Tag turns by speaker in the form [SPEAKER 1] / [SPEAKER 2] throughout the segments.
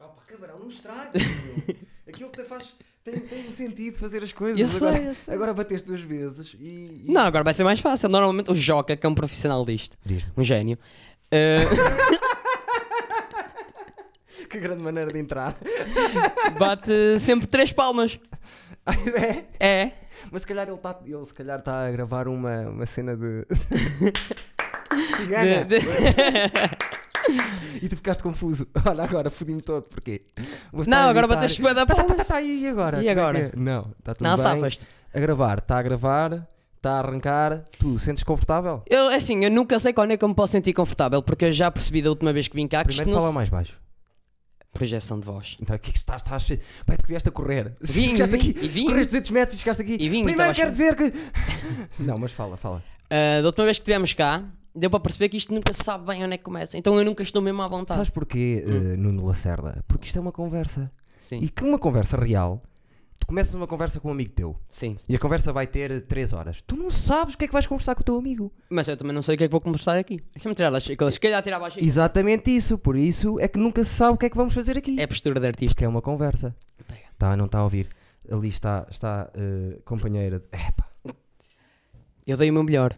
[SPEAKER 1] Ah, pá, cabrão, não me estragues. meu. Aquilo te faz. Tem, tem um sentido fazer as coisas.
[SPEAKER 2] Eu sei,
[SPEAKER 1] agora,
[SPEAKER 2] eu sei.
[SPEAKER 1] agora bateste duas vezes e. e-
[SPEAKER 2] Não, agora vai ser mais fácil. Normalmente o Joca, que é um profissional disto,
[SPEAKER 1] Diz-me.
[SPEAKER 2] um gênio, eh,
[SPEAKER 1] Que grande maneira de entrar.
[SPEAKER 2] bate sempre três palmas.
[SPEAKER 1] é?
[SPEAKER 2] É.
[SPEAKER 1] Mas se calhar ele está ele, se calhar tá a gravar uma, uma cena de. Cigana!
[SPEAKER 2] De- de-
[SPEAKER 1] E tu ficaste confuso. Olha, agora fodi-me todo. Porquê? Vou estar
[SPEAKER 2] Não,
[SPEAKER 1] a
[SPEAKER 2] agora
[SPEAKER 1] imitar-
[SPEAKER 2] bateste bué da
[SPEAKER 1] Tá, tá, tá,
[SPEAKER 2] palmas.
[SPEAKER 1] tá, e agora?
[SPEAKER 2] E
[SPEAKER 1] Como é que
[SPEAKER 2] agora?
[SPEAKER 1] é? Não, está tudo
[SPEAKER 2] Não,
[SPEAKER 1] bem.
[SPEAKER 2] safas-te.
[SPEAKER 1] A gravar, está a gravar, está a arrancar. Tu sentes confortável?
[SPEAKER 2] Eu, assim, eu nunca sei quando é que eu me posso sentir confortável, porque eu já percebi da última vez que vim cá que
[SPEAKER 1] Primeiro
[SPEAKER 2] isto não
[SPEAKER 1] fala
[SPEAKER 2] se-
[SPEAKER 1] mais baixo.
[SPEAKER 2] Projeção de voz.
[SPEAKER 1] Então, o que é que estás? estás... Parece que vieste a correr.
[SPEAKER 2] Vim,
[SPEAKER 1] chegaste
[SPEAKER 2] vim,
[SPEAKER 1] aqui,
[SPEAKER 2] e vim.
[SPEAKER 1] Correste 200 metros e chegaste aqui.
[SPEAKER 2] E vim,
[SPEAKER 1] Primeiro
[SPEAKER 2] então
[SPEAKER 1] quero dizer que. Não, mas fala, fala.
[SPEAKER 2] Ah, da última vez que estivemos cá, deu para perceber que isto nunca se sabe bem onde é que começa. Então eu nunca estou mesmo à vontade.
[SPEAKER 1] Sabes porquê, eh, Nuno Lacerda? Porque isto é uma conversa.
[SPEAKER 2] Hum. Sim,
[SPEAKER 1] E que uma conversa real, tu começas uma conversa com um amigo teu.
[SPEAKER 2] sim.
[SPEAKER 1] E a conversa vai ter 3 horas. Tu não sabes o que é que vais conversar com o teu amigo.
[SPEAKER 2] Mas eu também não sei o que é que vou conversar aqui. Deixa-me tirar as chiclas. Se calhar tirar a baixa.
[SPEAKER 1] Exatamente isso. Por isso é que nunca se sabe o que é que vamos fazer aqui.
[SPEAKER 2] É a postura de artista.
[SPEAKER 1] Porque é uma conversa.
[SPEAKER 2] Pega.
[SPEAKER 1] Tá, não está a ouvir. Ali está, está eh, companheira. de- Epá.
[SPEAKER 2] Eu dei o meu melhor.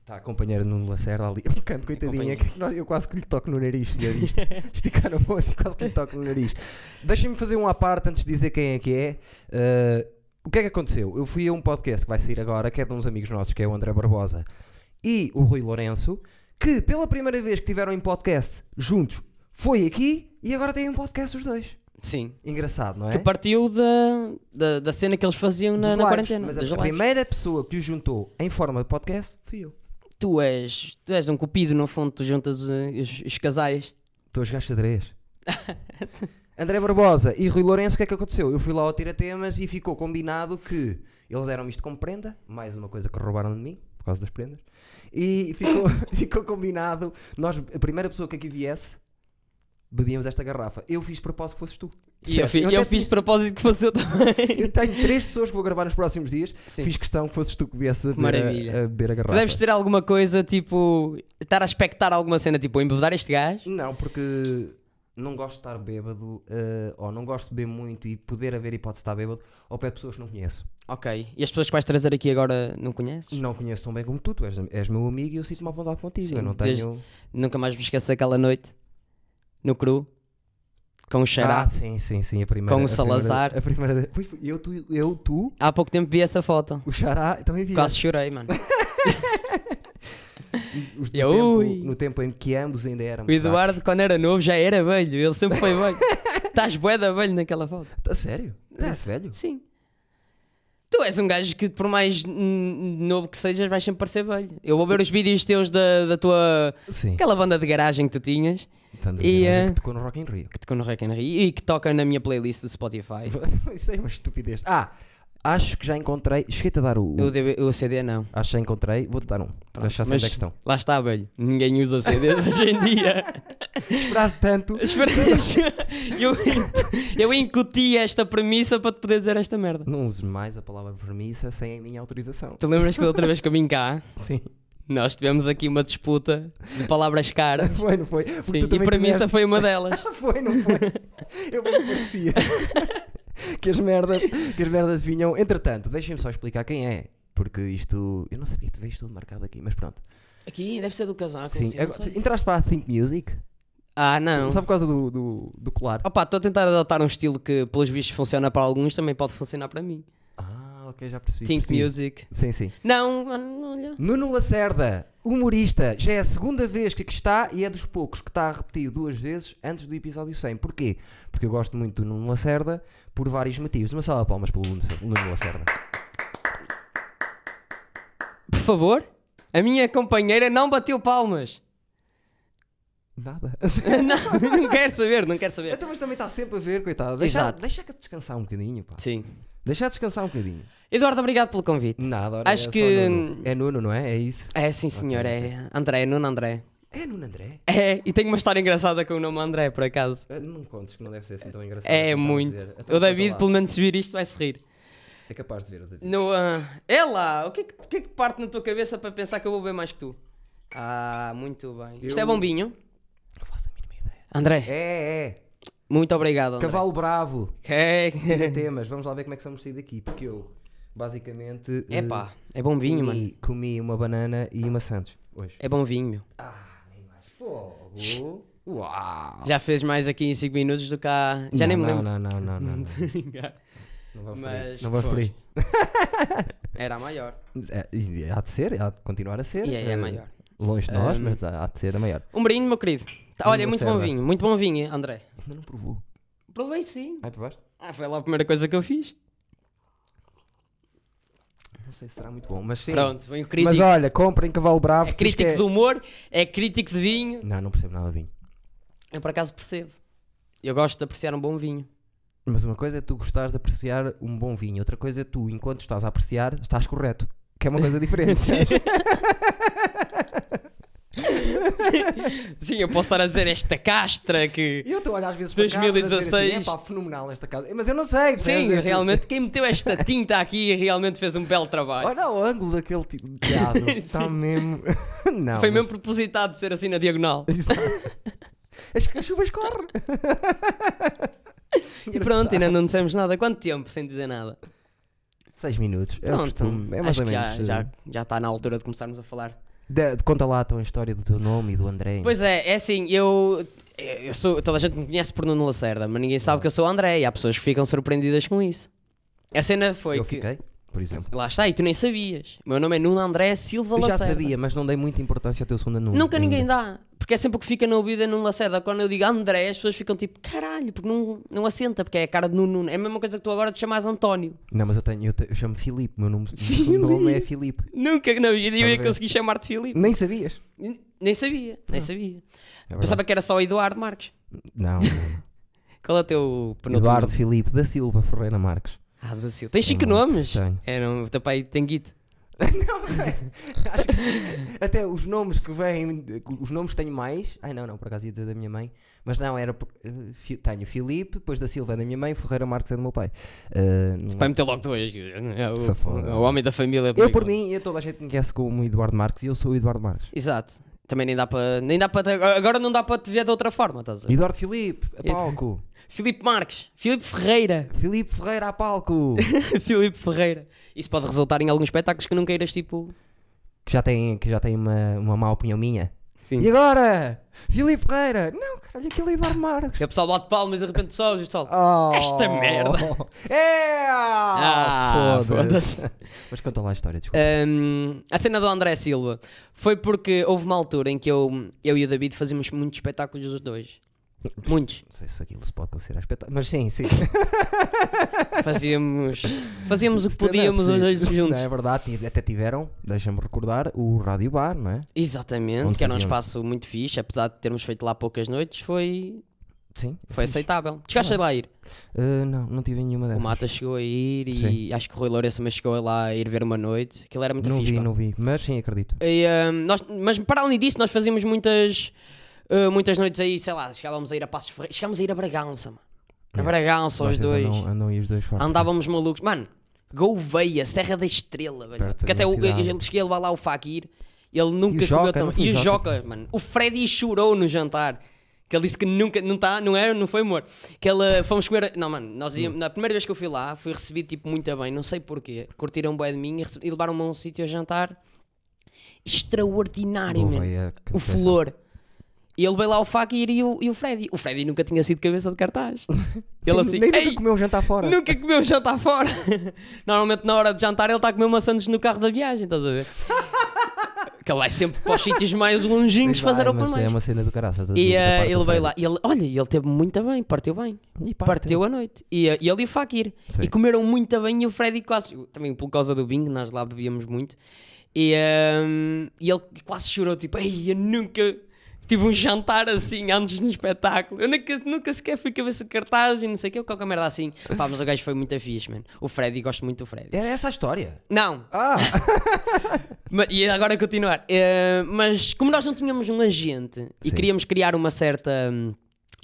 [SPEAKER 1] Está Tá, a companheira de Nuno Lacerda ali. Um canto, coitadinha.
[SPEAKER 2] companheira.
[SPEAKER 1] que nós- eu quase que lhe toco no nariz. se eu isto. Esticar a mão assim, quase que lhe toco no nariz. Deixem-me fazer um à parte antes de dizer quem é que é. Eh, o que é que aconteceu? Eu fui a um podcast que vai sair agora, que é de uns amigos nossos, que é o André Barbosa e o Rui Lourenço, que pela primeira vez que tiveram em podcast juntos foi aqui e agora têm um podcast os dois.
[SPEAKER 2] Sim.
[SPEAKER 1] Engraçado, não é?
[SPEAKER 2] Que partiu da, da, da cena que eles faziam na,
[SPEAKER 1] Dos
[SPEAKER 2] na
[SPEAKER 1] lives,
[SPEAKER 2] quarentena.
[SPEAKER 1] Mas a,
[SPEAKER 2] das
[SPEAKER 1] a
[SPEAKER 2] lives.
[SPEAKER 1] primeira pessoa que os juntou em forma de podcast fui eu.
[SPEAKER 2] Tu és. Tu és um cupido, no fundo, tu juntas os, os- os casais.
[SPEAKER 1] Estou a jogar xadrez. André Barbosa e Rui Lourenço, o que é que aconteceu? Eu fui lá ao Tira Temas e ficou combinado que eles eram isto com prenda, mais uma coisa que roubaram de mim, por causa das prendas, e ficou, ficou combinado, nós, a primeira pessoa que aqui viesse, bebíamos esta garrafi. Eu fiz de propósito que fosses tu.
[SPEAKER 2] E eu,
[SPEAKER 1] Certo?
[SPEAKER 2] fi- eu,
[SPEAKER 1] até
[SPEAKER 2] fiz de propósito que fosse eu também.
[SPEAKER 1] Eu tenho três pessoas que vou gravar nos próximos dias.
[SPEAKER 2] Sim.
[SPEAKER 1] Fiz questão que fosses tu que viesse a beber,
[SPEAKER 2] Maravilha.
[SPEAKER 1] a, a beber a
[SPEAKER 2] Tu
[SPEAKER 1] garrafa.
[SPEAKER 2] deves ter alguma coisa, tipo. Estar a expectar alguma cena, tipo, embebedar este gajo.
[SPEAKER 1] Não, porque não gosto de estar bêbado, eh, ou não gosto de beber muito e poder haver hipótese de estar bêbado, ao pé de pessoas que não conheço.
[SPEAKER 2] Ok. E as pessoas que vais trazer aqui agora não conheces?
[SPEAKER 1] Não conheço tão bem como tu, tu és, és meu amigo e eu sinto-me à vontade contigo.
[SPEAKER 2] Sim,
[SPEAKER 1] eu não
[SPEAKER 2] desde-
[SPEAKER 1] tenho.
[SPEAKER 2] Nunca mais me esqueço daquela noite. No cru. Com um o xará.
[SPEAKER 1] Ah, sim, sim, sim, a primeira.
[SPEAKER 2] Com o
[SPEAKER 1] a primeira-
[SPEAKER 2] Salazar.
[SPEAKER 1] A primeira. Pois foi, eu, tu, eu, tu,
[SPEAKER 2] Há pouco tempo vi essa foto.
[SPEAKER 1] o Xará, também vi.
[SPEAKER 2] Quase chorei, mano.
[SPEAKER 1] Os- no,
[SPEAKER 2] E eu, ui.
[SPEAKER 1] tempo, no tempo em que ambos ainda éramos.
[SPEAKER 2] O Eduardo, quando era novo, já era velho. Ele sempre foi velho. Estás bué da velho naquela foto.
[SPEAKER 1] A sério?
[SPEAKER 2] É.
[SPEAKER 1] Parece velho?
[SPEAKER 2] Sim. Tu és um gajo que, por mais hum, novo que sejas, vais sempre parecer velho. Eu vou ver os vídeos teus da, da tua.
[SPEAKER 1] Sim.
[SPEAKER 2] aquela banda de garagem que tu tinhas,
[SPEAKER 1] Tanto
[SPEAKER 2] E,
[SPEAKER 1] a
[SPEAKER 2] eh,
[SPEAKER 1] que tocou no Rock in Rio.
[SPEAKER 2] que tocou no Rock in Rio e que toca na minha playlist do Spotify.
[SPEAKER 1] Isso é uma estupidez. Ah, acho que já encontrei. Cheguei-te a dar o.
[SPEAKER 2] O, DVD o CD não.
[SPEAKER 1] Acho que já encontrei. Vou-te dar um. Para achar
[SPEAKER 2] Mas
[SPEAKER 1] sempre a questão.
[SPEAKER 2] Lá está, velho. Ninguém usa CDs hoje em dia.
[SPEAKER 1] Esperaste tanto.
[SPEAKER 2] Espera eu, eu incuti esta premissa para te poder dizer esta merda.
[SPEAKER 1] Não uses mais a palavra permissa é sem a minha autorização.
[SPEAKER 2] Tu lembras que da outra vez que eu vim cá,
[SPEAKER 1] Sim.
[SPEAKER 2] nós tivemos aqui uma disputa de palavras caras.
[SPEAKER 1] Foi, não foi? Porque
[SPEAKER 2] Sim,
[SPEAKER 1] tu
[SPEAKER 2] e
[SPEAKER 1] também
[SPEAKER 2] premissa
[SPEAKER 1] tiveste-
[SPEAKER 2] foi uma delas.
[SPEAKER 1] Foi, não foi? Eu bem parecia. que, as merdas, que as merdas vinham. Entretanto, deixem-me só explicar quem é. Porque isto. Eu não sabia que tiveste tudo marcado aqui, mas pronto.
[SPEAKER 2] Aqui deve ser do casaco. assim,
[SPEAKER 1] Sim. agora- entraste para a Think Music.
[SPEAKER 2] Ah, não.
[SPEAKER 1] Só por causa do, do, do colar.
[SPEAKER 2] Opa, estou a tentar adotar um estilo que, pelos vistos, funciona para alguns, também pode funcionar para mim.
[SPEAKER 1] Ah, ok, já percebi.
[SPEAKER 2] Think
[SPEAKER 1] percebi.
[SPEAKER 2] Music.
[SPEAKER 1] Sim, sim.
[SPEAKER 2] Não, mano, olha.
[SPEAKER 1] Nuno Lacerda, humorista, já é a segunda vez que aqui está e é dos poucos que está a repetir duas vezes antes do episódio 100. Porquê? Porque eu gosto muito do Nuno Lacerda por vários motivos. Uma sala de palmas pelo Nuno Nuno Lacerda.
[SPEAKER 2] Por favor, a minha companheira não bateu palmas.
[SPEAKER 1] Nada.
[SPEAKER 2] não, não quero saber, não quero saber.
[SPEAKER 1] Então, mas também está sempre a ver, coitado. Deixa,
[SPEAKER 2] Exato.
[SPEAKER 1] deixa que descansar um bocadinho, pá.
[SPEAKER 2] Sim.
[SPEAKER 1] Deixa descansar um bocadinho.
[SPEAKER 2] Eduardo, obrigado pelo convite.
[SPEAKER 1] Nada, ora,
[SPEAKER 2] Acho
[SPEAKER 1] é só
[SPEAKER 2] que-
[SPEAKER 1] Nuno. É Nuno, não é? É isso.
[SPEAKER 2] É, sim, senhor, é André, Nuno André.
[SPEAKER 1] É Nuno André?
[SPEAKER 2] É, e tenho uma história engraçada com o nome André, por acaso.
[SPEAKER 1] Ah, Não contes que não deve ser assim tão engraçado.
[SPEAKER 2] É
[SPEAKER 1] como
[SPEAKER 2] muito.
[SPEAKER 1] estava a dizer. Então,
[SPEAKER 2] O
[SPEAKER 1] conta
[SPEAKER 2] David,
[SPEAKER 1] lá.
[SPEAKER 2] pelo menos, se vir isto, vai se rir.
[SPEAKER 1] É capaz de ver o David.
[SPEAKER 2] No, ah, é lá, o que, é que- o que é que parte na tua cabeça para pensar que eu vou beber mais que tu? Ah, muito bem. Isto é
[SPEAKER 1] Eu-
[SPEAKER 2] bombinho?
[SPEAKER 1] Não faço a mínima ideia.
[SPEAKER 2] André,
[SPEAKER 1] É, é.
[SPEAKER 2] Muito obrigado, André.
[SPEAKER 1] Cavalo Bravo.
[SPEAKER 2] É
[SPEAKER 1] Tira temas. Vamos lá ver como é que vamos sair daqui. Porque eu, basicamente. eh,
[SPEAKER 2] pá, é bom vinho, mano.
[SPEAKER 1] comi, comi uma banana e maçãs hoje.
[SPEAKER 2] É bom vinho, meu.
[SPEAKER 1] Ah, nem mais. Fogo. Uau.
[SPEAKER 2] Já fez mais aqui em 5 minutos do que há. Já nem
[SPEAKER 1] não,
[SPEAKER 2] me lembro.
[SPEAKER 1] Não, não, não, não. Não, não. não vamos
[SPEAKER 2] Mas
[SPEAKER 1] Mas Não vamos por aí.
[SPEAKER 2] Era a maior.
[SPEAKER 1] É, e Há de ser, há de continuar a ser.
[SPEAKER 2] E aí é
[SPEAKER 1] eh,
[SPEAKER 2] maior.
[SPEAKER 1] Longe de nós, mas há há de ser a maior.
[SPEAKER 2] Um brinde, meu querido. Tá, Olha,
[SPEAKER 1] Uma
[SPEAKER 2] muito bom
[SPEAKER 1] cena.
[SPEAKER 2] vinho, muito bom vinho, André.
[SPEAKER 1] Ainda não provou.
[SPEAKER 2] Provei sim.
[SPEAKER 1] Ai, provaste?
[SPEAKER 2] Ah, foi lá a primeira coisa que eu fiz.
[SPEAKER 1] Não sei se será muito bom, mas sim.
[SPEAKER 2] Pronto, foi um crítico.
[SPEAKER 1] Mas olha, comprem Cavalo Bravo.
[SPEAKER 2] é
[SPEAKER 1] que isto
[SPEAKER 2] crítico de humor, é crítico de vinho.
[SPEAKER 1] Não, não percebo nada de vinho.
[SPEAKER 2] Eu por acaso percebo. Eu gosto de apreciar um bom vinho.
[SPEAKER 1] Mas uma coisa é tu gostares de apreciar um bom vinho, outra coisa é tu, enquanto estás a apreciar, estás correto. Que é uma coisa diferente. sabes?
[SPEAKER 2] Sim, eu posso estar a dizer esta castra que.
[SPEAKER 1] E eu estou a olhar às vezes para casa a dizer
[SPEAKER 2] 2016.
[SPEAKER 1] assim, "Epá, fenomenal esta casa. Mas eu não sei. percebes?
[SPEAKER 2] Sim,
[SPEAKER 1] Eu-
[SPEAKER 2] realmente, quem meteu esta tinta aqui realmente fez um belo trabalho.
[SPEAKER 1] Olha o ângulo daquele tipo de teado. Está mesmo... não.
[SPEAKER 2] Foi mesmo propositado ser assim na diagonal.
[SPEAKER 1] mas- As cachuvas correm. é
[SPEAKER 2] E pronto, ainda não dissemos nada. Quanto tempo sem dizer nada?
[SPEAKER 1] Seis minutos. É, o
[SPEAKER 2] Pronto,
[SPEAKER 1] costume, é mais
[SPEAKER 2] acho
[SPEAKER 1] ou
[SPEAKER 2] que
[SPEAKER 1] menos.
[SPEAKER 2] já,
[SPEAKER 1] eh,
[SPEAKER 2] já, já está na altura de começarmos a falar.
[SPEAKER 1] da- conta lá então a história do teu nome e do André.
[SPEAKER 2] Pois é, é assim, eu, eu sou, toda a gente me conhece por Nuno Lacerda, mas ninguém
[SPEAKER 1] Ah.
[SPEAKER 2] sabe que eu sou o André e há pessoas que ficam surpreendidas com isso. A cena foi
[SPEAKER 1] eu
[SPEAKER 2] é, que.
[SPEAKER 1] fiquei, por exemplo.
[SPEAKER 2] Lá está, e tu nem sabias. O meu nome é Nuno André Silva
[SPEAKER 1] Eu já
[SPEAKER 2] Lacerda.
[SPEAKER 1] sabia, mas não dei muita importância ao teu segundo nome.
[SPEAKER 2] Nunca ninguém dá, porque é sempre o que fica na ouvida é Nuno Lacerda. Quando eu digo André, as pessoas ficam tipo, caralho, porque não, não assenta, porque é a cara de Nuno Nuno. É a mesma coisa que tu agora te chamas António.
[SPEAKER 1] Não, mas eu tenho, eu, te- eu chamo Filipe, meu nome, meu nome é Filipe.
[SPEAKER 2] Nunca na
[SPEAKER 1] Estás
[SPEAKER 2] vida eu
[SPEAKER 1] a
[SPEAKER 2] ia
[SPEAKER 1] ver?
[SPEAKER 2] conseguir chamar-te Filipe.
[SPEAKER 1] Nem sabias.
[SPEAKER 2] Nem sabia, nem sabia.
[SPEAKER 1] É
[SPEAKER 2] Pensava que era só Eduardo Marques.
[SPEAKER 1] Não, não.
[SPEAKER 2] Qual é o teu penúltimo?
[SPEAKER 1] Eduardo Filipe da Silva Ferreira Marques.
[SPEAKER 2] Ah, da Silva. Tens cinco
[SPEAKER 1] Tenho muito,
[SPEAKER 2] nomes?
[SPEAKER 1] tenho.
[SPEAKER 2] É, não, o teu pai tem guito.
[SPEAKER 1] não, acho que até os nomes que vêm, os nomes que tenho mais. Ai não, não, por acaso ia dizer da minha mãe, mas não, era. por- eh, Fi- Tenho Filipe, depois da Silva é da minha mãe, Ferreira Marques é do meu pai. Eh, não-
[SPEAKER 2] Vai meter logo dois. É o,
[SPEAKER 1] Safado.
[SPEAKER 2] é o homem da família.
[SPEAKER 1] eu por mim, eu toda a gente me conhece como Eduardo Marques e eu sou o Eduardo Marques.
[SPEAKER 2] Exato. Também nem dá para. Nem dá para. Agora não dá para te ver de outra forma, estás a ver?
[SPEAKER 1] Eduardo Filipe, a palco.
[SPEAKER 2] Filipe Marques. Filipe Ferreira.
[SPEAKER 1] Filipe Ferreira, a palco.
[SPEAKER 2] Filipe Ferreira. Isso pode resultar em alguns espetáculos que não queiras, tipo.
[SPEAKER 1] que já tem, que já tem uma, uma má opinião minha.
[SPEAKER 2] Sim.
[SPEAKER 1] E agora? Filipe Ferreira! Não, caralho, aquele é Eduardo Marques.
[SPEAKER 2] Que o pessoal bate palmas de repente só o pessoal.
[SPEAKER 1] Oh.
[SPEAKER 2] Esta merda.
[SPEAKER 1] É!
[SPEAKER 2] Ah,
[SPEAKER 1] foda-se. Mas conta lá a história, desculpa.
[SPEAKER 2] Hum, a cena do André Silva foi porque houve uma altura em que eu, eu e o David fazíamos muitos espetáculos os dois. Muitos.
[SPEAKER 1] Não sei se aquilo se pode considerar espetáculo. Mas sim, sim.
[SPEAKER 2] Fazíamos, fazíamos o que
[SPEAKER 1] Stand-up,
[SPEAKER 2] podíamos
[SPEAKER 1] sim.
[SPEAKER 2] os dois
[SPEAKER 1] Sim,
[SPEAKER 2] juntos.
[SPEAKER 1] É verdade, e até tiveram, deixa-me recordar, o Rádio Bar, não é?
[SPEAKER 2] Exatamente,
[SPEAKER 1] Onde
[SPEAKER 2] que era um
[SPEAKER 1] faziam?
[SPEAKER 2] espaço muito fixe, apesar de termos feito lá poucas noites, foi,
[SPEAKER 1] Sim.
[SPEAKER 2] foi aceitável. Chegaste
[SPEAKER 1] é.
[SPEAKER 2] lá a ir.
[SPEAKER 1] Ah, não, não tive nenhuma
[SPEAKER 2] O
[SPEAKER 1] dessas.
[SPEAKER 2] Mata chegou a ir e
[SPEAKER 1] Sim.
[SPEAKER 2] acho que o Rui Lourenço também chegou lá a ir ver uma noite. Aquilo era muito
[SPEAKER 1] não
[SPEAKER 2] fixe.
[SPEAKER 1] vi,
[SPEAKER 2] pá.
[SPEAKER 1] não vi. Mas sim, acredito.
[SPEAKER 2] E, hum, nós, mas para além disso, nós fazíamos muitas, uh, muitas noites aí, sei lá, chegávamos a ir a Passos Ferreira, chegávamos a ir a Bragança, mano. A
[SPEAKER 1] É.
[SPEAKER 2] Bragança, os
[SPEAKER 1] Vocês
[SPEAKER 2] dois.
[SPEAKER 1] Andam, andam e os dois fortes.
[SPEAKER 2] Andávamos malucos. Mano, Gouveia, Serra da Estrela, velho.
[SPEAKER 1] Perto
[SPEAKER 2] Porque
[SPEAKER 1] da
[SPEAKER 2] até o,
[SPEAKER 1] minha cidade.
[SPEAKER 2] ele cheguei a levar lá o Fakir. Ele nunca
[SPEAKER 1] Joca,
[SPEAKER 2] comeu
[SPEAKER 1] não
[SPEAKER 2] tão.
[SPEAKER 1] foi
[SPEAKER 2] E
[SPEAKER 1] o
[SPEAKER 2] o
[SPEAKER 1] Joca?
[SPEAKER 2] Joca, mano. O Freddy chorou no jantar. Que ele disse que nunca. Não, tá, não era, não foi amor. Que ele. eh, Fomos comer. Não, mano, nós
[SPEAKER 1] Hum.
[SPEAKER 2] íamos. Na primeira vez que eu fui lá, fui recebido tipo muito bem, não sei porquê. Curtiram bem de mim e, rece- e levaram-me a um sítio a jantar. Extraordinário, mano.
[SPEAKER 1] Gouveia, que
[SPEAKER 2] O
[SPEAKER 1] pensa-
[SPEAKER 2] Flor. E ele veio lá o Fakir e o, e o Freddy. O Freddy nunca tinha sido cabeça de cartaz. Ele assim.
[SPEAKER 1] Nem nunca
[SPEAKER 2] "Ei,
[SPEAKER 1] comeu um jantar fora.
[SPEAKER 2] Nunca comeu jantar fora. Normalmente na hora de jantar ele está a comer maçãs no carro da viagem, estás a ver? que ele vai sempre para os sítios mais
[SPEAKER 1] Pois
[SPEAKER 2] longínquos fazer
[SPEAKER 1] vai,
[SPEAKER 2] open
[SPEAKER 1] mas É
[SPEAKER 2] mic.
[SPEAKER 1] uma cena do caraças. da-
[SPEAKER 2] E
[SPEAKER 1] da
[SPEAKER 2] eh,
[SPEAKER 1] parte do
[SPEAKER 2] ele veio
[SPEAKER 1] Fred.
[SPEAKER 2] lá, e ele, olha, ele teve muito bem, partiu bem.
[SPEAKER 1] E
[SPEAKER 2] Partiu a noite. E, eh, e ele e o Fakir.
[SPEAKER 1] Sim.
[SPEAKER 2] E comeram muito bem e o Freddy quase. Também por causa do bingo, nós lá bebíamos muito. E, ehm, e ele quase chorou, tipo, ei, eu nunca tive um jantar assim antes no espetáculo. Eu nunca, nunca sequer fui cabeça de cartaz e não sei o que, qualquer merda assim. Pá, mas o gajo foi muito fixe, mano. O Freddy, gosto muito do Freddy.
[SPEAKER 1] Era essa a história.
[SPEAKER 2] Não,
[SPEAKER 1] Ah!
[SPEAKER 2] ma- e agora continuar. Eh, mas como nós não tínhamos um agente e
[SPEAKER 1] Sim.
[SPEAKER 2] queríamos criar uma certa hum,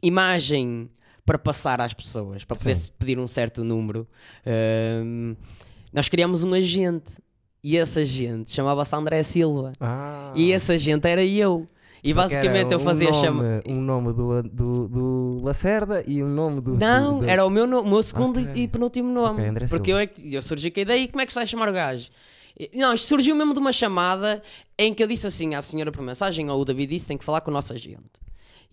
[SPEAKER 2] imagem para passar às pessoas, para poder
[SPEAKER 1] Sim.
[SPEAKER 2] pedir um certo número, hum, nós criámos um agente. E esse agente chamava-se André Silva.
[SPEAKER 1] ah.
[SPEAKER 2] E esse agente era eu. E
[SPEAKER 1] Só que
[SPEAKER 2] basicamente
[SPEAKER 1] era
[SPEAKER 2] eu fazia
[SPEAKER 1] um nome,
[SPEAKER 2] chama.
[SPEAKER 1] Um nome do, do, do Lacerda e um nome do.
[SPEAKER 2] Não,
[SPEAKER 1] do- do-
[SPEAKER 2] era o meu, no- o meu segundo
[SPEAKER 1] Ok.
[SPEAKER 2] e, e penúltimo nome.
[SPEAKER 1] Ok, André
[SPEAKER 2] porque eu, é que- eu surgi com a ideia e como é que se vai chamar o gajo? E- Não, isto surgiu mesmo de uma chamada em que eu disse assim à senhora por mensagem, ou o David disse, tem que falar com o nosso agente.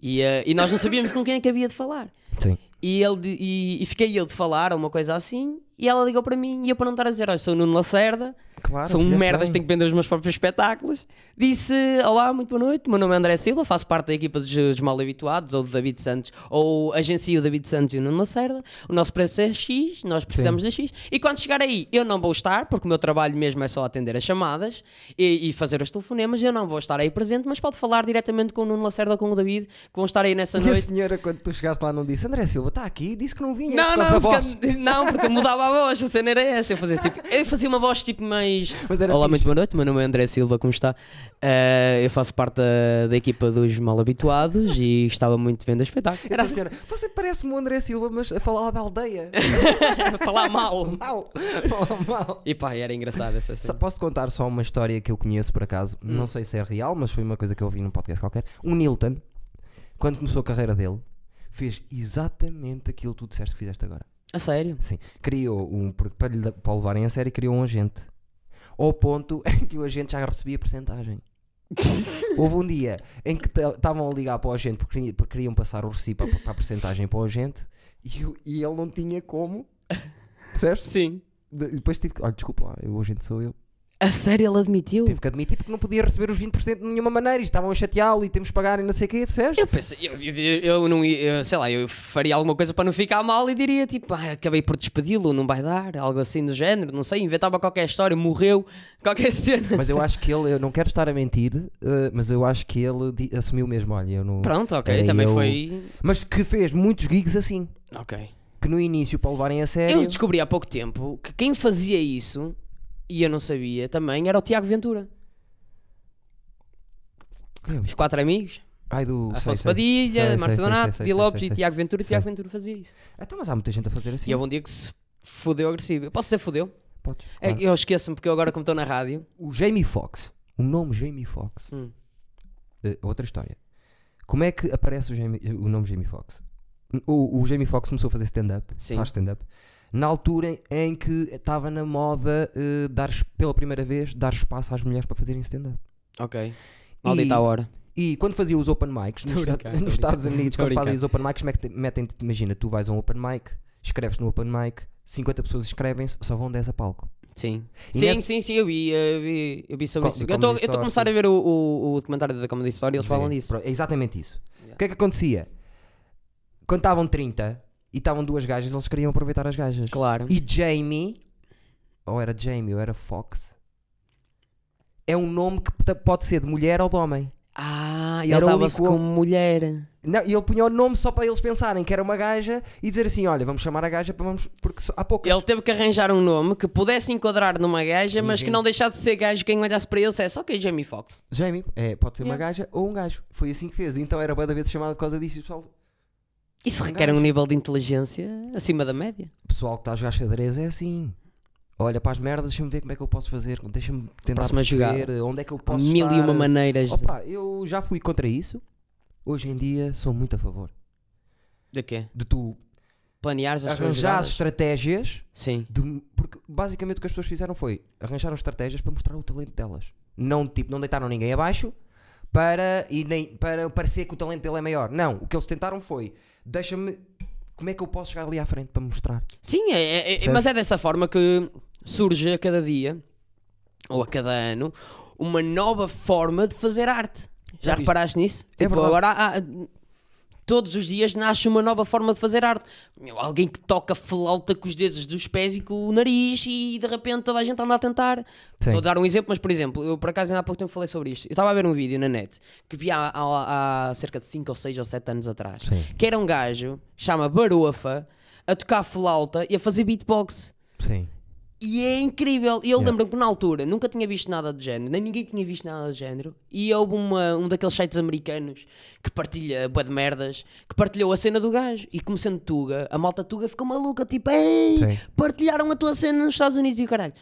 [SPEAKER 2] E, eh, e nós não sabíamos com quem é que havia de falar.
[SPEAKER 1] Sim.
[SPEAKER 2] E, ele, di- e, e fiquei eu de falar, ou uma coisa assim, e ela ligou para mim, e eu para não estar a dizer, olha, sou o Nuno Lacerda,
[SPEAKER 1] Claro,
[SPEAKER 2] são
[SPEAKER 1] fizeste
[SPEAKER 2] merdas,
[SPEAKER 1] bem.
[SPEAKER 2] tenho que vender os meus próprios espetáculos. Disse: Olá, muito boa noite. O meu nome é André Silva, faço parte da equipa dos, dos mal habituados, ou do David Santos, ou agencio o David Santos e o Nuno Lacerda. O nosso preço é X, nós precisamos de X. E quando chegar aí, eu não vou estar, porque o meu trabalho mesmo é só atender as chamadas e, e fazer os telefonemas. Eu não vou estar aí presente, mas pode falar diretamente com o Nuno Lacerda ou com o David, que vão estar aí nessa
[SPEAKER 1] E a
[SPEAKER 2] noite.
[SPEAKER 1] senhora, quando tu chegaste lá, não disse André Silva, está aqui, disse que não vinha.
[SPEAKER 2] Não,
[SPEAKER 1] por causa da
[SPEAKER 2] não,
[SPEAKER 1] voz. Tipo
[SPEAKER 2] porque, não, porque eu mudava a voz, a cena era essa. Eu fazia, tipo, eu fazia uma voz tipo mais.
[SPEAKER 1] Mas era
[SPEAKER 2] Olá,
[SPEAKER 1] fixe.
[SPEAKER 2] muito boa noite, meu nome é André Silva, como está? Eh, eu faço parte da, da equipa dos mal habituados e estava muito bem do espetáculo.
[SPEAKER 1] Era assim. a senhora, você parece-me o André Silva, mas a falar lá da aldeia.
[SPEAKER 2] falar mal.
[SPEAKER 1] mal, fala mal.
[SPEAKER 2] E pá, era engraçado essa
[SPEAKER 1] Sa-
[SPEAKER 2] cena.
[SPEAKER 1] Posso contar só uma história que eu conheço por acaso?
[SPEAKER 2] Hum.
[SPEAKER 1] Não sei se é real, mas foi uma coisa que eu ouvi num podcast qualquer. O Nilton, quando começou a carreira dele, fez exatamente aquilo que tu disseste que fizeste agora.
[SPEAKER 2] A sério?
[SPEAKER 1] Sim, criou um. porque Para, lhe, da- para o levarem a sério, criou um agente. Ao ponto em que o agente já recebia porcentagem. Houve um dia em que ta- estavam a ligar para o agente porque, queria- porque queriam passar o recibo para, para a porcentagem para o agente e, o- e ele não tinha como. Percebes?
[SPEAKER 2] Sim.
[SPEAKER 1] De- Depois tive que. Olha, desculpa lá, eu- o agente sou eu.
[SPEAKER 2] A sério, ele admitiu?
[SPEAKER 1] Tive que admitir porque não podia receber os 20% de nenhuma maneira e estavam a chateá-lo e temos que pagar e não sei o quê, percebes?
[SPEAKER 2] Eu pensei, eu, eu- eu não ia, eu- sei lá, eu faria alguma coisa para não ficar mal e diria tipo, "Ah, acabei por despedi-lo, não vai dar, algo assim do género, não sei, inventava qualquer história, morreu, qualquer cena.
[SPEAKER 1] Mas eu acho que ele, eu não quero estar a mentir, eh, mas eu acho que ele di- assumiu mesmo, olha, eu não.
[SPEAKER 2] Pronto, ok,
[SPEAKER 1] Era
[SPEAKER 2] também
[SPEAKER 1] eu-
[SPEAKER 2] foi.
[SPEAKER 1] Mas que fez muitos gigs assim,
[SPEAKER 2] Ok.
[SPEAKER 1] que no início para levarem a sério.
[SPEAKER 2] Eu descobri há pouco tempo que quem fazia isso, e eu não sabia também, era o Tiago Ventura.
[SPEAKER 1] Eu-
[SPEAKER 2] Os quatro amigos,
[SPEAKER 1] Ai do. sei,
[SPEAKER 2] Afonso
[SPEAKER 1] sei. Sei,
[SPEAKER 2] Padilha,
[SPEAKER 1] sei,
[SPEAKER 2] Márcio
[SPEAKER 1] sei, sei,
[SPEAKER 2] Donato,
[SPEAKER 1] sei,
[SPEAKER 2] Di
[SPEAKER 1] sei,
[SPEAKER 2] Lopes
[SPEAKER 1] sei,
[SPEAKER 2] e
[SPEAKER 1] sei.
[SPEAKER 2] Tiago Ventura e
[SPEAKER 1] Sei.
[SPEAKER 2] Tiago Ventura fazia isso.
[SPEAKER 1] Então, mas há muita gente a fazer assim.
[SPEAKER 2] E houve um dia que se fodeu agressivo. Eu posso dizer fodeu?
[SPEAKER 1] Podes,
[SPEAKER 2] É,
[SPEAKER 1] claro.
[SPEAKER 2] Eu esqueço-me porque eu agora como estou na rádio.
[SPEAKER 1] O Jamie Foxx, o nome Jamie Foxx,
[SPEAKER 2] Hum.
[SPEAKER 1] eh, outra história. Como é que aparece o, Jamie- o nome Jamie Foxx? O, o Jamie Foxx começou a fazer stand-up,
[SPEAKER 2] Sim.
[SPEAKER 1] faz stand-up, na altura em, em que estava na moda eh, dar, es- pela primeira vez, dar espaço às mulheres para fazerem stand-up.
[SPEAKER 2] Ok.
[SPEAKER 1] E-
[SPEAKER 2] Maldita a hora.
[SPEAKER 1] E quando fazia os open mics nos,
[SPEAKER 2] Tô a brincar,
[SPEAKER 1] Estados-
[SPEAKER 2] tô a
[SPEAKER 1] nos Estados
[SPEAKER 2] brincar.
[SPEAKER 1] Unidos,
[SPEAKER 2] Tô a
[SPEAKER 1] quando fazem
[SPEAKER 2] brincar.
[SPEAKER 1] os open mics, metem- metem imagina, tu vais a um open mic, escreves no open mic, 50 pessoas escrevem-se, só vão 10 a palco.
[SPEAKER 2] Sim.
[SPEAKER 1] E
[SPEAKER 2] Sim,
[SPEAKER 1] nessa-
[SPEAKER 2] sim, sim, eu vi, eu vi, eu vi sobre
[SPEAKER 1] Co-
[SPEAKER 2] isso.
[SPEAKER 1] do
[SPEAKER 2] Eu estou
[SPEAKER 1] Comedy
[SPEAKER 2] a
[SPEAKER 1] Store,
[SPEAKER 2] começar
[SPEAKER 1] sim.
[SPEAKER 2] a ver o, o, o documentário da Comedy Story e eles
[SPEAKER 1] Vê.
[SPEAKER 2] falam disso.
[SPEAKER 1] Pro- É exatamente isso.
[SPEAKER 2] Yeah.
[SPEAKER 1] O que é que acontecia? Quando estavam 30 e estavam duas gajas, eles queriam aproveitar as gajas.
[SPEAKER 2] Claro.
[SPEAKER 1] E Jamie, ou era Jamie ou era Fox, é um nome que p- pode ser de mulher ou de homem.
[SPEAKER 2] Ah, e ele
[SPEAKER 1] Era o
[SPEAKER 2] dava-se
[SPEAKER 1] único-
[SPEAKER 2] como mulher.
[SPEAKER 1] Não, e ele punha o nome só para eles pensarem que era uma gaja e dizer assim: olha, vamos chamar a gaja para vamos. Porque só- há pouco.
[SPEAKER 2] Ele teve que arranjar um nome que pudesse enquadrar numa gaja, mas que
[SPEAKER 1] Ninguém.
[SPEAKER 2] não deixasse de ser gajo. Quem olhasse para ele dissesse, ok, Jamie Foxx.
[SPEAKER 1] Jamie, é, pode ser uma
[SPEAKER 2] Yeah.
[SPEAKER 1] gaja ou um gajo. Foi assim que fez. Então era bué da vez chamado por causa disso. E o pessoal,
[SPEAKER 2] Isso
[SPEAKER 1] Um
[SPEAKER 2] requer um nível de inteligência acima da média.
[SPEAKER 1] o pessoal que está a jogar xadrez é assim. Olha para as merdas, deixa-me ver como é que eu posso fazer, deixa-me tentar
[SPEAKER 2] Próxima
[SPEAKER 1] perceber onde é que eu
[SPEAKER 2] Há
[SPEAKER 1] posso
[SPEAKER 2] Mil
[SPEAKER 1] estar.
[SPEAKER 2] e uma maneiras de-
[SPEAKER 1] Opa, eu já fui contra isso. Hoje em dia sou muito a favor
[SPEAKER 2] de quê?
[SPEAKER 1] de tu
[SPEAKER 2] Planeares as tuas
[SPEAKER 1] arranjar
[SPEAKER 2] jogadas.
[SPEAKER 1] estratégias,
[SPEAKER 2] Sim.
[SPEAKER 1] de- um, porque basicamente o que as pessoas fizeram foi arranjaram estratégias para mostrar o talento delas. Não tipo, não deitaram ninguém abaixo para e nem para parecer que o talento dele é maior. Não, o que eles tentaram foi, deixa-me como é que eu posso chegar ali à frente para mostrar?
[SPEAKER 2] Sim, é- é- é-
[SPEAKER 1] Percebes?
[SPEAKER 2] mas é dessa forma que surge a cada dia, ou a cada ano, uma nova forma de fazer arte.
[SPEAKER 1] Já
[SPEAKER 2] Já
[SPEAKER 1] viste?
[SPEAKER 2] reparaste nisso?
[SPEAKER 1] É
[SPEAKER 2] tipo,
[SPEAKER 1] verdade.
[SPEAKER 2] agora há- há- todos os dias nasce uma nova forma de fazer arte. Meu, alguém que toca flauta com os dedos dos pés e com o nariz e de repente toda a gente anda a tentar.
[SPEAKER 1] Sim.
[SPEAKER 2] Vou dar um exemplo, mas por exemplo, eu por acaso ainda há pouco tempo falei sobre isto. Eu estava a ver um vídeo na net que vi há, há- há cerca de 5 ou 6 ou 7 anos atrás
[SPEAKER 1] Sim.
[SPEAKER 2] que era um gajo, chama Barofa, a tocar flauta e a fazer beatbox.
[SPEAKER 1] Sim.
[SPEAKER 2] E é incrível. E eu
[SPEAKER 1] Yeah.
[SPEAKER 2] lembro-me que na altura nunca tinha visto nada de género, nem ninguém tinha visto nada de género. E houve uma- um daqueles sites americanos que partilha bué de merdas, que partilhou a cena do gajo. E como sendo Tuga, a malta Tuga ficou maluca, tipo, ei,
[SPEAKER 1] Sim.
[SPEAKER 2] partilharam a tua cena nos Estados Unidos e o caralho.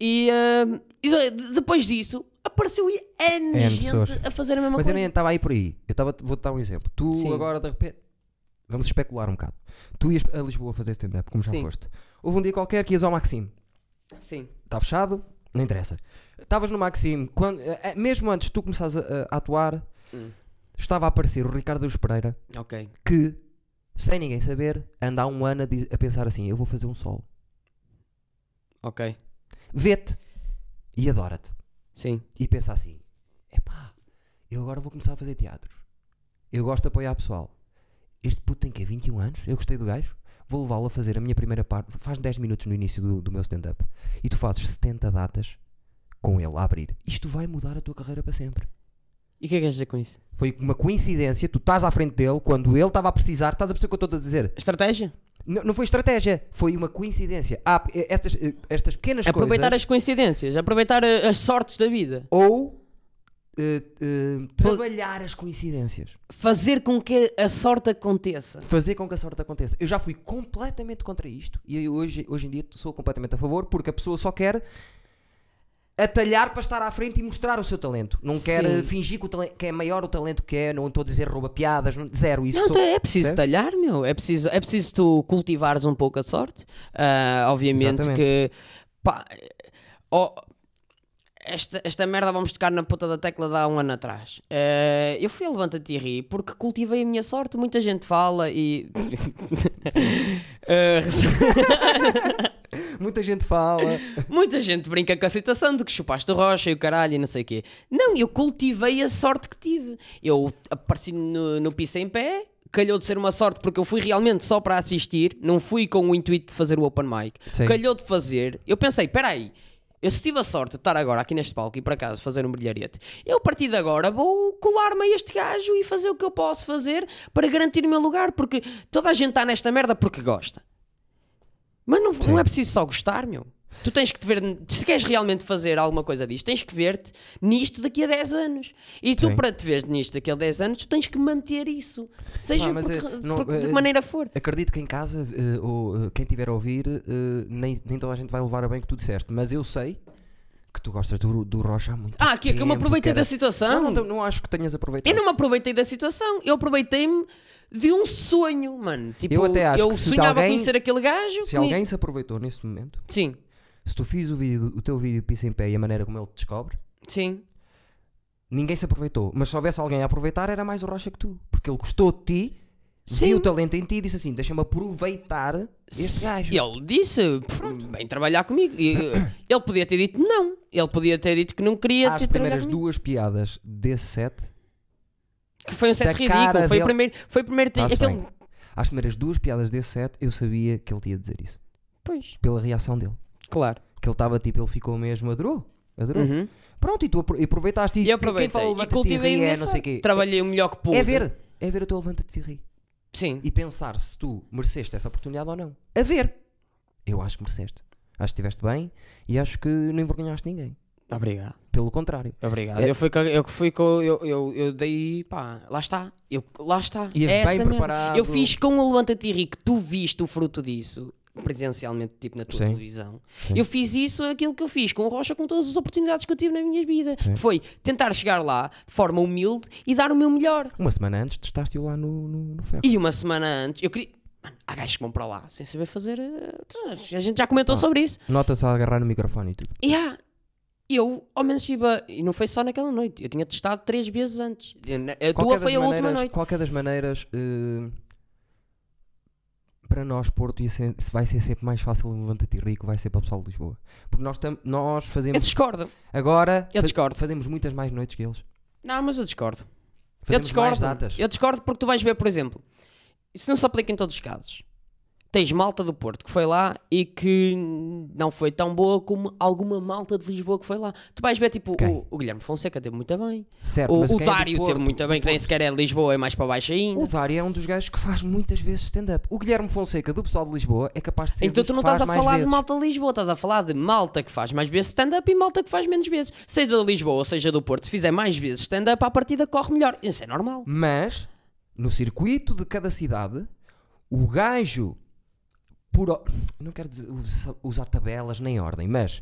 [SPEAKER 2] E, ah, e de- de- depois disso apareceu aí N,
[SPEAKER 1] N
[SPEAKER 2] gente
[SPEAKER 1] pessoas.
[SPEAKER 2] a fazer a mesma
[SPEAKER 1] Mas eu
[SPEAKER 2] coisa.
[SPEAKER 1] nem estava aí por aí. Eu estava, vou-te dar um exemplo. Tu
[SPEAKER 2] Sim.
[SPEAKER 1] agora, de repente, vamos especular um bocado. Tu ias a Lisboa fazer stand-up, como já
[SPEAKER 2] Sim.
[SPEAKER 1] foste. Houve um dia qualquer que ias ao Maxime.
[SPEAKER 2] Sim,
[SPEAKER 1] Está fechado, não interessa. Estavas no Maxime, quando, eh, eh, mesmo antes de tu começares a, a atuar,
[SPEAKER 2] Hum.
[SPEAKER 1] estava a aparecer o Ricardo dos Pereira,
[SPEAKER 2] ok.
[SPEAKER 1] que, sem ninguém saber, anda há um ano a, diz- a pensar assim: eu vou fazer um solo.
[SPEAKER 2] Ok,
[SPEAKER 1] Vê-te e adora-te.
[SPEAKER 2] sim.
[SPEAKER 1] E pensa assim: epá, eu agora vou começar a fazer teatro. Eu gosto de apoiar pessoal. Este puto tem que 21 anos, eu gostei do gajo. Vou levá-lo a fazer a minha primeira parte. Faz 10 minutos no início do, do meu stand-up. E tu fazes 70 datas com ele a abrir. Isto vai mudar a tua carreira para sempre.
[SPEAKER 2] E o que é que queres dizer com isso?
[SPEAKER 1] Foi uma coincidência, tu estás à frente dele quando ele estava a precisar, estás a perceber o que eu estou a dizer?
[SPEAKER 2] Estratégia?
[SPEAKER 1] Não, não foi estratégia, foi uma coincidência. Há eh, estas, eh, estas pequenas
[SPEAKER 2] aproveitar
[SPEAKER 1] coisas.
[SPEAKER 2] as coincidências, aproveitar a- as sortes da vida.
[SPEAKER 1] Ou eh, eh, trabalhar as coincidências.
[SPEAKER 2] Fazer com que a sorte aconteça.
[SPEAKER 1] fazer com que a sorte aconteça. Eu já fui completamente contra isto e eu hoje, hoje em dia sou completamente a favor porque a pessoa só quer atalhar para estar à frente e mostrar o seu talento. Não quer
[SPEAKER 2] Sim.
[SPEAKER 1] eh, fingir que, o talen- que é maior o talento que é, não estou a dizer rouba piadas, não- zero isso.
[SPEAKER 2] Não,
[SPEAKER 1] sou-
[SPEAKER 2] então é preciso
[SPEAKER 1] percebes?
[SPEAKER 2] talhar, meu. É preciso, é preciso tu cultivares um pouco a sorte. Ah, obviamente
[SPEAKER 1] Exatamente.
[SPEAKER 2] que. pá, ó, esta, esta merda vamos tocar na puta da tecla de há um ano atrás. Ah, eu fui a Levanta-te e ri porque cultivei a minha sorte. Muita gente fala e. Ah, rece-
[SPEAKER 1] Muita gente fala.
[SPEAKER 2] Muita gente brinca com a citação de que chupaste rocha e o caralho e não sei o quê. Não, eu cultivei a sorte que tive. Eu apareci no, no piso em pé, calhou de ser uma sorte porque eu fui realmente só para assistir, não fui com o intuito de fazer o open mic.
[SPEAKER 1] Sim.
[SPEAKER 2] Calhou de fazer. Eu pensei, peraí, eu se tive a sorte de estar agora aqui neste palco e por acaso fazer um brilharete, eu a partir de agora vou colar-me a este gajo e fazer o que eu posso fazer para garantir o meu lugar, porque toda a gente está nesta merda porque gosta. Mas não, não é preciso só gostar, meu. Tu tens que te ver, se queres realmente fazer alguma coisa disto, tens que ver-te nisto daqui a 10 anos. E tu,
[SPEAKER 1] Sim.
[SPEAKER 2] para te veres nisto daqui a 10 anos, tu tens que manter isso. Seja
[SPEAKER 1] Pá, mas
[SPEAKER 2] porque-
[SPEAKER 1] é- não-
[SPEAKER 2] porque- de
[SPEAKER 1] é-
[SPEAKER 2] que maneira for.
[SPEAKER 1] Acredito que em casa, eh, ou, eh, quem estiver a ouvir, eh, nem, nem toda a gente vai levar a bem o que tu disseste, mas eu sei que tu gostas do, do Rocha há muito
[SPEAKER 2] Ah, aqui é que eu me
[SPEAKER 1] tempo,
[SPEAKER 2] aproveitei
[SPEAKER 1] cara.
[SPEAKER 2] da situação.
[SPEAKER 1] Não, não, não, não acho que tenhas aproveitado.
[SPEAKER 2] Eu não me aproveitei da situação, eu aproveitei-me de um sonho, mano. Tipo,
[SPEAKER 1] Eu até acho
[SPEAKER 2] eu
[SPEAKER 1] que se
[SPEAKER 2] sonhava
[SPEAKER 1] alguém-
[SPEAKER 2] conhecer aquele gajo.
[SPEAKER 1] Se
[SPEAKER 2] que-
[SPEAKER 1] alguém se aproveitou neste momento.
[SPEAKER 2] Sim,
[SPEAKER 1] Se tu fiz o, vídeo, o teu vídeo pisa em pé e a maneira como ele te descobre,
[SPEAKER 2] sim.
[SPEAKER 1] ninguém se aproveitou. Mas se houvesse alguém a aproveitar, era mais o Rocha que tu. Porque ele gostou de ti,
[SPEAKER 2] Sim.
[SPEAKER 1] viu o talento em ti e disse assim: deixa-me aproveitar este gajo.
[SPEAKER 2] E ele disse, vem trabalhar comigo. E, eh, ele podia ter dito não. Ele podia ter dito que não queria
[SPEAKER 1] As
[SPEAKER 2] ter trabalhar
[SPEAKER 1] primeiras
[SPEAKER 2] comigo.
[SPEAKER 1] duas piadas desse set,
[SPEAKER 2] Que foi um set
[SPEAKER 1] da
[SPEAKER 2] ridículo.
[SPEAKER 1] cara
[SPEAKER 2] Foi o
[SPEAKER 1] dele-
[SPEAKER 2] primeiro. Foi o primeiro
[SPEAKER 1] Tá-se
[SPEAKER 2] aquele-
[SPEAKER 1] bem. as primeiras duas piadas desse set, eu sabia que ele te ia dizer isso.
[SPEAKER 2] Pois,
[SPEAKER 1] Pela reação dele.
[SPEAKER 2] claro.
[SPEAKER 1] Que ele estava tipo, ele ficou mesmo, adorou. Adorou.
[SPEAKER 2] Uhum.
[SPEAKER 1] Pronto, e tu apro- e aproveitaste
[SPEAKER 2] E
[SPEAKER 1] e,
[SPEAKER 2] eu aproveitei.
[SPEAKER 1] quem falou
[SPEAKER 2] e
[SPEAKER 1] levanta-te
[SPEAKER 2] cultivei
[SPEAKER 1] ri,
[SPEAKER 2] a minha
[SPEAKER 1] é, não sei
[SPEAKER 2] sorte.
[SPEAKER 1] quê.
[SPEAKER 2] Trabalhei o melhor que pude.
[SPEAKER 1] É ver, é ver o teu levanta-te e ri.
[SPEAKER 2] Sim.
[SPEAKER 1] e pensar se tu mereceste essa oportunidade ou não. A ver, eu acho que mereceste. Acho que estiveste bem e acho que não envergonhaste ninguém.
[SPEAKER 2] Obrigado.
[SPEAKER 1] Pelo contrário.
[SPEAKER 2] Obrigado.
[SPEAKER 1] É-
[SPEAKER 2] Eu fui com. Eu, fui com eu, eu, eu dei. Pá, lá está. Eu, lá está.
[SPEAKER 1] Ias
[SPEAKER 2] é
[SPEAKER 1] bem
[SPEAKER 2] essa merda.
[SPEAKER 1] preparado.
[SPEAKER 2] Eu fiz com o Levanta Tirri que tu viste o fruto disso. Presencialmente, tipo na tua
[SPEAKER 1] Sim.
[SPEAKER 2] televisão,
[SPEAKER 1] Sim.
[SPEAKER 2] eu fiz isso, aquilo que eu fiz com o Rocha, com todas as oportunidades que eu tive na minha vida. que Foi tentar chegar lá de forma humilde e dar o meu melhor.
[SPEAKER 1] Uma semana antes testaste-o lá no, no, no ferro.
[SPEAKER 2] E uma semana antes, eu queria. Mano, há gajos que vão para lá sem saber fazer. eh, A gente já comentou
[SPEAKER 1] Ah.
[SPEAKER 2] sobre isso.
[SPEAKER 1] Nota-se a agarrar no microfone e tudo.
[SPEAKER 2] E há. Eu, ao menos, estive a- E não foi só naquela noite. Eu tinha testado três vezes antes. Eu- na- A tua
[SPEAKER 1] Qualquer
[SPEAKER 2] foi a
[SPEAKER 1] das
[SPEAKER 2] última
[SPEAKER 1] maneiras-
[SPEAKER 2] noite.
[SPEAKER 1] Qualquer das maneiras, eh, para nós, Porto, ia ser- se vai ser sempre mais fácil um levanta-te e rico, vai ser para o pessoal de Lisboa. Porque nós, tam- nós
[SPEAKER 2] Eu
[SPEAKER 1] fazemos,
[SPEAKER 2] discordo.
[SPEAKER 1] agora,
[SPEAKER 2] Eu
[SPEAKER 1] fa-
[SPEAKER 2] discordo.
[SPEAKER 1] fazemos muitas mais noites que eles.
[SPEAKER 2] Não, mas eu discordo. eu
[SPEAKER 1] Fazemos mais
[SPEAKER 2] discordo.
[SPEAKER 1] datas.
[SPEAKER 2] Eu discordo porque tu vais ver, por exemplo, isso não se aplica em todos os casos. tens malta do Porto que foi lá e que não foi tão boa como alguma malta de Lisboa que foi lá. Tu vais ver, tipo,
[SPEAKER 1] Quem?
[SPEAKER 2] o, o Guilherme Fonseca teve muito bem.
[SPEAKER 1] Certo,
[SPEAKER 2] O,
[SPEAKER 1] mas
[SPEAKER 2] o
[SPEAKER 1] quem é do
[SPEAKER 2] Dário
[SPEAKER 1] Porto?
[SPEAKER 2] teve muito bem, que nem sequer é de Lisboa, é mais para baixo ainda.
[SPEAKER 1] O Dário é um dos gajos que faz muitas vezes stand-up. O Guilherme Fonseca, do pessoal de Lisboa, é capaz de ser
[SPEAKER 2] Então
[SPEAKER 1] dos
[SPEAKER 2] tu não
[SPEAKER 1] que faz
[SPEAKER 2] estás a
[SPEAKER 1] mais
[SPEAKER 2] falar
[SPEAKER 1] vezes.
[SPEAKER 2] de malta de Lisboa, estás a falar de malta que faz mais vezes stand-up e malta que faz menos vezes. Seja de Lisboa ou seja do Porto, se fizer mais vezes stand-up, à partida corre melhor. Isso é normal.
[SPEAKER 1] Mas, no circuito de cada cidade, o gajo, por. o- Não quero dizer- usa- usar tabelas nem ordem, mas.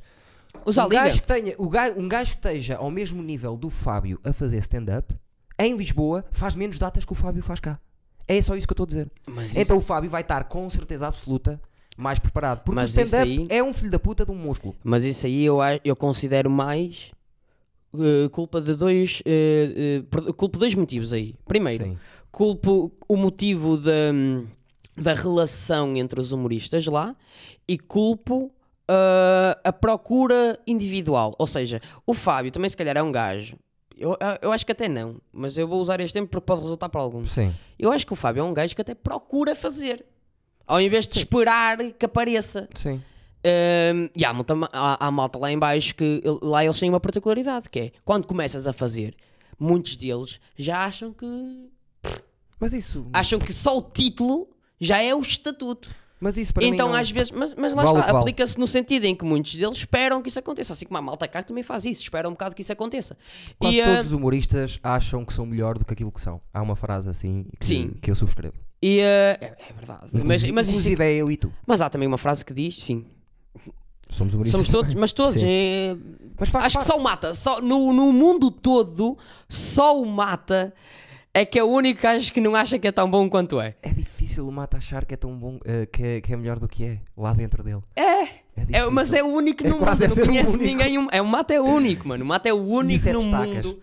[SPEAKER 2] Usa a
[SPEAKER 1] um,
[SPEAKER 2] liga.
[SPEAKER 1] gajo que tenha, o ga- um gajo que esteja ao mesmo nível do Fábio a fazer stand-up, em Lisboa, faz menos datas que o Fábio faz cá. É só isso que eu estou a dizer.
[SPEAKER 2] Mas
[SPEAKER 1] Então o
[SPEAKER 2] isso-
[SPEAKER 1] Fábio vai estar com certeza absoluta mais preparado. Porque
[SPEAKER 2] Mas
[SPEAKER 1] o stand-up
[SPEAKER 2] isso aí-
[SPEAKER 1] é um filho da puta de um músculo.
[SPEAKER 2] Mas isso aí eu, a- eu considero mais eh, culpa de dois. eh, eh, por- culpa de dois motivos aí. Primeiro,
[SPEAKER 1] Sim.
[SPEAKER 2] culpo o motivo da, da relação entre os humoristas lá e culpo ah, a procura individual. Ou seja, o Fábio também se calhar é um gajo. Eu, ah, eu acho que até não, mas eu vou usar este tempo porque pode resultar para alguns.
[SPEAKER 1] Sim.
[SPEAKER 2] Eu acho que o Fábio é um gajo que até procura fazer. Ao invés de esperar que apareça.
[SPEAKER 1] Sim.
[SPEAKER 2] Hum, e há, muita ma- há- há malta lá em baixo que ele- lá eles têm uma particularidade, que é quando começas a fazer, muitos deles já acham que
[SPEAKER 1] Mas isso.
[SPEAKER 2] acham que só o título já é o estatuto.
[SPEAKER 1] Mas isso para
[SPEAKER 2] então
[SPEAKER 1] mim. não- é.
[SPEAKER 2] às vezes, mas, mas lá
[SPEAKER 1] Vale o que
[SPEAKER 2] está,
[SPEAKER 1] vale.
[SPEAKER 2] aplica-se no sentido em que muitos deles esperam que isso aconteça, assim como a malta cá também faz isso, espera um bocado que isso aconteça.
[SPEAKER 1] Quase
[SPEAKER 2] E, ah,
[SPEAKER 1] todos os humoristas acham que são melhor do que aquilo que são. Há uma frase assim que,
[SPEAKER 2] Sim.
[SPEAKER 1] que eu subscrevo.
[SPEAKER 2] e, ah, é, é verdade. Mas,
[SPEAKER 1] Inclusive,
[SPEAKER 2] mas, isso-
[SPEAKER 1] inclusive é eu e tu.
[SPEAKER 2] mas há também uma frase que diz, sim,
[SPEAKER 1] Somos humoristas.
[SPEAKER 2] somos todos, mas todos,
[SPEAKER 1] Sim.
[SPEAKER 2] é-
[SPEAKER 1] Mas faz
[SPEAKER 2] acho que
[SPEAKER 1] parte.
[SPEAKER 2] só o Mata, só, no, no mundo todo, só o Mata é que é o único gajo que não acha que é tão bom quanto é.
[SPEAKER 1] É difícil o Mata achar que é tão bom, eh, que, é, que é melhor do que é, lá dentro dele.
[SPEAKER 2] É, É,
[SPEAKER 1] difícil.
[SPEAKER 2] mas é o único
[SPEAKER 1] É
[SPEAKER 2] no
[SPEAKER 1] quase
[SPEAKER 2] mundo.
[SPEAKER 1] é
[SPEAKER 2] Eu não
[SPEAKER 1] ser o
[SPEAKER 2] conheço
[SPEAKER 1] único.
[SPEAKER 2] ninguém. um- É, o Mata é o único, mano. O Mata é o único
[SPEAKER 1] é
[SPEAKER 2] no
[SPEAKER 1] destacas.
[SPEAKER 2] mundo.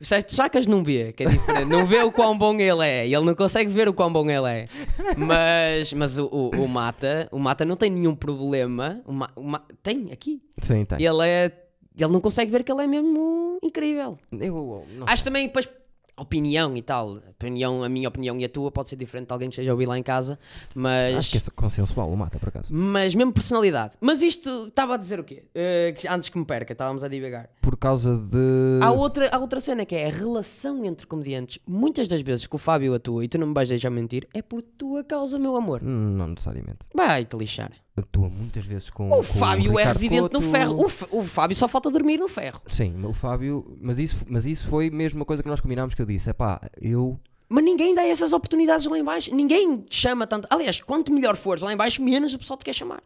[SPEAKER 2] Os sete destacas não vê, que é diferente. não vê o quão bom ele é. Ele não consegue ver o quão bom ele é. Mas, mas o, o- o Mata, o Mata não tem nenhum problema. O Ma- o Ma- tem aqui.
[SPEAKER 1] Sim, tem.
[SPEAKER 2] Ele é. Ele não consegue ver que ele é mesmo incrível.
[SPEAKER 1] Eu, não
[SPEAKER 2] Acho também depois opinião e tal. Opinião, a minha opinião e a tua pode ser diferente de alguém que esteja a ouvir lá em casa, mas
[SPEAKER 1] Acho que é só consensual o Mata, por acaso.
[SPEAKER 2] mas mesmo personalidade. Mas isto estava a dizer o quê? Eh, que- antes que me perca, estávamos a divagar.
[SPEAKER 1] Por causa de.
[SPEAKER 2] Há um- outra, há outra cena que é a relação entre comediantes. Muitas das vezes que o Fábio atua, e tu não me vais deixar mentir, é por tua causa, meu amor.
[SPEAKER 1] Hum, Não necessariamente.
[SPEAKER 2] Vai-te lixar.
[SPEAKER 1] Atua muitas vezes com.
[SPEAKER 2] O Fábio é residente
[SPEAKER 1] no
[SPEAKER 2] no ferro. O, F- o Fábio só falta dormir no ferro.
[SPEAKER 1] Sim, o Fábio. Mas isso, mas isso foi mesmo uma coisa que nós combinámos que eu disse. É pá, eu.
[SPEAKER 2] Mas ninguém dá essas oportunidades lá em baixo. Ninguém te chama tanto. Aliás, quanto melhor fores lá em baixo, menos o pessoal te quer chamar.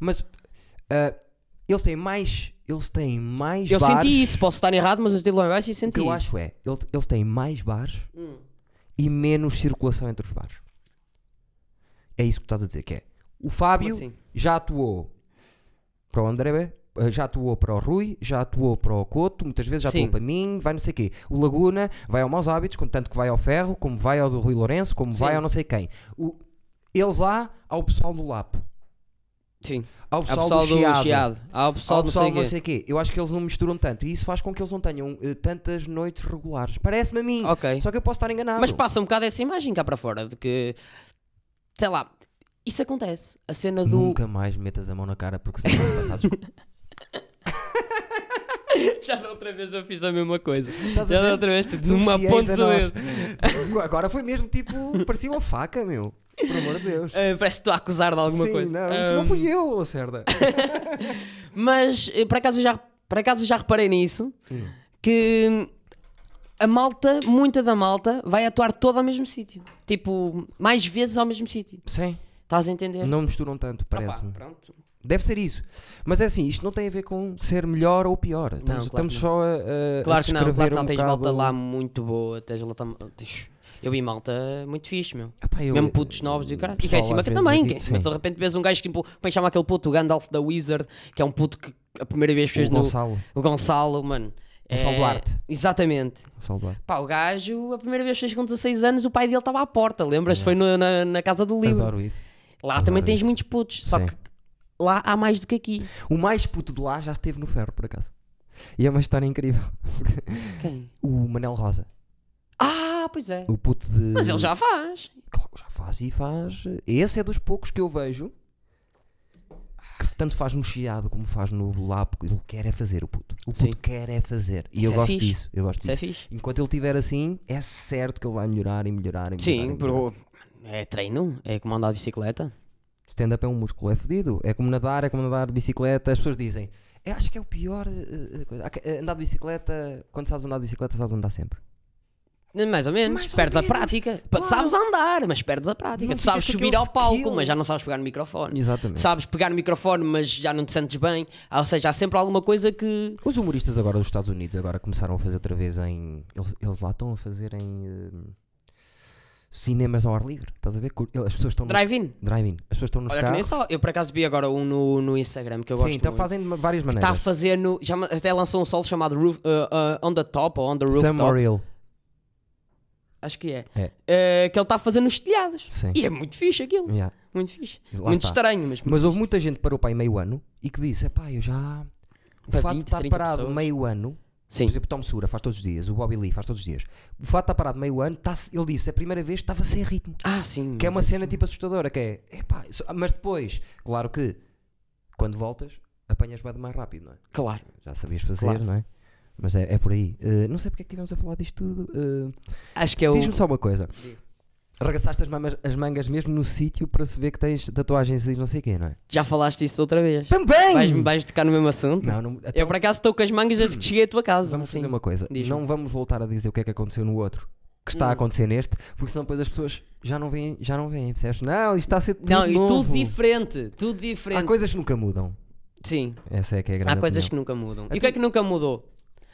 [SPEAKER 1] Mas. ah, eles têm mais. Eles têm mais
[SPEAKER 2] Eu
[SPEAKER 1] bares.
[SPEAKER 2] senti isso. Posso estar errado, mas eu estive lá em baixo e
[SPEAKER 1] O que
[SPEAKER 2] senti
[SPEAKER 1] eu
[SPEAKER 2] isso.
[SPEAKER 1] acho é. ele- Eles têm mais bares
[SPEAKER 2] Hum.
[SPEAKER 1] e menos circulação entre os bares. É isso que tu estás a dizer, que é. O Fábio
[SPEAKER 2] assim?
[SPEAKER 1] já atuou para o André, eh, já atuou para o Rui, já atuou para o Coto, muitas vezes já
[SPEAKER 2] Sim.
[SPEAKER 1] atuou para mim, vai não sei quê. O Laguna vai ao Maus Hábitos, como tanto que vai ao Ferro, como vai ao do Rui Lourenço, como vai
[SPEAKER 2] Sim.
[SPEAKER 1] ao não sei quem. O, eles lá, ao pessoal do Lapo,
[SPEAKER 2] Sim.
[SPEAKER 1] ao
[SPEAKER 2] Há
[SPEAKER 1] pessoal,
[SPEAKER 2] pessoal
[SPEAKER 1] do Chiado.
[SPEAKER 2] Há o
[SPEAKER 1] Ao
[SPEAKER 2] pessoal do
[SPEAKER 1] pessoal
[SPEAKER 2] sei
[SPEAKER 1] do não
[SPEAKER 2] quê.
[SPEAKER 1] sei quê. Eu acho que eles não misturam tanto e isso faz com que eles não tenham eh, tantas noites regulares. Parece-me a mim.
[SPEAKER 2] Ok.
[SPEAKER 1] Só que eu posso estar enganado.
[SPEAKER 2] Mas passa um bocado essa imagem cá para fora de que. Sei lá. Isso acontece. A cena do.
[SPEAKER 1] Nunca mais metas a mão na cara porque senão passados.
[SPEAKER 2] Já da outra vez eu fiz a mesma coisa.
[SPEAKER 1] Estás a
[SPEAKER 2] Já
[SPEAKER 1] ver?
[SPEAKER 2] da outra vez, de
[SPEAKER 1] Desafiais
[SPEAKER 2] uma ponta
[SPEAKER 1] a
[SPEAKER 2] do
[SPEAKER 1] nós.
[SPEAKER 2] dedo.
[SPEAKER 1] Agora foi mesmo tipo, parecia uma faca, meu. Por amor de Deus.
[SPEAKER 2] Eh, parece que estou a acusar de alguma
[SPEAKER 1] Sim,
[SPEAKER 2] coisa.
[SPEAKER 1] Não,
[SPEAKER 2] Ah,
[SPEAKER 1] não fui eu, Lacerda.
[SPEAKER 2] Mas eh, por acaso eu já, por acaso eu já reparei nisso
[SPEAKER 1] Hum.
[SPEAKER 2] que a malta, muita da malta, vai atuar toda ao mesmo sítio. Tipo, mais vezes ao mesmo sítio.
[SPEAKER 1] Sim,
[SPEAKER 2] Estás a entender?
[SPEAKER 1] não misturam tanto,
[SPEAKER 2] É. Opa,
[SPEAKER 1] parece-me.
[SPEAKER 2] pronto.
[SPEAKER 1] Deve ser isso. Mas é assim, isto não tem a ver com ser melhor ou pior. Estamos,
[SPEAKER 2] claro
[SPEAKER 1] estamos
[SPEAKER 2] que
[SPEAKER 1] só a, a- a
[SPEAKER 2] Claro que não,
[SPEAKER 1] descrever
[SPEAKER 2] claro que não
[SPEAKER 1] um
[SPEAKER 2] tens
[SPEAKER 1] bocado-
[SPEAKER 2] malta lá muito boa, tens lá tam- tens- Eu vi malta muito fixe, meu.
[SPEAKER 1] Ah, pá, eu-
[SPEAKER 2] Mesmo putos novos e o caralho. E cá
[SPEAKER 1] pessoal
[SPEAKER 2] em cima
[SPEAKER 1] às
[SPEAKER 2] que
[SPEAKER 1] vezes
[SPEAKER 2] também,
[SPEAKER 1] aqui-
[SPEAKER 2] cá em cima
[SPEAKER 1] sim.
[SPEAKER 2] de repente vês um gajo que tipo, como é que chama aquele puto? O Gandalf da Wizard, que é um puto que a primeira vez fez
[SPEAKER 1] O
[SPEAKER 2] no.
[SPEAKER 1] Gonçalo.
[SPEAKER 2] O Gonçalo, mano. É,
[SPEAKER 1] Gonçalo Duarte.
[SPEAKER 2] Exatamente.
[SPEAKER 1] Gonçalo Duarte.
[SPEAKER 2] Pá, o gajo, a primeira vez fez com 16 anos, o pai dele estava à porta, lembras? Foi no- na, na casa do livro.
[SPEAKER 1] Adoro isso.
[SPEAKER 2] Lá
[SPEAKER 1] adoro
[SPEAKER 2] também tens
[SPEAKER 1] isso.
[SPEAKER 2] muitos putos, só
[SPEAKER 1] Sim.
[SPEAKER 2] que lá há mais do que aqui.
[SPEAKER 1] O mais puto de lá já esteve no ferro, por acaso. E é uma história incrível.
[SPEAKER 2] Quem?
[SPEAKER 1] O Manel Rosa.
[SPEAKER 2] Ah, pois é.
[SPEAKER 1] O puto de.
[SPEAKER 2] Mas ele já faz.
[SPEAKER 1] Claro, já faz e faz. Esse é dos poucos que eu vejo que tanto faz no Chiado como faz no Lapo. Ele quer é fazer o puto. O puto
[SPEAKER 2] Sim.
[SPEAKER 1] quer é fazer. E
[SPEAKER 2] Isso
[SPEAKER 1] eu
[SPEAKER 2] é
[SPEAKER 1] gosto
[SPEAKER 2] fixe.
[SPEAKER 1] disso. Eu gosto
[SPEAKER 2] Isso é
[SPEAKER 1] disso.
[SPEAKER 2] fixe.
[SPEAKER 1] Enquanto ele estiver assim, é certo que ele vai melhorar e melhorar e melhorar. e
[SPEAKER 2] Sim,
[SPEAKER 1] melhorar.
[SPEAKER 2] bro. É treino, é como andar de bicicleta.
[SPEAKER 1] Stand-up é um músculo, é fodido. É como nadar, é como nadar de bicicleta. As pessoas dizem, eu acho que é o pior eh, eh, coisa. Ah, que- eh, Andar de bicicleta, quando sabes andar de bicicleta, sabes andar sempre.
[SPEAKER 2] Mais ou menos,
[SPEAKER 1] Mais ou
[SPEAKER 2] perdes a
[SPEAKER 1] menos,
[SPEAKER 2] prática. Pa-
[SPEAKER 1] claro.
[SPEAKER 2] Sabes andar, mas perdes a prática.
[SPEAKER 1] Não
[SPEAKER 2] tu sabes
[SPEAKER 1] ficas
[SPEAKER 2] subir
[SPEAKER 1] aquele
[SPEAKER 2] ao palco,
[SPEAKER 1] skill.
[SPEAKER 2] mas já não sabes pegar no microfone.
[SPEAKER 1] Exatamente.
[SPEAKER 2] Sabes pegar no microfone, mas já não te sentes bem. Ah, Ou seja, há sempre alguma coisa que.
[SPEAKER 1] Os humoristas agora dos Estados Unidos agora começaram a fazer outra vez em. Eles, eles lá estão a fazer em. eh, cinemas ao ar livre. Estás a ver? Cur- As pessoas estão. no-
[SPEAKER 2] Drive-in.
[SPEAKER 1] Drive-in. As pessoas estão nos
[SPEAKER 2] Olha que nem
[SPEAKER 1] carros.
[SPEAKER 2] só. Eu por acaso vi agora um no, no Instagram que tá eu gosto
[SPEAKER 1] Sim, então
[SPEAKER 2] muito.
[SPEAKER 1] fazem de ma- várias
[SPEAKER 2] Está a
[SPEAKER 1] maneiras.
[SPEAKER 2] fazer no. Já ma- até lançou um solo chamado Roof, uh, uh, On the Top ou On the Rooftop.
[SPEAKER 1] Sam Morrill.
[SPEAKER 2] Acho que é.
[SPEAKER 1] É.
[SPEAKER 2] Eh, que ele está a fazer nos telhados.
[SPEAKER 1] Sim.
[SPEAKER 2] E é muito fixe aquilo.
[SPEAKER 1] Yeah.
[SPEAKER 2] Muito fixe.
[SPEAKER 1] Lá
[SPEAKER 2] muito
[SPEAKER 1] está.
[SPEAKER 2] estranho, mas.
[SPEAKER 1] Mas houve muita gente que parou para aí meio ano e que disse: pá, eu já. O
[SPEAKER 2] Para
[SPEAKER 1] fato
[SPEAKER 2] 20,
[SPEAKER 1] de estar
[SPEAKER 2] 30
[SPEAKER 1] parado
[SPEAKER 2] pessoas.
[SPEAKER 1] meio ano
[SPEAKER 2] Sim.
[SPEAKER 1] Por exemplo, o Tom Sura faz todos os dias, o Bobby Lee faz todos os dias. O fato está parado meio ano, tá- ele disse, a primeira vez estava sem ritmo.
[SPEAKER 2] Ah, sim.
[SPEAKER 1] Que é uma
[SPEAKER 2] mas-
[SPEAKER 1] cena tipo assustadora, que é, epá, isso- mas depois, claro que quando voltas, apanhas bem mais rápido, não é?
[SPEAKER 2] Claro.
[SPEAKER 1] Já sabias fazer,
[SPEAKER 2] Claro.
[SPEAKER 1] não é? Mas é, é por aí. Eh, não sei porque é que estivemos a falar disto tudo. eh,
[SPEAKER 2] Acho que é o.
[SPEAKER 1] Diz-me só uma coisa.
[SPEAKER 2] Diga.
[SPEAKER 1] Arregaçaste as, mamas- as mangas mesmo no sítio para se ver que tens tatuagens e não sei o quê, não é?
[SPEAKER 2] Já falaste isso outra vez.
[SPEAKER 1] Também!
[SPEAKER 2] Vais, vais tocar no mesmo assunto?
[SPEAKER 1] Não, não,
[SPEAKER 2] Eu por acaso estou com as mangas desde que cheguei à tua casa.
[SPEAKER 1] Vamos
[SPEAKER 2] assim.
[SPEAKER 1] fazer uma coisa.
[SPEAKER 2] Diz-me.
[SPEAKER 1] Não vamos voltar a dizer o que é que aconteceu no outro. Que está a
[SPEAKER 2] Hum.
[SPEAKER 1] acontecer neste, porque senão depois as pessoas já não veem, já não veem, percebes? Não, isto está a ser tudo
[SPEAKER 2] Não, e
[SPEAKER 1] novo.
[SPEAKER 2] tudo diferente. Tudo
[SPEAKER 1] Há
[SPEAKER 2] diferente.
[SPEAKER 1] coisas que nunca mudam.
[SPEAKER 2] Sim.
[SPEAKER 1] Essa é que é a grande
[SPEAKER 2] Há coisas que
[SPEAKER 1] opinião.
[SPEAKER 2] nunca mudam. E
[SPEAKER 1] Então-
[SPEAKER 2] o que é que nunca mudou?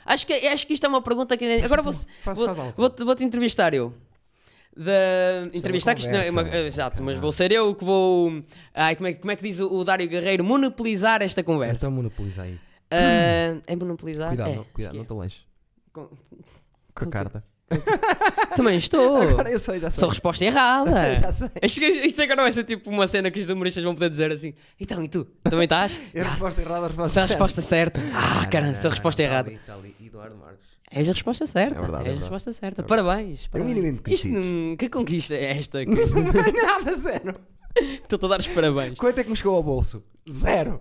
[SPEAKER 2] Acho que, acho que isto é uma pergunta que. ainda- Agora vou,
[SPEAKER 1] Faz- faz-
[SPEAKER 2] vou,
[SPEAKER 1] faz algo.
[SPEAKER 2] vou-te, vou-te entrevistar eu. Da, entrevistar que isto não é uma,
[SPEAKER 1] conversa.
[SPEAKER 2] Exato, mas vou ser eu que vou. Ai, como, é, como é que diz o, o Dário Guerreiro? Monopolizar esta conversa.
[SPEAKER 1] Então monopoliza aí.
[SPEAKER 2] Ah, é monopolizar?
[SPEAKER 1] Cuidado,
[SPEAKER 2] É,
[SPEAKER 1] não, cuidado,
[SPEAKER 2] acho
[SPEAKER 1] não te longe.
[SPEAKER 2] que é.
[SPEAKER 1] Com a carta.
[SPEAKER 2] Com- Também estou.
[SPEAKER 1] Agora eu sei, já sei.
[SPEAKER 2] Só resposta errada.
[SPEAKER 1] Já sei.
[SPEAKER 2] Isto, isto agora vai ser tipo uma cena que os humoristas vão poder dizer assim: então, e tu? Também estás?
[SPEAKER 1] É a resposta errada, a resposta
[SPEAKER 2] Está
[SPEAKER 1] certa.
[SPEAKER 2] a resposta certa. Ah,
[SPEAKER 1] Não,
[SPEAKER 2] caramba,
[SPEAKER 1] não,
[SPEAKER 2] sou
[SPEAKER 1] não,
[SPEAKER 2] a resposta
[SPEAKER 1] não, tá
[SPEAKER 2] errada.
[SPEAKER 1] ali, tá ali. Eduardo Marques.
[SPEAKER 2] És a resposta certa.
[SPEAKER 1] É verdade, é
[SPEAKER 2] és a
[SPEAKER 1] verdade.
[SPEAKER 2] resposta certa. parabéns. parabéns.
[SPEAKER 1] minimamente
[SPEAKER 2] Isto
[SPEAKER 1] conhecidos.
[SPEAKER 2] não- que conquista é esta? que
[SPEAKER 1] Nada, zero.
[SPEAKER 2] Estou-te a dar os parabéns.
[SPEAKER 1] Quanto é que me chegou ao bolso? Zero.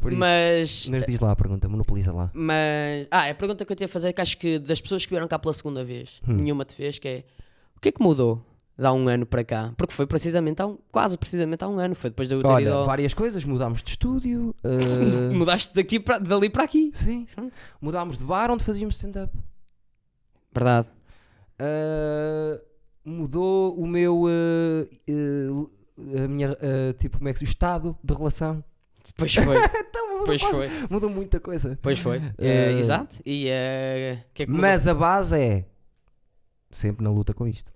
[SPEAKER 1] Por isso.
[SPEAKER 2] Mas.
[SPEAKER 1] Mas diz lá a pergunta, monopoliza lá.
[SPEAKER 2] Mas. Ah, a pergunta que eu tinha a fazer é que acho que das pessoas que vieram cá pela segunda vez,
[SPEAKER 1] Hum.
[SPEAKER 2] nenhuma te fez, que é o que é que mudou de há um ano para cá? Porque foi precisamente há um. Quase precisamente há um ano. Foi depois de eu ter ido
[SPEAKER 1] Olha,
[SPEAKER 2] ao-
[SPEAKER 1] várias coisas, mudámos de estúdio. eh,
[SPEAKER 2] Mudaste daqui para, dali para aqui.
[SPEAKER 1] Sim.
[SPEAKER 2] Pronto.
[SPEAKER 1] Mudámos de bar onde fazíamos stand-up.
[SPEAKER 2] Verdade.
[SPEAKER 1] Ah, mudou o meu. ah, ah, a minha. ah, tipo, como é que se O estado de relação.
[SPEAKER 2] Pois foi.
[SPEAKER 1] Então, mudou,
[SPEAKER 2] pois
[SPEAKER 1] quase-
[SPEAKER 2] foi.
[SPEAKER 1] mudou muita coisa.
[SPEAKER 2] Pois foi. É,
[SPEAKER 1] Eh,
[SPEAKER 2] exato. E eh, o que é que mudou?
[SPEAKER 1] Mas a base é. Sempre na luta com isto.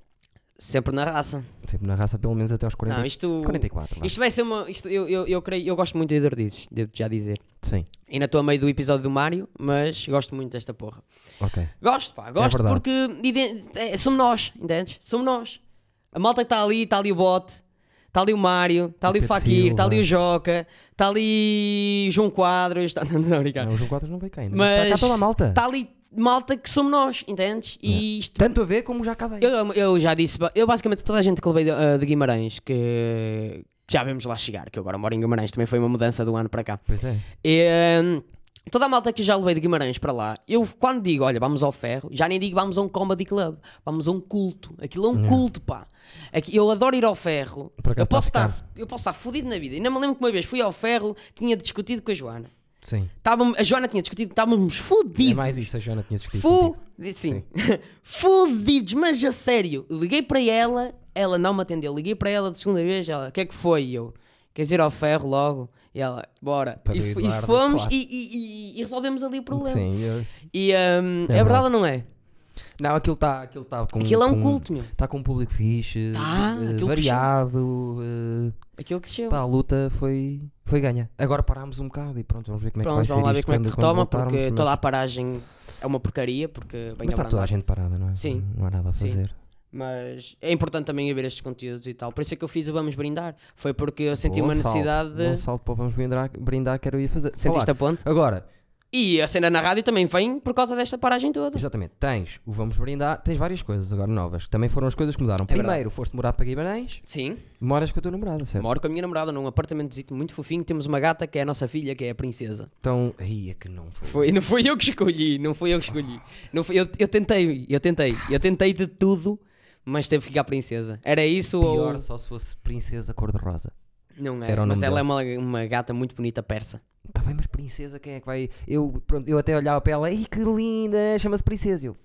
[SPEAKER 2] Sempre na raça.
[SPEAKER 1] Sempre na raça, pelo menos até aos 40,
[SPEAKER 2] Não, isto.
[SPEAKER 1] 44. vá.
[SPEAKER 2] Isto vai ser uma. Isto, eu, eu, eu, creio, eu gosto muito de Eduardices, devo já dizer.
[SPEAKER 1] Sim,
[SPEAKER 2] Ainda estou a meio do episódio do Mário, mas gosto muito desta porra.
[SPEAKER 1] ok.
[SPEAKER 2] Gosto, pá, gosto
[SPEAKER 1] verdade.
[SPEAKER 2] porque ide- é, somos nós, entendes? Somos nós. A malta que está ali, está ali o bote, está ali o Mário, está ali o
[SPEAKER 1] Pedro
[SPEAKER 2] Faquir, está ali
[SPEAKER 1] Silva.
[SPEAKER 2] o Joca, está ali o João Quadros, está. Não, não,
[SPEAKER 1] Não,
[SPEAKER 2] obrigado.
[SPEAKER 1] o João Quadros não veio cá ainda. Mas
[SPEAKER 2] Mas tá-
[SPEAKER 1] está cá toda a malta.
[SPEAKER 2] Está ali malta que somos nós, entendes? E isto
[SPEAKER 1] Tanto a ver como já cá veio.
[SPEAKER 2] eu, eu- eu já disse, eu basicamente toda a gente que levei de, ah, de Guimarães, que já vemos lá chegar, que eu agora moro em Guimarães, também foi uma mudança do ano para cá.
[SPEAKER 1] Pois é.
[SPEAKER 2] E, hum, toda a malta que já levei de Guimarães para lá, eu quando digo, olha, vamos ao ferro, já nem digo vamos a um comedy club, vamos a um culto. Aquilo é um culto, pá. Aqui, eu adoro ir ao ferro.
[SPEAKER 1] Por acaso
[SPEAKER 2] Eu posso,
[SPEAKER 1] está a
[SPEAKER 2] estar, eu posso estar fodido na vida. E não me lembro que uma vez fui ao ferro, tinha discutido com a Joana.
[SPEAKER 1] Sim.
[SPEAKER 2] Tava, a Joana tinha discutido, estávamos
[SPEAKER 1] É
[SPEAKER 2] fodidos.
[SPEAKER 1] mais isto, a Joana tinha discutido.
[SPEAKER 2] Fu...
[SPEAKER 1] contigo.
[SPEAKER 2] Sim. Fodidos, mas a sério. Liguei para ela, ela não me atendeu. Liguei para ela de segunda vez, ela, o que é que foi? E eu, queres ir ao ferro logo? E ela, bora.
[SPEAKER 1] Para
[SPEAKER 2] E,
[SPEAKER 1] o
[SPEAKER 2] fo- e
[SPEAKER 1] Eduardo,
[SPEAKER 2] fomos
[SPEAKER 1] claro.
[SPEAKER 2] e, e- e- e resolvemos ali o problema.
[SPEAKER 1] Sim. eu-
[SPEAKER 2] E hum, é,
[SPEAKER 1] É
[SPEAKER 2] verdade ou não é?
[SPEAKER 1] Não, aquilo está aquilo tá com.
[SPEAKER 2] Aquilo é um
[SPEAKER 1] com-
[SPEAKER 2] culto, meu.
[SPEAKER 1] Está com um público fixe,
[SPEAKER 2] Tá,
[SPEAKER 1] eh,
[SPEAKER 2] aquilo
[SPEAKER 1] variado. eh,
[SPEAKER 2] Aquilo que cresceu.
[SPEAKER 1] pá, a luta foi, foi ganha. Agora parámos um bocado e pronto, vamos ver como é que vai
[SPEAKER 2] Pronto,
[SPEAKER 1] ser.
[SPEAKER 2] vamos lá ver
[SPEAKER 1] isto
[SPEAKER 2] como é que
[SPEAKER 1] quando-
[SPEAKER 2] retoma,
[SPEAKER 1] quando voltarmos,
[SPEAKER 2] porque
[SPEAKER 1] mas-
[SPEAKER 2] toda a paragem é uma porcaria, porque bem
[SPEAKER 1] Mas está
[SPEAKER 2] à
[SPEAKER 1] toda
[SPEAKER 2] branca.
[SPEAKER 1] a gente parada, não é?
[SPEAKER 2] Sim.
[SPEAKER 1] Não há nada a
[SPEAKER 2] Sim.
[SPEAKER 1] fazer.
[SPEAKER 2] Mas é importante também haver estes conteúdos e tal. Por isso é que eu fiz o Vamos Brindar. Foi porque eu senti
[SPEAKER 1] Bom
[SPEAKER 2] uma
[SPEAKER 1] salto,
[SPEAKER 2] necessidade
[SPEAKER 1] Bom
[SPEAKER 2] de.
[SPEAKER 1] salto para vamos brindar, brindar quero ir fazer.
[SPEAKER 2] Sentiste
[SPEAKER 1] falar.
[SPEAKER 2] a ponte?
[SPEAKER 1] Agora,
[SPEAKER 2] E a cena na rádio também vem por causa desta paragem toda.
[SPEAKER 1] Exatamente, tens o Vamos Brindar, tens várias coisas agora novas, que também foram as coisas que mudaram.
[SPEAKER 2] É verdade.
[SPEAKER 1] Primeiro, foste morar para Guimarães,
[SPEAKER 2] Sim,
[SPEAKER 1] moras com a tua namorada, certo?
[SPEAKER 2] moro com a minha namorada num apartamentozito muito fofinho. Temos uma gata que é a nossa filha, que é a princesa.
[SPEAKER 1] Então, aí é que não foi.
[SPEAKER 2] Foi, não foi eu que escolhi, não foi eu que escolhi. Não foi, eu, eu tentei, eu tentei, eu tentei de tudo, mas teve que ficar princesa. Era isso
[SPEAKER 1] Pior
[SPEAKER 2] ou.
[SPEAKER 1] só se fosse Princesa Cor-de-Rosa.
[SPEAKER 2] Não era,
[SPEAKER 1] Era o
[SPEAKER 2] mas
[SPEAKER 1] nome
[SPEAKER 2] ela é uma, uma gata muito bonita persa.
[SPEAKER 1] Está bem, mas Princesa, quem é que vai. Eu, pronto, eu até olhava para ela, ei que linda, chama-se Princesa. Eu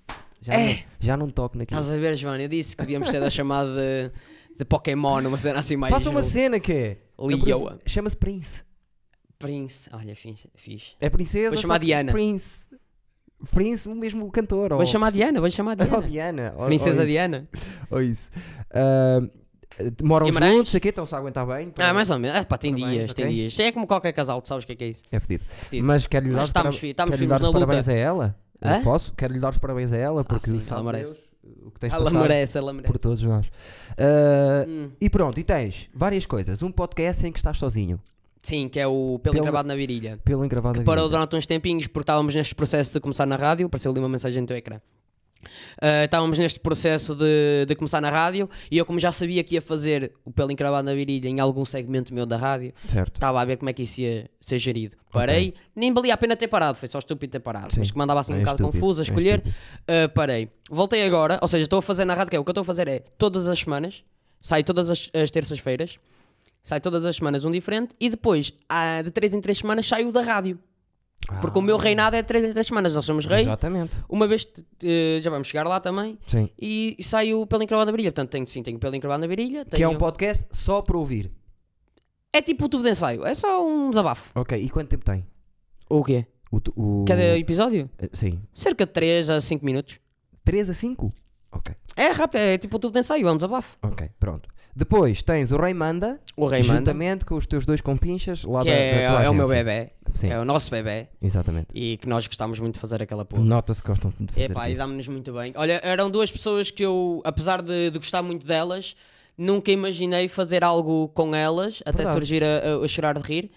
[SPEAKER 1] já,
[SPEAKER 2] É.
[SPEAKER 1] não, já não toco naquilo.
[SPEAKER 2] Estás a ver, João? Eu disse que devíamos ter a chamada de, de Pokémon, uma cena assim mais.
[SPEAKER 1] Faça uma cena que é.
[SPEAKER 2] Leoa.
[SPEAKER 1] Chama-se Prince.
[SPEAKER 2] Prince, olha, fixe. fixe.
[SPEAKER 1] É Princesa.
[SPEAKER 2] Vou
[SPEAKER 1] só
[SPEAKER 2] chamar
[SPEAKER 1] que
[SPEAKER 2] Diana.
[SPEAKER 1] Prince. Prince, o mesmo cantor.
[SPEAKER 2] Vou chamar Diana, vou chamar
[SPEAKER 1] Diana. Ou
[SPEAKER 2] Diana.
[SPEAKER 1] Diana. ou-
[SPEAKER 2] Princesa
[SPEAKER 1] ou isso,
[SPEAKER 2] Diana.
[SPEAKER 1] Ou isso. Ahm, moram
[SPEAKER 2] Guimarães?
[SPEAKER 1] juntos, sei quê, estão-se a aguentar bem. então
[SPEAKER 2] Ah, mais ou menos. Ah, pá, tem
[SPEAKER 1] Parabéns,
[SPEAKER 2] dias, tem
[SPEAKER 1] Tá ok.
[SPEAKER 2] dias. Isso É como qualquer casal, tu sabes o que é que é isso.
[SPEAKER 1] É fedido.
[SPEAKER 2] Fedido.
[SPEAKER 1] Mas quero-lhe
[SPEAKER 2] Mas
[SPEAKER 1] dar, os
[SPEAKER 2] estamos
[SPEAKER 1] parab-
[SPEAKER 2] fi- estamos
[SPEAKER 1] quero-lhe
[SPEAKER 2] firmes
[SPEAKER 1] dar os
[SPEAKER 2] na luta.
[SPEAKER 1] parabéns a ela. Eu
[SPEAKER 2] Hã? Ah,
[SPEAKER 1] Posso? Quero-lhe dar os parabéns a ela porque
[SPEAKER 2] sim,
[SPEAKER 1] sabe
[SPEAKER 2] ela merece.
[SPEAKER 1] Deus o que tens
[SPEAKER 2] Ela
[SPEAKER 1] passado
[SPEAKER 2] merece, ela merece.
[SPEAKER 1] por todos nós. Ah,
[SPEAKER 2] Hum.
[SPEAKER 1] E pronto, e tens várias coisas. Um podcast em que estás sozinho,
[SPEAKER 2] Sim, que é o Pelo
[SPEAKER 1] Pelo-
[SPEAKER 2] Encravado na Virilha.
[SPEAKER 1] pelo engravado
[SPEAKER 2] Que
[SPEAKER 1] na
[SPEAKER 2] parou
[SPEAKER 1] vida.
[SPEAKER 2] durante uns tempinhos porque estávamos neste processo de começar na rádio. Apareceu ali uma mensagem no teu ecrã. Ah, estávamos neste processo de, de começar na rádio e eu, como já sabia que ia fazer o Pelo Encravado na Virilha em algum segmento meu da rádio,
[SPEAKER 1] Certo.
[SPEAKER 2] estava a ver como é que isso ia ser gerido. Parei, nem valia a pena ter parado, foi só estúpido ter parado,
[SPEAKER 1] Sim.
[SPEAKER 2] mas que mandava assim um
[SPEAKER 1] É
[SPEAKER 2] bocado
[SPEAKER 1] estúpido,
[SPEAKER 2] confuso a
[SPEAKER 1] é
[SPEAKER 2] escolher. Uh, parei, voltei agora, ou seja, estou a fazer na rádio, que é, o que eu estou a fazer é todas as semanas, sai todas as, as terças-feiras, sai todas as semanas um diferente e depois, ah, de 3 em 3 semanas, saio da rádio. Porque o
[SPEAKER 1] Ah.
[SPEAKER 2] meu reinado é de 3 em 3 semanas, nós somos rei,
[SPEAKER 1] Exatamente.
[SPEAKER 2] uma vez eh, já vamos chegar lá também.
[SPEAKER 1] Sim.
[SPEAKER 2] E, e saio pelo encravado na virilha, portanto tenho sim, tenho pelo encravado na virilha.
[SPEAKER 1] Que é um
[SPEAKER 2] tenho-
[SPEAKER 1] podcast só para ouvir.
[SPEAKER 2] é tipo o tubo de ensaio, é só um desabafo.
[SPEAKER 1] Ok, e quanto tempo tem?
[SPEAKER 2] O quê?
[SPEAKER 1] O, tu- o... Eh,
[SPEAKER 2] Cada episódio?
[SPEAKER 1] Sim.
[SPEAKER 2] Cerca de 3 a 5 minutos.
[SPEAKER 1] 3 a 5? Ok,
[SPEAKER 2] É rápido, é tipo o tubo de ensaio, é um desabafo.
[SPEAKER 1] ok, pronto. Depois tens o Rei Manda,
[SPEAKER 2] O Rei Manda, que
[SPEAKER 1] juntamente com os teus dois compinchas lá da,
[SPEAKER 2] é,
[SPEAKER 1] da tua
[SPEAKER 2] é o meu
[SPEAKER 1] agência.
[SPEAKER 2] bebê,
[SPEAKER 1] Sim,
[SPEAKER 2] é o nosso bebê,
[SPEAKER 1] exatamente.
[SPEAKER 2] e que nós gostámos muito de fazer aquela porra.
[SPEAKER 1] Nota-se que gostam muito de fazer.
[SPEAKER 2] Epá, e
[SPEAKER 1] aquilo.
[SPEAKER 2] dá-me-nos muito bem. Olha, eram duas pessoas que eu, apesar de, de gostar muito delas, nunca imaginei fazer algo com elas, até
[SPEAKER 1] Verdade.
[SPEAKER 2] surgir a, a- a chorar de rir.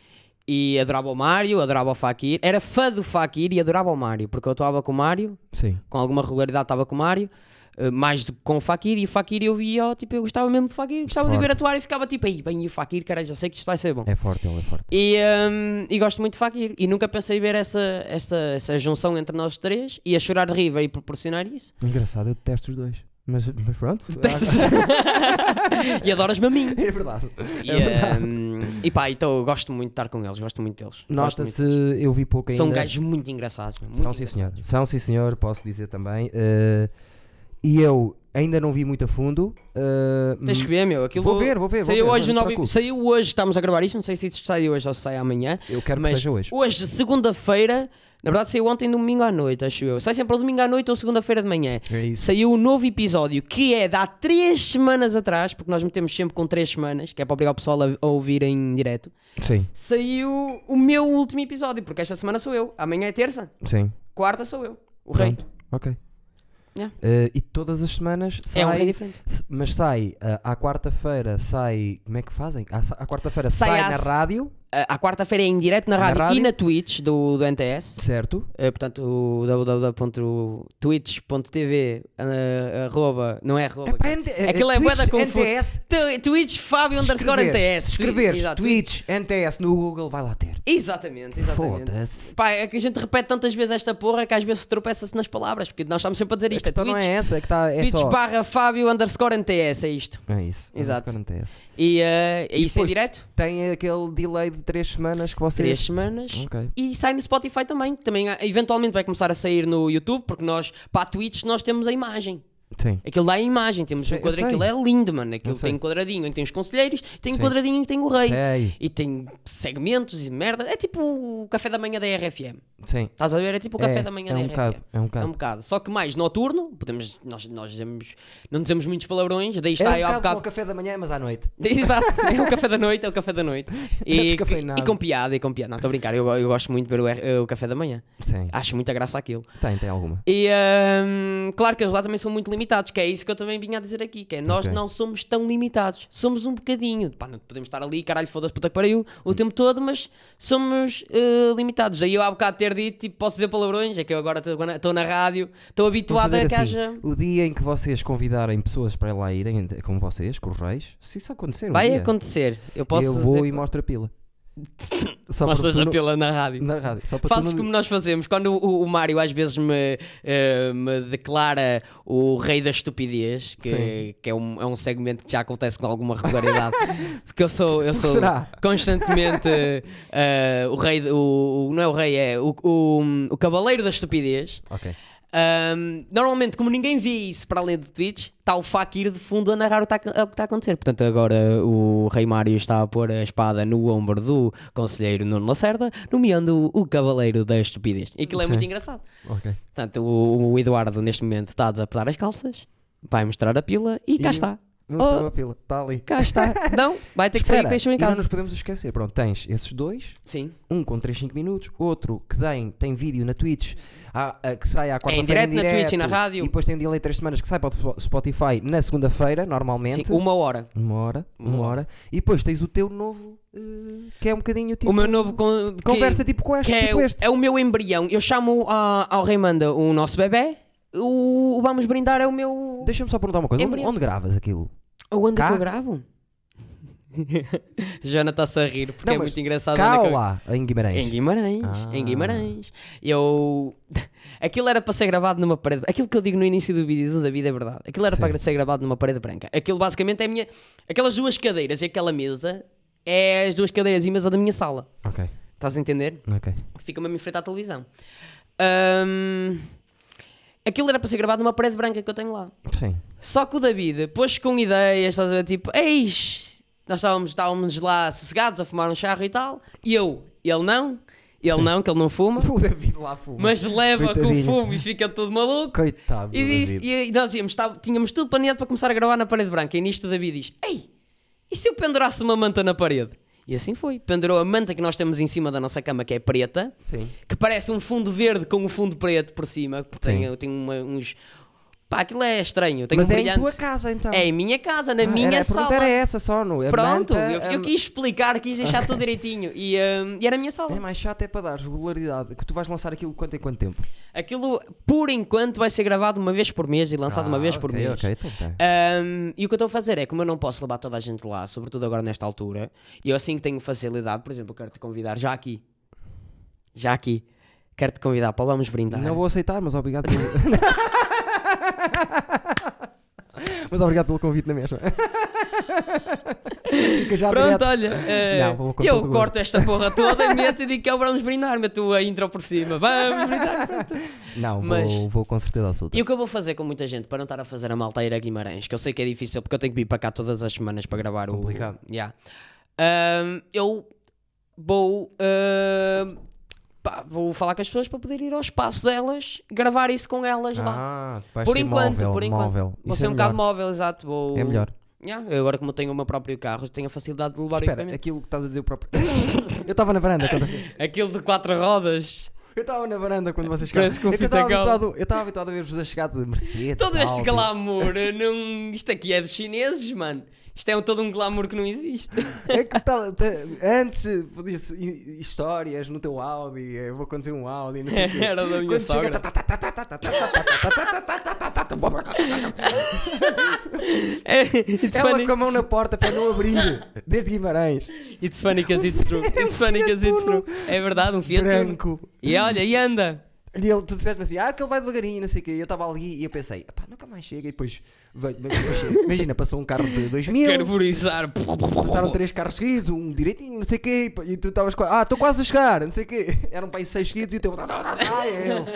[SPEAKER 2] E adorava o Mário, adorava o Fakir. Era fã do Fakir e adorava o Mário, porque eu atuava com o Mário,
[SPEAKER 1] Sim.
[SPEAKER 2] com alguma regularidade estava com o Mário, eh, mais do que com o Fakir, e o Fakir eu via, ó, tipo, eu gostava mesmo de Fakir, gostava de ver
[SPEAKER 1] Forte.
[SPEAKER 2] atuar e ficava tipo, aí, bem, e o Fakir, cara, já sei que isto vai ser bom.
[SPEAKER 1] É forte, ele é forte.
[SPEAKER 2] E, hum, e gosto muito de Fakir, e nunca pensei ver essa, essa, essa junção entre nós três, e a chorar de rir veio proporcionar isso.
[SPEAKER 1] Engraçado, eu detesto os dois. Mas, mas pronto.
[SPEAKER 2] e adoras-me a mim.
[SPEAKER 1] é verdade.
[SPEAKER 2] E, hum, e pá, então eu gosto muito de estar com eles, gosto muito deles. Gosto muito.
[SPEAKER 1] Nota-se, eu vi pouco ainda.
[SPEAKER 2] São gajos muito engraçados. meu, Muito
[SPEAKER 1] São sim, senhor. São sim, senhor, posso dizer também. Eh, e eu ainda não vi muito a fundo. eh,
[SPEAKER 2] Tens que ver, meu. Aquilo
[SPEAKER 1] Vou ver, vou ver, vou
[SPEAKER 2] Saiu
[SPEAKER 1] ver,
[SPEAKER 2] hoje,
[SPEAKER 1] não te
[SPEAKER 2] nove-
[SPEAKER 1] preocupes.
[SPEAKER 2] saiu hoje, estamos a gravar isto. Não sei se isto sai hoje ou se sai amanhã.
[SPEAKER 1] eu quero que
[SPEAKER 2] mas
[SPEAKER 1] seja hoje.
[SPEAKER 2] Hoje, segunda-feira, na verdade saiu ontem, domingo à noite, acho eu. Sai sempre ao domingo à noite ou segunda-feira de manhã.
[SPEAKER 1] É
[SPEAKER 2] Saiu um novo episódio que é de há três semanas atrás, porque nós metemos sempre com três semanas, que é para obrigar o pessoal a, a ouvir em direto.
[SPEAKER 1] Sim,
[SPEAKER 2] Saiu o meu último episódio, porque esta semana sou eu. Amanhã é terça,
[SPEAKER 1] sim.
[SPEAKER 2] quarta sou eu. O rei.
[SPEAKER 1] Pronto, Ok.
[SPEAKER 2] Yeah.
[SPEAKER 1] Eh, e todas as semanas sai.
[SPEAKER 2] É um rei diferente.
[SPEAKER 1] s- Mas sai eh, à quarta-feira, sai. Como é que fazem? À, sa- à quarta-feira
[SPEAKER 2] Sai
[SPEAKER 1] sai,
[SPEAKER 2] à
[SPEAKER 1] na
[SPEAKER 2] s-
[SPEAKER 1] rádio,
[SPEAKER 2] A- À quarta-feira é em direto na
[SPEAKER 1] Na
[SPEAKER 2] rádio, e
[SPEAKER 1] rádio?
[SPEAKER 2] na Twitch do, do NTS.
[SPEAKER 1] certo?
[SPEAKER 2] Eh, portanto, o www.twitch.tv eh, arroba, não é arroba.
[SPEAKER 1] Epá,
[SPEAKER 2] cara.
[SPEAKER 1] NT- eh,
[SPEAKER 2] Aquilo é
[SPEAKER 1] Twitch,
[SPEAKER 2] bué da confuso.
[SPEAKER 1] NTS,
[SPEAKER 2] Tu- Twitch Fábio underscore
[SPEAKER 1] escreveres-
[SPEAKER 2] NTS. Twi-
[SPEAKER 1] Escreveres
[SPEAKER 2] exato,
[SPEAKER 1] Twitch, NTS no Google, vai lá ter.
[SPEAKER 2] Exatamente, exatamente.
[SPEAKER 1] Foda-se.
[SPEAKER 2] Pá, é que a gente repete tantas vezes esta porra que às vezes tropeça-se nas palavras, porque nós estamos sempre a dizer isto. É
[SPEAKER 1] Então
[SPEAKER 2] Twitch,
[SPEAKER 1] não é essa é que está. É
[SPEAKER 2] Twitch
[SPEAKER 1] só.
[SPEAKER 2] barra Fábio underscore NTS, é isto.
[SPEAKER 1] É isso.
[SPEAKER 2] Exato.
[SPEAKER 1] Não acontece.
[SPEAKER 2] E, eh, é isso em
[SPEAKER 1] depois-
[SPEAKER 2] direto?
[SPEAKER 1] Tem aquele delay de 3 semanas que vocês.
[SPEAKER 2] Três semanas.
[SPEAKER 1] Ok.
[SPEAKER 2] E sai no Spotify também. Também ah, eventualmente vai começar a sair no YouTube, porque nós, para a Twitch, nós temos a imagem.
[SPEAKER 1] Sim.
[SPEAKER 2] Aquilo dá a imagem, temos
[SPEAKER 1] Sei,
[SPEAKER 2] um
[SPEAKER 1] eu
[SPEAKER 2] quadro,
[SPEAKER 1] sei.
[SPEAKER 2] aquilo é lindo, mano. Aquilo
[SPEAKER 1] Eu sei.
[SPEAKER 2] tem um quadradinho em que tem os conselheiros, tem um
[SPEAKER 1] Sim.
[SPEAKER 2] quadradinho em que tem o rei.
[SPEAKER 1] Sei.
[SPEAKER 2] E tem segmentos e merda. É tipo o café da manhã da RFM.
[SPEAKER 1] Sim.
[SPEAKER 2] Estás a ver? É tipo o café
[SPEAKER 1] É,
[SPEAKER 2] da manhã
[SPEAKER 1] é
[SPEAKER 2] da
[SPEAKER 1] um
[SPEAKER 2] RFM.
[SPEAKER 1] bocado, é um bocado.
[SPEAKER 2] Só que mais noturno, podemos, nós, nós dizemos, não dizemos muitos palavrões,
[SPEAKER 1] É
[SPEAKER 2] daí
[SPEAKER 1] um
[SPEAKER 2] está aí há
[SPEAKER 1] bocado como
[SPEAKER 2] bocado.
[SPEAKER 1] o café da manhã, mas à noite.
[SPEAKER 2] Exato, é o café da noite, é o café da noite. E,
[SPEAKER 1] descafeinado.
[SPEAKER 2] e com piada, e com piada. Não, estou a brincar, eu, eu gosto muito de ver o R- eh, o café da manhã.
[SPEAKER 1] Sim.
[SPEAKER 2] Acho muita graça aquilo.
[SPEAKER 1] Tem, tem alguma.
[SPEAKER 2] E hum, claro que eles lá também são muito limitados, que é isso que eu também vinha a dizer aqui, que é nós
[SPEAKER 1] Ok.
[SPEAKER 2] não somos tão limitados, somos um bocadinho, pá, não
[SPEAKER 1] Hum.
[SPEAKER 2] podemos estar ali, caralho, foda-se, puta que pariu, o tempo todo, mas somos eh, limitados. Aí eu há bocado ter ter dito, tipo, posso dizer palavrões, é que eu agora estou na- estou na rádio, estou
[SPEAKER 1] Vamos
[SPEAKER 2] habituado a
[SPEAKER 1] fazer
[SPEAKER 2] que
[SPEAKER 1] assim,
[SPEAKER 2] haja.
[SPEAKER 1] O dia em que vocês convidarem pessoas para lá irem, ent- como vocês, com os reis, se isso acontecer, um
[SPEAKER 2] Vai
[SPEAKER 1] dia,
[SPEAKER 2] acontecer. Eu posso
[SPEAKER 1] eu vou
[SPEAKER 2] dizer-
[SPEAKER 1] e mostro a pila. Só para
[SPEAKER 2] mostras
[SPEAKER 1] tu
[SPEAKER 2] a
[SPEAKER 1] não-
[SPEAKER 2] pila na rádio.
[SPEAKER 1] Na rádio. Só para tu
[SPEAKER 2] Fazes
[SPEAKER 1] não-
[SPEAKER 2] como nós fazemos, quando o, o Mário às vezes me, eh, me declara o rei da estupidez,
[SPEAKER 1] Sim.
[SPEAKER 2] que, que é, um, é um segmento que já acontece com alguma regularidade, porque eu sou, eu sou
[SPEAKER 1] será?
[SPEAKER 2] constantemente eh, o rei, de- o, o- não é o rei, é o, o, o cavaleiro da estupidez.
[SPEAKER 1] Ok.
[SPEAKER 2] Ahm, normalmente, como ninguém vê isso para além de Twitch, está o Fakir de fundo a narrar o que está a, o que tá a acontecer. Portanto, agora o Rei Mário está a pôr a espada no ombro do Conselheiro Nuno Lacerda, nomeando o Cavaleiro da Estupidez. E aquilo é muito
[SPEAKER 1] Sim.
[SPEAKER 2] engraçado.
[SPEAKER 1] Ok.
[SPEAKER 2] Portanto, o, o Eduardo neste momento está a desapelar as calças, vai mostrar a pila e cá
[SPEAKER 1] E-
[SPEAKER 2] está.
[SPEAKER 1] Vamos
[SPEAKER 2] Oh.
[SPEAKER 1] ter uma pila. Está ali.
[SPEAKER 2] Cá está. Não, vai ter que sair
[SPEAKER 1] Espera,
[SPEAKER 2] e deixa-me em
[SPEAKER 1] e não
[SPEAKER 2] casa.
[SPEAKER 1] nos podemos esquecer. Pronto, tens esses dois,
[SPEAKER 2] Sim.
[SPEAKER 1] um com 3, 5 minutos, outro que tem, tem vídeo na Twitch à- a- que sai à quarta-feira.
[SPEAKER 2] direto na
[SPEAKER 1] direto,
[SPEAKER 2] Twitch e na rádio.
[SPEAKER 1] E depois tem um delay de 3 semanas que sai para o Spo- Spotify na segunda-feira, normalmente.
[SPEAKER 2] Sim, uma hora.
[SPEAKER 1] Uma hora, uma,
[SPEAKER 2] Uma
[SPEAKER 1] hora. E depois tens o teu novo, eh, que é um bocadinho tipo.
[SPEAKER 2] O meu novo con- que-
[SPEAKER 1] Conversa tipo com este,
[SPEAKER 2] que é,
[SPEAKER 1] tipo
[SPEAKER 2] o-
[SPEAKER 1] este.
[SPEAKER 2] é o meu embrião. Eu chamo ah, ao Rei Manda o nosso bebê. O, o Vamos Brindar é o meu.
[SPEAKER 1] Deixa-me só perguntar uma coisa. Onde,
[SPEAKER 2] Embrião.
[SPEAKER 1] onde gravas aquilo?
[SPEAKER 2] Onde
[SPEAKER 1] Cá?
[SPEAKER 2] que eu gravo? Joana está-se a rir porque
[SPEAKER 1] Não,
[SPEAKER 2] é
[SPEAKER 1] mas
[SPEAKER 2] muito engraçado. onde
[SPEAKER 1] Cá
[SPEAKER 2] é que
[SPEAKER 1] ou
[SPEAKER 2] eu-
[SPEAKER 1] lá, em Guimarães?
[SPEAKER 2] Em Guimarães.
[SPEAKER 1] Ah.
[SPEAKER 2] Em Guimarães. Eu. Aquilo era para ser gravado numa parede. Aquilo que eu digo no início do vídeo do David é verdade. Aquilo era
[SPEAKER 1] Sim.
[SPEAKER 2] para ser gravado numa parede branca. Aquilo basicamente é a minha. Aquelas duas cadeiras e aquela mesa é as duas cadeiras e mesa da minha sala.
[SPEAKER 1] Ok,
[SPEAKER 2] Estás a entender?
[SPEAKER 1] ok.
[SPEAKER 2] fica mesmo em frente à televisão. Ahm, aquilo era para ser gravado numa parede branca que eu tenho lá.
[SPEAKER 1] Sim.
[SPEAKER 2] Só que o David pôs com ideias, estás a ver, tipo, eis, nós estávamos, estávamos lá sossegados a fumar um charro e tal, e eu, ele não, ele não, que ele não fuma,
[SPEAKER 1] O David lá fuma.
[SPEAKER 2] mas leva com o
[SPEAKER 1] Coitadinho.
[SPEAKER 2] fumo e fica todo maluco.
[SPEAKER 1] Coitado.
[SPEAKER 2] E,
[SPEAKER 1] do
[SPEAKER 2] disse,
[SPEAKER 1] David.
[SPEAKER 2] e nós íamos, tá- tínhamos tudo planeado para começar a gravar na parede branca. E nisto o David diz: Ei, e se eu pendurasse uma manta na parede? E assim foi. Pendurou a manta que nós temos em cima da nossa cama, que é preta,
[SPEAKER 1] Sim.
[SPEAKER 2] que parece um fundo verde com um fundo preto por cima. Porque tem,
[SPEAKER 1] Sim.
[SPEAKER 2] eu tenho uma- uns. Pá, aquilo é estranho. Eu tenho
[SPEAKER 1] Mas
[SPEAKER 2] um
[SPEAKER 1] é em
[SPEAKER 2] brilhante.
[SPEAKER 1] tua casa então.
[SPEAKER 2] É em minha casa, na
[SPEAKER 1] Ah,
[SPEAKER 2] minha
[SPEAKER 1] era, A
[SPEAKER 2] sala.
[SPEAKER 1] pergunta era essa só, no a
[SPEAKER 2] Pronto,
[SPEAKER 1] manta,
[SPEAKER 2] eu, eu
[SPEAKER 1] hum,
[SPEAKER 2] quis explicar, quis deixar tudo direitinho. E, hum, e era a minha sala.
[SPEAKER 1] É mais chato é para dar regularidade, que tu vais lançar aquilo quanto em quanto tempo?
[SPEAKER 2] Aquilo, por enquanto, vai ser gravado uma vez por mês e lançado uma
[SPEAKER 1] Ah,
[SPEAKER 2] vez por
[SPEAKER 1] ok,
[SPEAKER 2] mês.
[SPEAKER 1] Ok, então tá.
[SPEAKER 2] Um, e o que eu estou a fazer é, como eu não posso levar toda a gente lá, sobretudo agora nesta altura, e eu assim que tenho facilidade, por exemplo, eu quero te convidar já aqui. Já aqui. Quero te convidar para vamos brindar.
[SPEAKER 1] Não vou aceitar, mas obrigado pelo... mas obrigado pelo convite na mesma. Fica já
[SPEAKER 2] Pronto,
[SPEAKER 1] Tá direto.
[SPEAKER 2] olha. eh,
[SPEAKER 1] Não, vou cortar
[SPEAKER 2] eu
[SPEAKER 1] o gosto.
[SPEAKER 2] corto esta porra toda e meto e digo que é o vamos brindar, meto a intro por cima. Vamos brindar.
[SPEAKER 1] Não, vou,
[SPEAKER 2] Mas-
[SPEAKER 1] vou com certeza absoluta.
[SPEAKER 2] E o que eu vou fazer com muita gente para não estar a fazer a malta ir a Guimarães, que eu sei que é difícil porque eu tenho que vir para cá todas as semanas para gravar
[SPEAKER 1] Complicado.
[SPEAKER 2] o. Yeah. Ahm, eu vou. ahm, pá, vou falar com as pessoas para poder ir ao espaço delas, gravar isso com elas lá.
[SPEAKER 1] Ah, vais
[SPEAKER 2] Por
[SPEAKER 1] ser
[SPEAKER 2] enquanto,
[SPEAKER 1] móvel,
[SPEAKER 2] por enquanto.
[SPEAKER 1] móvel.
[SPEAKER 2] Vou
[SPEAKER 1] Isso
[SPEAKER 2] ser
[SPEAKER 1] é
[SPEAKER 2] um
[SPEAKER 1] melhor.
[SPEAKER 2] bocado móvel, exato. Vou...
[SPEAKER 1] É melhor.
[SPEAKER 2] Yeah, eu agora, como tenho o meu próprio carro, tenho a facilidade de levar o
[SPEAKER 1] Espera,
[SPEAKER 2] equipamento.
[SPEAKER 1] aquilo que estás a dizer o próprio. eu estava na varanda quando vocês-
[SPEAKER 2] Aquilo de quatro rodas.
[SPEAKER 1] Eu estava na varanda quando vocês
[SPEAKER 2] Parece
[SPEAKER 1] chegaram.
[SPEAKER 2] com
[SPEAKER 1] É que eu estava
[SPEAKER 2] fita cola.
[SPEAKER 1] habituado- Eu estava habituado a ver-vos a chegada de Mercedes. tipo,
[SPEAKER 2] Todo este
[SPEAKER 1] Audi.
[SPEAKER 2] glamour, não... isto aqui é dos chineses, mano. Isto é um, todo um glamour que não existe.
[SPEAKER 1] É que tal, tá- antes eh, podia-se hi- histórias no teu Audi, eh, vou conduzir um Audi, não sei o quê.
[SPEAKER 2] Era da minha
[SPEAKER 1] Quando
[SPEAKER 2] sogra.
[SPEAKER 1] chega, tá, tá, tá, tá, tá, tá, tá, tá, tá, tá, tá, tá, tá, tá, tá, bom,
[SPEAKER 2] É, it's
[SPEAKER 1] Ela
[SPEAKER 2] funny,
[SPEAKER 1] com a mão na porta para não abrir, desde Guimarães,
[SPEAKER 2] it's funny 'cause it's true. It's funny 'cause it's true. um É verdade, um Fiat Uno.
[SPEAKER 1] branco.
[SPEAKER 2] E olha, e anda.
[SPEAKER 1] E ele, tu disseste-me assim, ah, que ele vai devagarinho, não sei o quê. E Eu estava ali e eu pensei, pá, nunca mais chega. E depois, veio, mas depois chega. imagina, passou um carro de 2000,
[SPEAKER 2] Carburizar.
[SPEAKER 1] passaram três carros seguidos, um direitinho, não sei o quê. E tu estavas quase, ah, estou quase a chegar, não sei o quê. Eram para aí seis seguidos e o teu, tá, tá, tá, tá, é eu.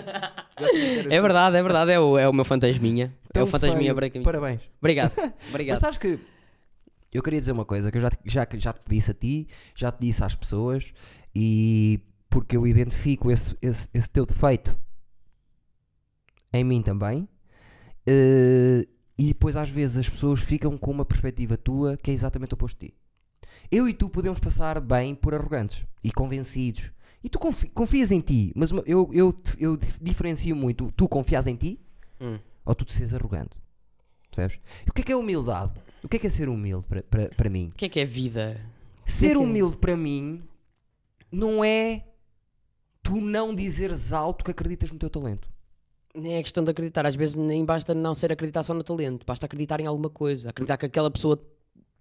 [SPEAKER 2] É verdade, é verdade. É o, é o meu fantasminha. é
[SPEAKER 1] Tão
[SPEAKER 2] o fantasminha
[SPEAKER 1] feio.
[SPEAKER 2] branco. em mim.
[SPEAKER 1] Parabéns.
[SPEAKER 2] Obrigado.
[SPEAKER 1] Mas
[SPEAKER 2] Obrigado.
[SPEAKER 1] sabes que eu queria dizer uma coisa que eu já, te- já, já te disse a ti, já te disse às pessoas e porque eu identifico esse, esse, esse teu defeito em mim também. eh, e depois às vezes as pessoas ficam com uma perspectiva tua que é exatamente o oposto de ti. Eu e tu podemos passar bem por arrogantes e convencidos. E tu confi- confias em ti, mas uma- eu, eu, eu diferencio muito tu confias em ti
[SPEAKER 2] Hum.
[SPEAKER 1] ou tu te seres arrogante. Percebes? E o que é que é humildade? O que é que é ser humilde para- para para mim?
[SPEAKER 2] O que é que é vida?
[SPEAKER 1] Ser
[SPEAKER 2] que é?
[SPEAKER 1] humilde para mim não é tu tu não dizeres alto que acreditas no teu talento.
[SPEAKER 2] Nem é questão de acreditar, às vezes nem basta não ser acreditar só no talento, basta acreditar em alguma coisa, acreditar que aquela pessoa.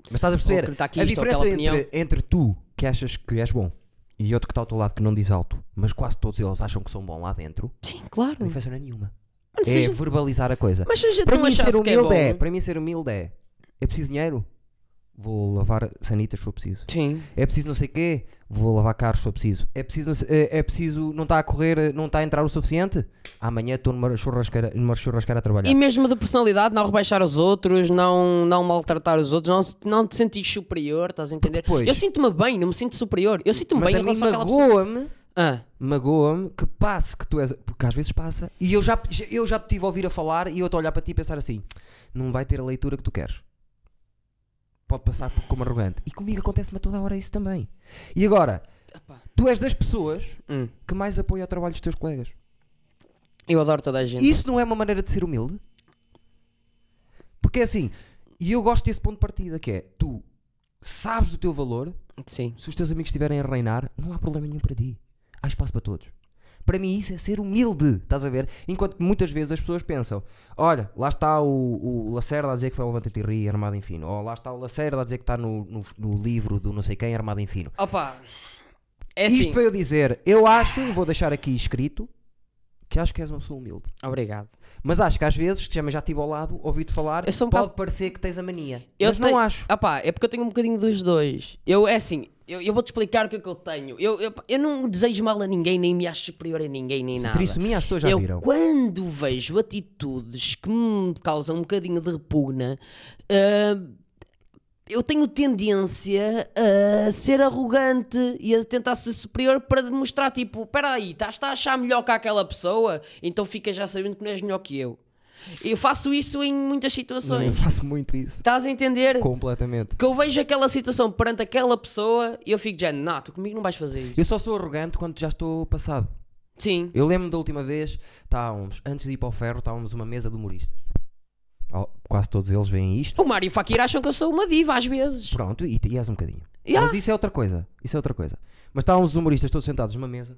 [SPEAKER 1] Mas estás a perceber?
[SPEAKER 2] acreditar que
[SPEAKER 1] a
[SPEAKER 2] isto ou aquela
[SPEAKER 1] diferença entre,
[SPEAKER 2] opinião.
[SPEAKER 1] entre tu, que achas que és bom, e outro que está ao teu lado que não diz alto, mas quase todos eles acham que são bom lá dentro,
[SPEAKER 2] Sim, claro.
[SPEAKER 1] não diferença não é nenhuma.
[SPEAKER 2] Mas
[SPEAKER 1] É
[SPEAKER 2] Hum. seja-
[SPEAKER 1] verbalizar a coisa.
[SPEAKER 2] Mas se a gente
[SPEAKER 1] para
[SPEAKER 2] não
[SPEAKER 1] mim ser
[SPEAKER 2] achasse que é bom.
[SPEAKER 1] humilde é, para mim ser humilde é, é preciso dinheiro? Vou lavar sanitas se for preciso.
[SPEAKER 2] Sim.
[SPEAKER 1] É preciso não sei quê? Vou lavar carros se for preciso. É preciso, não sei- é, é preciso não está a correr, eh, não está a entrar o suficiente? Amanhã estou numa churrasqueira, numa churrasqueira a trabalhar.
[SPEAKER 2] E mesmo da personalidade, não rebaixar os outros, não, não maltratar os outros, não, se- não te sentir superior, estás a entender?
[SPEAKER 1] depois-
[SPEAKER 2] Eu sinto-me bem, não me sinto superior. Eu sinto-me
[SPEAKER 1] Mas
[SPEAKER 2] bem
[SPEAKER 1] a
[SPEAKER 2] em
[SPEAKER 1] mim
[SPEAKER 2] relação àquela pessoa.
[SPEAKER 1] magoa-me
[SPEAKER 2] Ah,
[SPEAKER 1] magoa-me que passe que tu és. Porque às vezes passa. E eu já, eu já te tive a ouvir a falar e eu estou a olhar para ti e pensar assim: não vai ter a leitura que tu queres. Pode passar por- como arrogante. E comigo acontece-me a toda hora isso também. E agora,
[SPEAKER 2] Epá.
[SPEAKER 1] tu és das pessoas
[SPEAKER 2] Hum.
[SPEAKER 1] que mais apoia o trabalho dos teus colegas.
[SPEAKER 2] eu adoro toda a gente.
[SPEAKER 1] Isso não é uma maneira de ser humilde? Porque é assim, e eu gosto desse ponto de partida que é tu sabes do teu valor,
[SPEAKER 2] Sim.
[SPEAKER 1] se os teus amigos estiverem a reinar, não há problema nenhum para ti. Há espaço para todos. Para mim, isso é ser humilde, estás a ver? Enquanto que muitas vezes as pessoas pensam: olha, lá está o, o Lacerda a dizer que foi ao Levante e Ri armado em fino, ou lá está o Lacerda a dizer que está no, no, no livro do não sei quem armado em fino.
[SPEAKER 2] Opa, é assim.
[SPEAKER 1] Isto para eu dizer, eu acho, e vou deixar aqui escrito, que acho que és uma pessoa humilde.
[SPEAKER 2] Obrigado.
[SPEAKER 1] Mas acho que às vezes, que já, já estive ao lado, ouvi-te falar,
[SPEAKER 2] Eu sou um
[SPEAKER 1] pode
[SPEAKER 2] bocado-
[SPEAKER 1] parecer que tens a mania.
[SPEAKER 2] Eu
[SPEAKER 1] mas
[SPEAKER 2] tenho-
[SPEAKER 1] não acho.
[SPEAKER 2] Opa, é porque eu tenho um bocadinho dos dois. Eu, é assim, eu, eu vou-te explicar o que é que eu tenho. Eu, eu, eu não desejo mal a ninguém, nem me acho superior a ninguém, nem nada.
[SPEAKER 1] Trissomia as pessoas já
[SPEAKER 2] eu,
[SPEAKER 1] viram.
[SPEAKER 2] quando vejo atitudes que me causam um bocadinho de repugna, ah, eu tenho tendência a ser arrogante e a tentar ser superior para demonstrar, tipo, espera aí, estás a achar melhor que aquela pessoa? Então fica já sabendo que não és melhor que eu. Eu faço isso em muitas
[SPEAKER 1] Eu
[SPEAKER 2] situações.
[SPEAKER 1] faço muito isso.
[SPEAKER 2] Estás a entender?
[SPEAKER 1] Completamente.
[SPEAKER 2] Que eu vejo aquela situação perante aquela pessoa e eu fico de género, não, tu comigo não vais fazer isso.
[SPEAKER 1] Eu só sou arrogante quando já estou passado.
[SPEAKER 2] Sim.
[SPEAKER 1] Eu lembro da última vez, estávamos, antes de ir para o ferro, estávamos uma mesa de humoristas. Oh, quase todos eles veem isto.
[SPEAKER 2] O Mário e o Fakir acham que eu sou uma diva às vezes.
[SPEAKER 1] Pronto, e, e és um bocadinho.
[SPEAKER 2] Yeah.
[SPEAKER 1] Mas isso é outra coisa. Isso é outra coisa. Mas estávamos os humoristas todos sentados numa mesa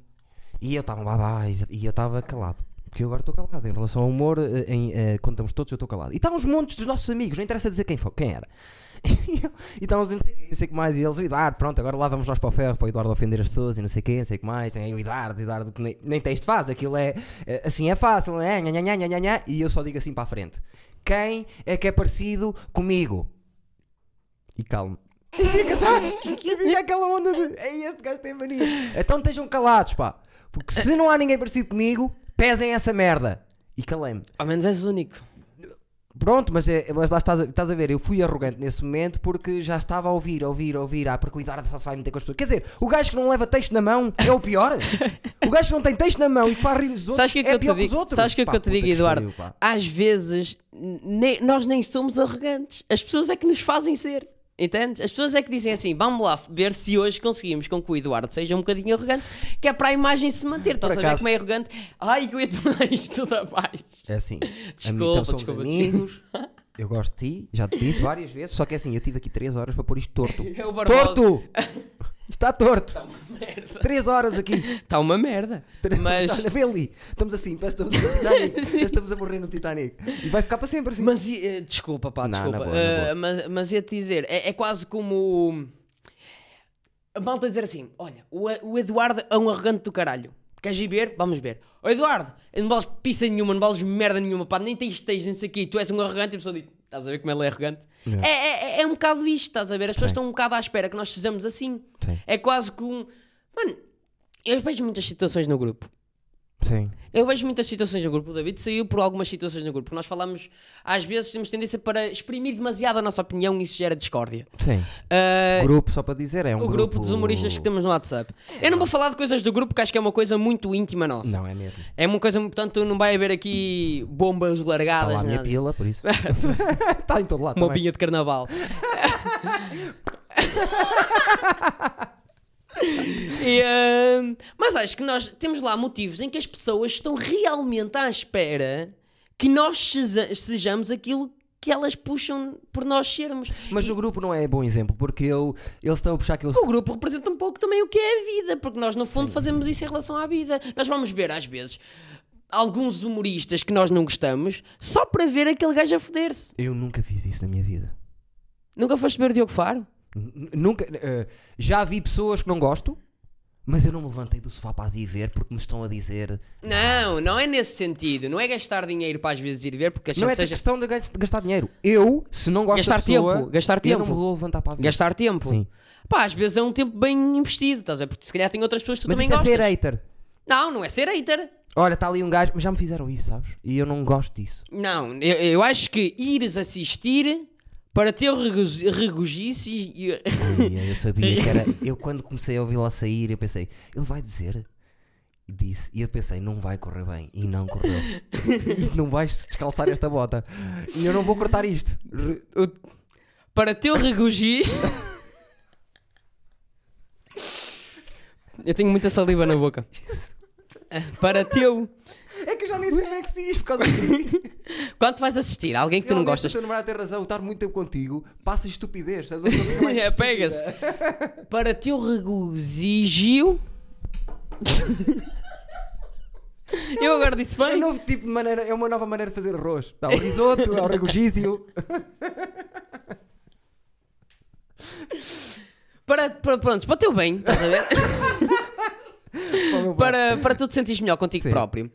[SPEAKER 1] e eu estava lá, lá, e- e eu estava calado. Porque eu agora estou calado. Em relação ao humor, eh, em, eh, quando estamos todos, eu estou calado. E estávamos montes dos nossos amigos, não interessa dizer quem, foi, quem era. E eu- e estávamos a não sei, quê, não sei o que mais. E eles, Eduardo, pronto, agora lá vamos nós para o ferro para o Eduardo ofender as pessoas e não sei quem, não sei o que mais. Tem aí o Eduardo, Eduardo, que nem, nem texto faz. Aquilo é eh, assim é fácil, é, nha, nha, nha, nha, nha, nha. E eu só digo assim para a frente: quem é que é parecido comigo? E calmo. E fica só fica aquela onda de. Ei, este gajo tem mania. Então estejam calados, pá. Porque se não há ninguém parecido comigo, pesem essa merda. E calei-me.
[SPEAKER 2] Ao menos és único.
[SPEAKER 1] Pronto, mas, é, mas lá estás a, estás a ver, eu fui arrogante nesse momento porque já estava a ouvir, a ouvir, a ouvir, ah, porque o Eduardo só se vai meter com as pessoas. Quer dizer, o gajo que não leva texto na mão é o pior. o gajo que não tem texto na mão e que faz rir os outros
[SPEAKER 2] Sabes o que é que
[SPEAKER 1] é
[SPEAKER 2] eu
[SPEAKER 1] pior
[SPEAKER 2] te
[SPEAKER 1] que os
[SPEAKER 2] digo?
[SPEAKER 1] outros.
[SPEAKER 2] Sabes o que é que
[SPEAKER 1] Pá,
[SPEAKER 2] eu te
[SPEAKER 1] puta
[SPEAKER 2] digo,
[SPEAKER 1] que
[SPEAKER 2] Eduardo?
[SPEAKER 1] pariu, pá.
[SPEAKER 2] Às vezes ne- nós nem somos arrogantes. As pessoas é que nos fazem ser. Entendes? As pessoas é que dizem assim: vamos lá ver se hoje conseguimos com que o Eduardo seja um bocadinho arrogante, que é para a imagem se manter. Estás a ver
[SPEAKER 1] acaso-
[SPEAKER 2] como é arrogante? Ai, que eu ia te mandar isto tudo abaixo.
[SPEAKER 1] É assim.
[SPEAKER 2] Desculpa,
[SPEAKER 1] então somos
[SPEAKER 2] desculpa,
[SPEAKER 1] amigos. Eu gosto de ti, já te disse várias vezes, só que é assim, eu tive aqui 3 horas para pôr isto torto.
[SPEAKER 2] É o Barbosa.
[SPEAKER 1] torto! Está torto!
[SPEAKER 2] Tá Merda.
[SPEAKER 1] 3 horas aqui.
[SPEAKER 2] Está uma merda. Mas,
[SPEAKER 1] Olha, vê ali. Estamos assim, parece que estamos no Titanic. Parece que estamos a morrer no Titanic. E vai ficar para sempre assim.
[SPEAKER 2] mas e- eh, desculpa, pá,
[SPEAKER 1] Não, na
[SPEAKER 2] desculpa.
[SPEAKER 1] boa, na
[SPEAKER 2] Eh,
[SPEAKER 1] boa.
[SPEAKER 2] mas, mas ia te dizer: é, é quase como a malta dizer assim: olha, o, o Eduardo é um arrogante do caralho. Queres ir ver? Vamos ver. Ó Eduardo, não vales pista nenhuma, não vales merda nenhuma, pá, nem tens tens, não sei o quê, tu és um arrogante e a pessoa diz: estás a ver como ele é arrogante?
[SPEAKER 1] Yeah.
[SPEAKER 2] É, é, é um bocado isto, estás a ver? As pessoas
[SPEAKER 1] Sim.
[SPEAKER 2] estão um bocado à espera que nós sejamos assim.
[SPEAKER 1] Sim.
[SPEAKER 2] É quase que um. Mano, eu vejo muitas situações no grupo.
[SPEAKER 1] Sim.
[SPEAKER 2] Eu vejo muitas situações no grupo. O David saiu por algumas situações no grupo. porque Nós falamos, às vezes, temos tendência para exprimir demasiado a nossa opinião e isso gera discórdia.
[SPEAKER 1] Sim.
[SPEAKER 2] Ah,
[SPEAKER 1] grupo, só para dizer, é um
[SPEAKER 2] o grupo, dos humoristas que temos no WhatsApp. Eu não vou falar de coisas do grupo, que acho que é uma coisa muito íntima nossa.
[SPEAKER 1] Não, é mesmo.
[SPEAKER 2] É uma coisa, portanto, não vai haver aqui bombas
[SPEAKER 1] Está
[SPEAKER 2] largadas.
[SPEAKER 1] lá a minha
[SPEAKER 2] nada.
[SPEAKER 1] pila, por isso. Está em todo lado.
[SPEAKER 2] Uma
[SPEAKER 1] também.
[SPEAKER 2] binha de carnaval. E, hum, mas acho que nós temos lá motivos em que as pessoas estão realmente à espera que nós seja- sejamos aquilo que elas puxam por nós sermos.
[SPEAKER 1] Mas
[SPEAKER 2] E-
[SPEAKER 1] o grupo não é bom exemplo, porque eu, eles estão a puxar aqueles.
[SPEAKER 2] O grupo representa um pouco também o que é a vida, porque nós, no fundo, fazemos isso em relação à vida. Nós vamos ver, às vezes, alguns humoristas que nós não gostamos só para ver aquele gajo a foder-se.
[SPEAKER 1] Eu nunca fiz isso na minha vida.
[SPEAKER 2] Nunca foste ver o Diogo Faro?
[SPEAKER 1] N- Nunca. eh, já vi pessoas que não gosto, mas eu não me levantei do sofá para as ir ver porque me estão a dizer.
[SPEAKER 2] Não, não é nesse sentido. Não é gastar dinheiro para às vezes ir ver, porque achamos
[SPEAKER 1] Não é
[SPEAKER 2] que seja.
[SPEAKER 1] questão de gas- de gastar dinheiro. Eu, se não gosto
[SPEAKER 2] Gastar
[SPEAKER 1] da pessoa,
[SPEAKER 2] tempo, gastar
[SPEAKER 1] eu não
[SPEAKER 2] tempo.
[SPEAKER 1] me vou levantar para a ver.
[SPEAKER 2] Gastar tempo.
[SPEAKER 1] Sim.
[SPEAKER 2] Pá, às vezes é um tempo bem investido, estás a ver? Porque se calhar tem outras pessoas que tu
[SPEAKER 1] Mas
[SPEAKER 2] também
[SPEAKER 1] isso
[SPEAKER 2] gostas.
[SPEAKER 1] é ser hater.
[SPEAKER 2] Não, não é ser hater.
[SPEAKER 1] Olha, está ali um gajo, mas já me fizeram isso, sabes? E eu não gosto disso.
[SPEAKER 2] Não, eu, eu acho que ires assistir para teu regozi- regozijo e. e-
[SPEAKER 1] E eu sabia que era. Eu, quando comecei a ouvi-lo a sair, eu pensei, ele vai dizer. E Disse, e eu pensei, não vai correr bem, e não correu. E não vais descalçar esta bota. E eu não vou cortar isto. Re-
[SPEAKER 2] Para teu regozijo. eu tenho muita saliva na boca. Para teu.
[SPEAKER 1] É que eu já nem sei como é que se diz, por causa disso.
[SPEAKER 2] Quando vais assistir a alguém que tu não
[SPEAKER 1] Realmente,
[SPEAKER 2] gostas,
[SPEAKER 1] O teu namorado tem razão, estar muito tempo contigo passa estupidez. sabe? Uma pessoa fica mais
[SPEAKER 2] É, pega-se. Para teu regozijo. Eu agora disse
[SPEAKER 1] É um
[SPEAKER 2] bem.
[SPEAKER 1] novo tipo de maneira, é uma nova maneira de fazer arroz. Dá o risoto, ao regogízio.
[SPEAKER 2] Para, para, pronto, para o teu bem, estás a ver? para, para tu te sentires melhor contigo
[SPEAKER 1] Sim.
[SPEAKER 2] próprio.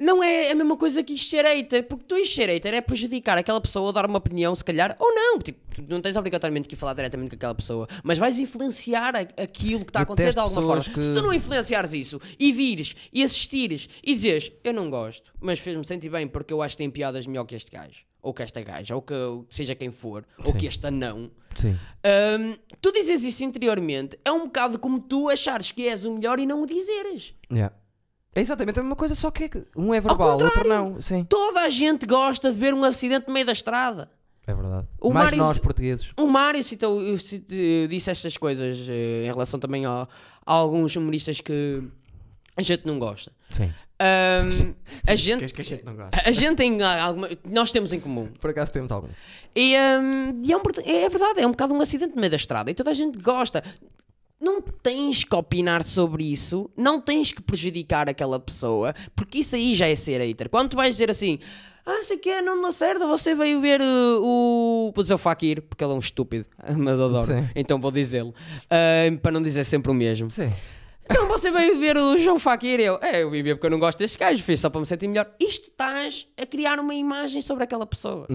[SPEAKER 2] Não é a mesma coisa que isto ser hater, porque tu isto ser hater é prejudicar aquela pessoa, dar uma opinião, se calhar, ou não. Tipo, tu não tens obrigatoriamente que ir falar diretamente com aquela pessoa, mas vais influenciar a- aquilo que está a acontecer de
[SPEAKER 1] Detesto
[SPEAKER 2] alguma forma.
[SPEAKER 1] pessoas que-
[SPEAKER 2] Se tu não influenciares isso e vires e assistires e dizes eu não gosto, mas fez-me sentir bem porque eu acho que tem piadas melhor que este gajo, ou que esta gaja, ou que ou que seja quem for, ou
[SPEAKER 1] Sim.
[SPEAKER 2] que esta não.
[SPEAKER 1] Sim.
[SPEAKER 2] Hum, tu dizes isso interiormente é um bocado como tu achares que és o melhor e não o dizeres.
[SPEAKER 1] É exatamente a mesma coisa, só que é que um é verbal, o outro
[SPEAKER 2] contrário.
[SPEAKER 1] não. Sim.
[SPEAKER 2] Toda a gente gosta de ver um acidente no meio da estrada.
[SPEAKER 1] É verdade.
[SPEAKER 2] O
[SPEAKER 1] Mais
[SPEAKER 2] Mário-
[SPEAKER 1] nós, portugueses.
[SPEAKER 2] O Mário citou, eu cit- eh, disse estas coisas eh, em relação também ao- a alguns humoristas que a gente não gosta.
[SPEAKER 1] Sim.
[SPEAKER 2] Hum, a gente.
[SPEAKER 1] não gosta?
[SPEAKER 2] A gente tem alguma. Nós temos em comum.
[SPEAKER 1] Por acaso temos alguns.
[SPEAKER 2] E, hum, e é, um bocad- é verdade, é um bocado um acidente no meio da estrada e toda a gente gosta. Não tens que opinar sobre isso, não tens que prejudicar aquela pessoa, porque isso aí já é ser hater. Quando tu vais dizer assim, ah, sei que é, não Lacerda, você veio ver uh, o. Vou dizer o Fakir, porque ele é um estúpido, mas adoro,
[SPEAKER 1] Sim.
[SPEAKER 2] então vou dizê-lo, ah, para não dizer sempre o mesmo.
[SPEAKER 1] Sim.
[SPEAKER 2] Então você veio ver o João Faquir eu, é, eu vim ver porque eu não gosto deste gajo, fiz só para me sentir melhor. Isto estás a criar uma imagem sobre aquela pessoa.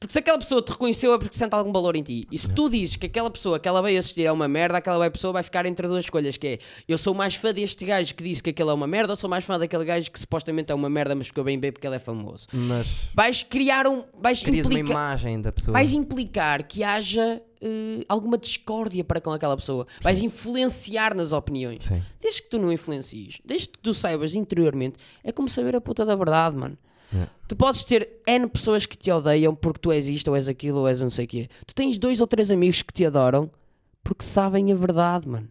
[SPEAKER 2] Porque se aquela pessoa te reconheceu é porque sente algum valor em ti. E se tu dizes que aquela pessoa que ela veio assistir é uma merda, aquela vai- pessoa vai ficar entre duas escolhas, que é eu sou mais fã deste gajo que disse que aquele é uma merda, ou sou mais fã daquele gajo que supostamente é uma merda, mas ficou bem bem porque ele é famoso.
[SPEAKER 1] Mas
[SPEAKER 2] Vais criar um. Vais
[SPEAKER 1] querias Hum. uma
[SPEAKER 2] implicar.
[SPEAKER 1] imagem da pessoa.
[SPEAKER 2] Vais implicar que haja eh, alguma discórdia para com aquela pessoa. Vais influenciar nas opiniões.
[SPEAKER 1] Sim.
[SPEAKER 2] Desde que tu não influencies, desde que tu saibas interiormente, é como saber a puta da verdade, mano.
[SPEAKER 1] Yeah.
[SPEAKER 2] Tu podes ter N pessoas que te odeiam porque tu és isto, ou és aquilo, ou és não sei o quê. Tu tens dois ou três amigos que te adoram porque sabem a verdade, mano.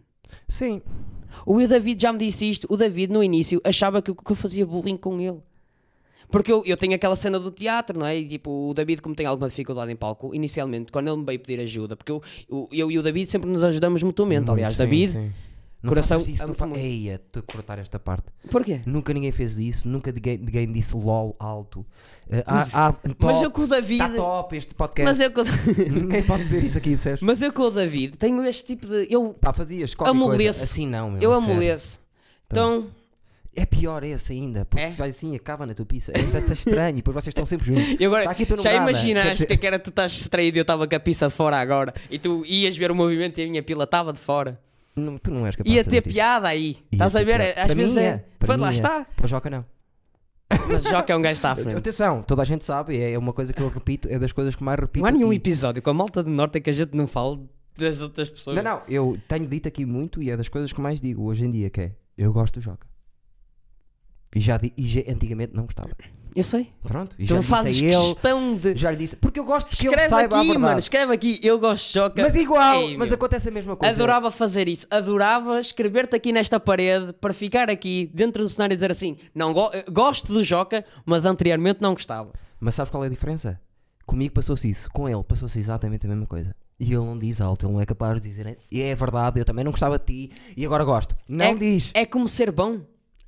[SPEAKER 1] Sim.
[SPEAKER 2] O Will David já me disse isto. O David, no início, achava que, eu- que eu fazia bullying com ele. Porque eu, eu tenho aquela cena do teatro, não é? E, tipo, o David, como tem alguma dificuldade em palco, inicialmente, quando ele me veio pedir ajuda, porque eu, eu, eu e o David sempre nos ajudamos mutuamente. Aliás,
[SPEAKER 1] Hum, Sim,
[SPEAKER 2] David.
[SPEAKER 1] sim. Não
[SPEAKER 2] coração-
[SPEAKER 1] faças Isso, não
[SPEAKER 2] amo-te
[SPEAKER 1] fa...
[SPEAKER 2] muito.
[SPEAKER 1] Eia, tu cortar esta parte.
[SPEAKER 2] Porquê?
[SPEAKER 1] Nunca ninguém fez isso, nunca ninguém, ninguém disse LOL alto. Eh, há- há-
[SPEAKER 2] Mas
[SPEAKER 1] top,
[SPEAKER 2] eu com o David.
[SPEAKER 1] Está top este podcast.
[SPEAKER 2] Mas eu, com,
[SPEAKER 1] Ninguém pode dizer isso aqui, percebes?
[SPEAKER 2] mas eu com o David tenho este tipo de. Eu,
[SPEAKER 1] Pá, fazias qualquer
[SPEAKER 2] Amoleço.
[SPEAKER 1] coisa. Assim não, meu.
[SPEAKER 2] eu
[SPEAKER 1] a sério.
[SPEAKER 2] amoleço. Então,
[SPEAKER 1] É pior esse ainda, porque
[SPEAKER 2] É?
[SPEAKER 1] vai assim, acaba na tua pizza. É está estranho, e depois vocês estão sempre juntos.
[SPEAKER 2] e agora,
[SPEAKER 1] Está Tá aqui a tua namorada.
[SPEAKER 2] já
[SPEAKER 1] é? Quer
[SPEAKER 2] imaginaste
[SPEAKER 1] dizer-
[SPEAKER 2] que que era tu estás distraído e eu estava com a pista de fora agora e tu ias ver o movimento e a minha pila estava de fora?
[SPEAKER 1] Não, tu não és capaz
[SPEAKER 2] Ia
[SPEAKER 1] de
[SPEAKER 2] ter
[SPEAKER 1] fazer isso.
[SPEAKER 2] piada aí.
[SPEAKER 1] Ia
[SPEAKER 2] Estás a
[SPEAKER 1] ter
[SPEAKER 2] ver?
[SPEAKER 1] piada.
[SPEAKER 2] Às
[SPEAKER 1] Para
[SPEAKER 2] vezes
[SPEAKER 1] mim
[SPEAKER 2] é.
[SPEAKER 1] é. Para
[SPEAKER 2] Pois lá
[SPEAKER 1] mim é.
[SPEAKER 2] está.
[SPEAKER 1] Para o Joca não.
[SPEAKER 2] Mas o Joca é um gajo que está à frente.
[SPEAKER 1] Atenção, toda a gente sabe, é uma coisa que eu repito, é das coisas que mais repito.
[SPEAKER 2] Não há nenhum
[SPEAKER 1] aqui.
[SPEAKER 2] episódio com a malta do Norte em que a gente não fala das outras pessoas.
[SPEAKER 1] Não, não, eu tenho dito aqui muito e é das coisas que mais digo hoje em dia, que é, eu gosto do Joca. E já, di- e já antigamente não gostava.
[SPEAKER 2] Eu sei.
[SPEAKER 1] Pronto, e já
[SPEAKER 2] Tu
[SPEAKER 1] lhe
[SPEAKER 2] fazes
[SPEAKER 1] disse a ele,
[SPEAKER 2] questão de.
[SPEAKER 1] já lhe disse, porque eu gosto que ele
[SPEAKER 2] Escreve
[SPEAKER 1] saiba a
[SPEAKER 2] aqui,
[SPEAKER 1] verdade.
[SPEAKER 2] mano. Escreve aqui. Eu gosto de Joca.
[SPEAKER 1] Mas igual,
[SPEAKER 2] Ei,
[SPEAKER 1] mas
[SPEAKER 2] meu.
[SPEAKER 1] acontece a mesma coisa.
[SPEAKER 2] Adorava fazer isso, adorava escrever-te aqui nesta parede para ficar aqui dentro do cenário e eh, dizer assim: não go- gosto do Joca, mas anteriormente não gostava.
[SPEAKER 1] Mas sabes qual é a diferença? Comigo passou-se isso, com ele passou-se exatamente a mesma coisa. E ele não diz alto, ele não é capaz de dizer e é verdade, eu também não gostava de ti e agora gosto. Não
[SPEAKER 2] é,
[SPEAKER 1] diz.
[SPEAKER 2] É como ser bom.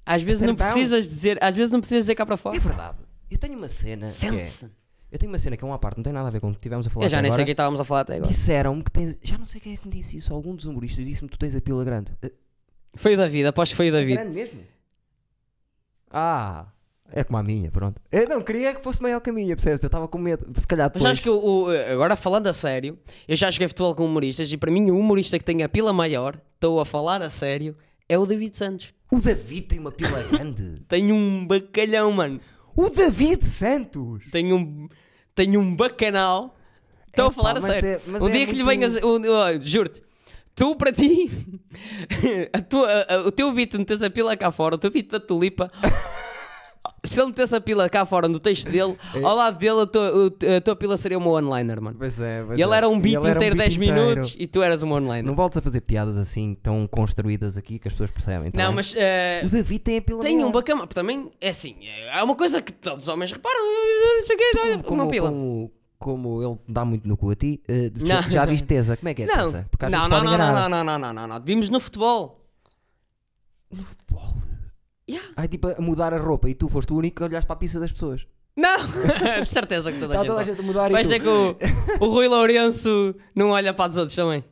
[SPEAKER 2] Às vezes
[SPEAKER 1] Ser
[SPEAKER 2] não
[SPEAKER 1] bom.
[SPEAKER 2] precisas dizer, às vezes não precisas dizer cá para fora.
[SPEAKER 1] É verdade. Eu tenho uma cena. que é-
[SPEAKER 2] Sente-se.
[SPEAKER 1] eu tenho uma cena que é uma parte, não tem nada a ver com o que estivemos a falar.
[SPEAKER 2] Eu já
[SPEAKER 1] até
[SPEAKER 2] nem sei o
[SPEAKER 1] agora.
[SPEAKER 2] que estávamos a falar até agora.
[SPEAKER 1] Disseram-me que tens. Já não sei quem é que me disse isso. Algum dos humoristas disse-me que tu tens a pila grande. Eh,
[SPEAKER 2] Foi o David, aposto que foi o David.
[SPEAKER 1] Grande mesmo? Ah, é como a minha, pronto. Eu não queria que fosse maior que a minha, percebes? Eu estava com medo. Se calhar depois.
[SPEAKER 2] Mas sabes que o, o- agora falando a sério, eu já joguei futebol com humoristas e para mim o humorista que tem a pila maior, estou a falar a sério, é o David Santos.
[SPEAKER 1] O David tem uma pila grande.
[SPEAKER 2] Tem um bacalhão, mano.
[SPEAKER 1] o David Santos!
[SPEAKER 2] Tem um, tem um bacanal. Estou a
[SPEAKER 1] Epá,
[SPEAKER 2] falar a
[SPEAKER 1] mas
[SPEAKER 2] sério.
[SPEAKER 1] é- mas
[SPEAKER 2] o
[SPEAKER 1] é
[SPEAKER 2] dia que lhe
[SPEAKER 1] muito-
[SPEAKER 2] venhas. o- o- Juro-te. Tu, para ti, a tua- a- a- o teu beat de meteres a pila cá fora, o teu beat da tulipa, se ele metesse a pila cá fora no texto dele,
[SPEAKER 1] É.
[SPEAKER 2] ao lado dele a tua, o- a tua pila seria uma one-liner, mano.
[SPEAKER 1] Pois é, pois
[SPEAKER 2] E ele
[SPEAKER 1] é.
[SPEAKER 2] era um beat
[SPEAKER 1] Ele era
[SPEAKER 2] inteiro,
[SPEAKER 1] beat
[SPEAKER 2] 10
[SPEAKER 1] inteiro.
[SPEAKER 2] minutos, e tu eras uma one-liner.
[SPEAKER 1] Não voltes a fazer piadas assim tão construídas aqui que as pessoas percebem. tá
[SPEAKER 2] Não,
[SPEAKER 1] bem?
[SPEAKER 2] mas. eh,
[SPEAKER 1] O David tem a pila
[SPEAKER 2] Tem um
[SPEAKER 1] maior.
[SPEAKER 2] bacama, também é assim, é uma coisa que todos os homens reparam, não sei o que, olha, uma pila.
[SPEAKER 1] Como, como ele dá muito no cu a ti, eh,
[SPEAKER 2] Não.
[SPEAKER 1] já viste tesa? Como é que é
[SPEAKER 2] Não,
[SPEAKER 1] tesa? Porque às
[SPEAKER 2] não,
[SPEAKER 1] vezes
[SPEAKER 2] não,
[SPEAKER 1] pode
[SPEAKER 2] não,
[SPEAKER 1] enganar.
[SPEAKER 2] não, não, não, não, não, não. Vimos no futebol. Yeah.
[SPEAKER 1] Ai, tipo, a mudar a roupa e tu foste o único que olhaste para a pista das pessoas.
[SPEAKER 2] Não! De certeza que toda
[SPEAKER 1] Está
[SPEAKER 2] a
[SPEAKER 1] Tá
[SPEAKER 2] gente.
[SPEAKER 1] toda a
[SPEAKER 2] olha.
[SPEAKER 1] gente a mudar e
[SPEAKER 2] Vais
[SPEAKER 1] tu...
[SPEAKER 2] ter é. que o, o Rui Lourenço não olha para os outros também.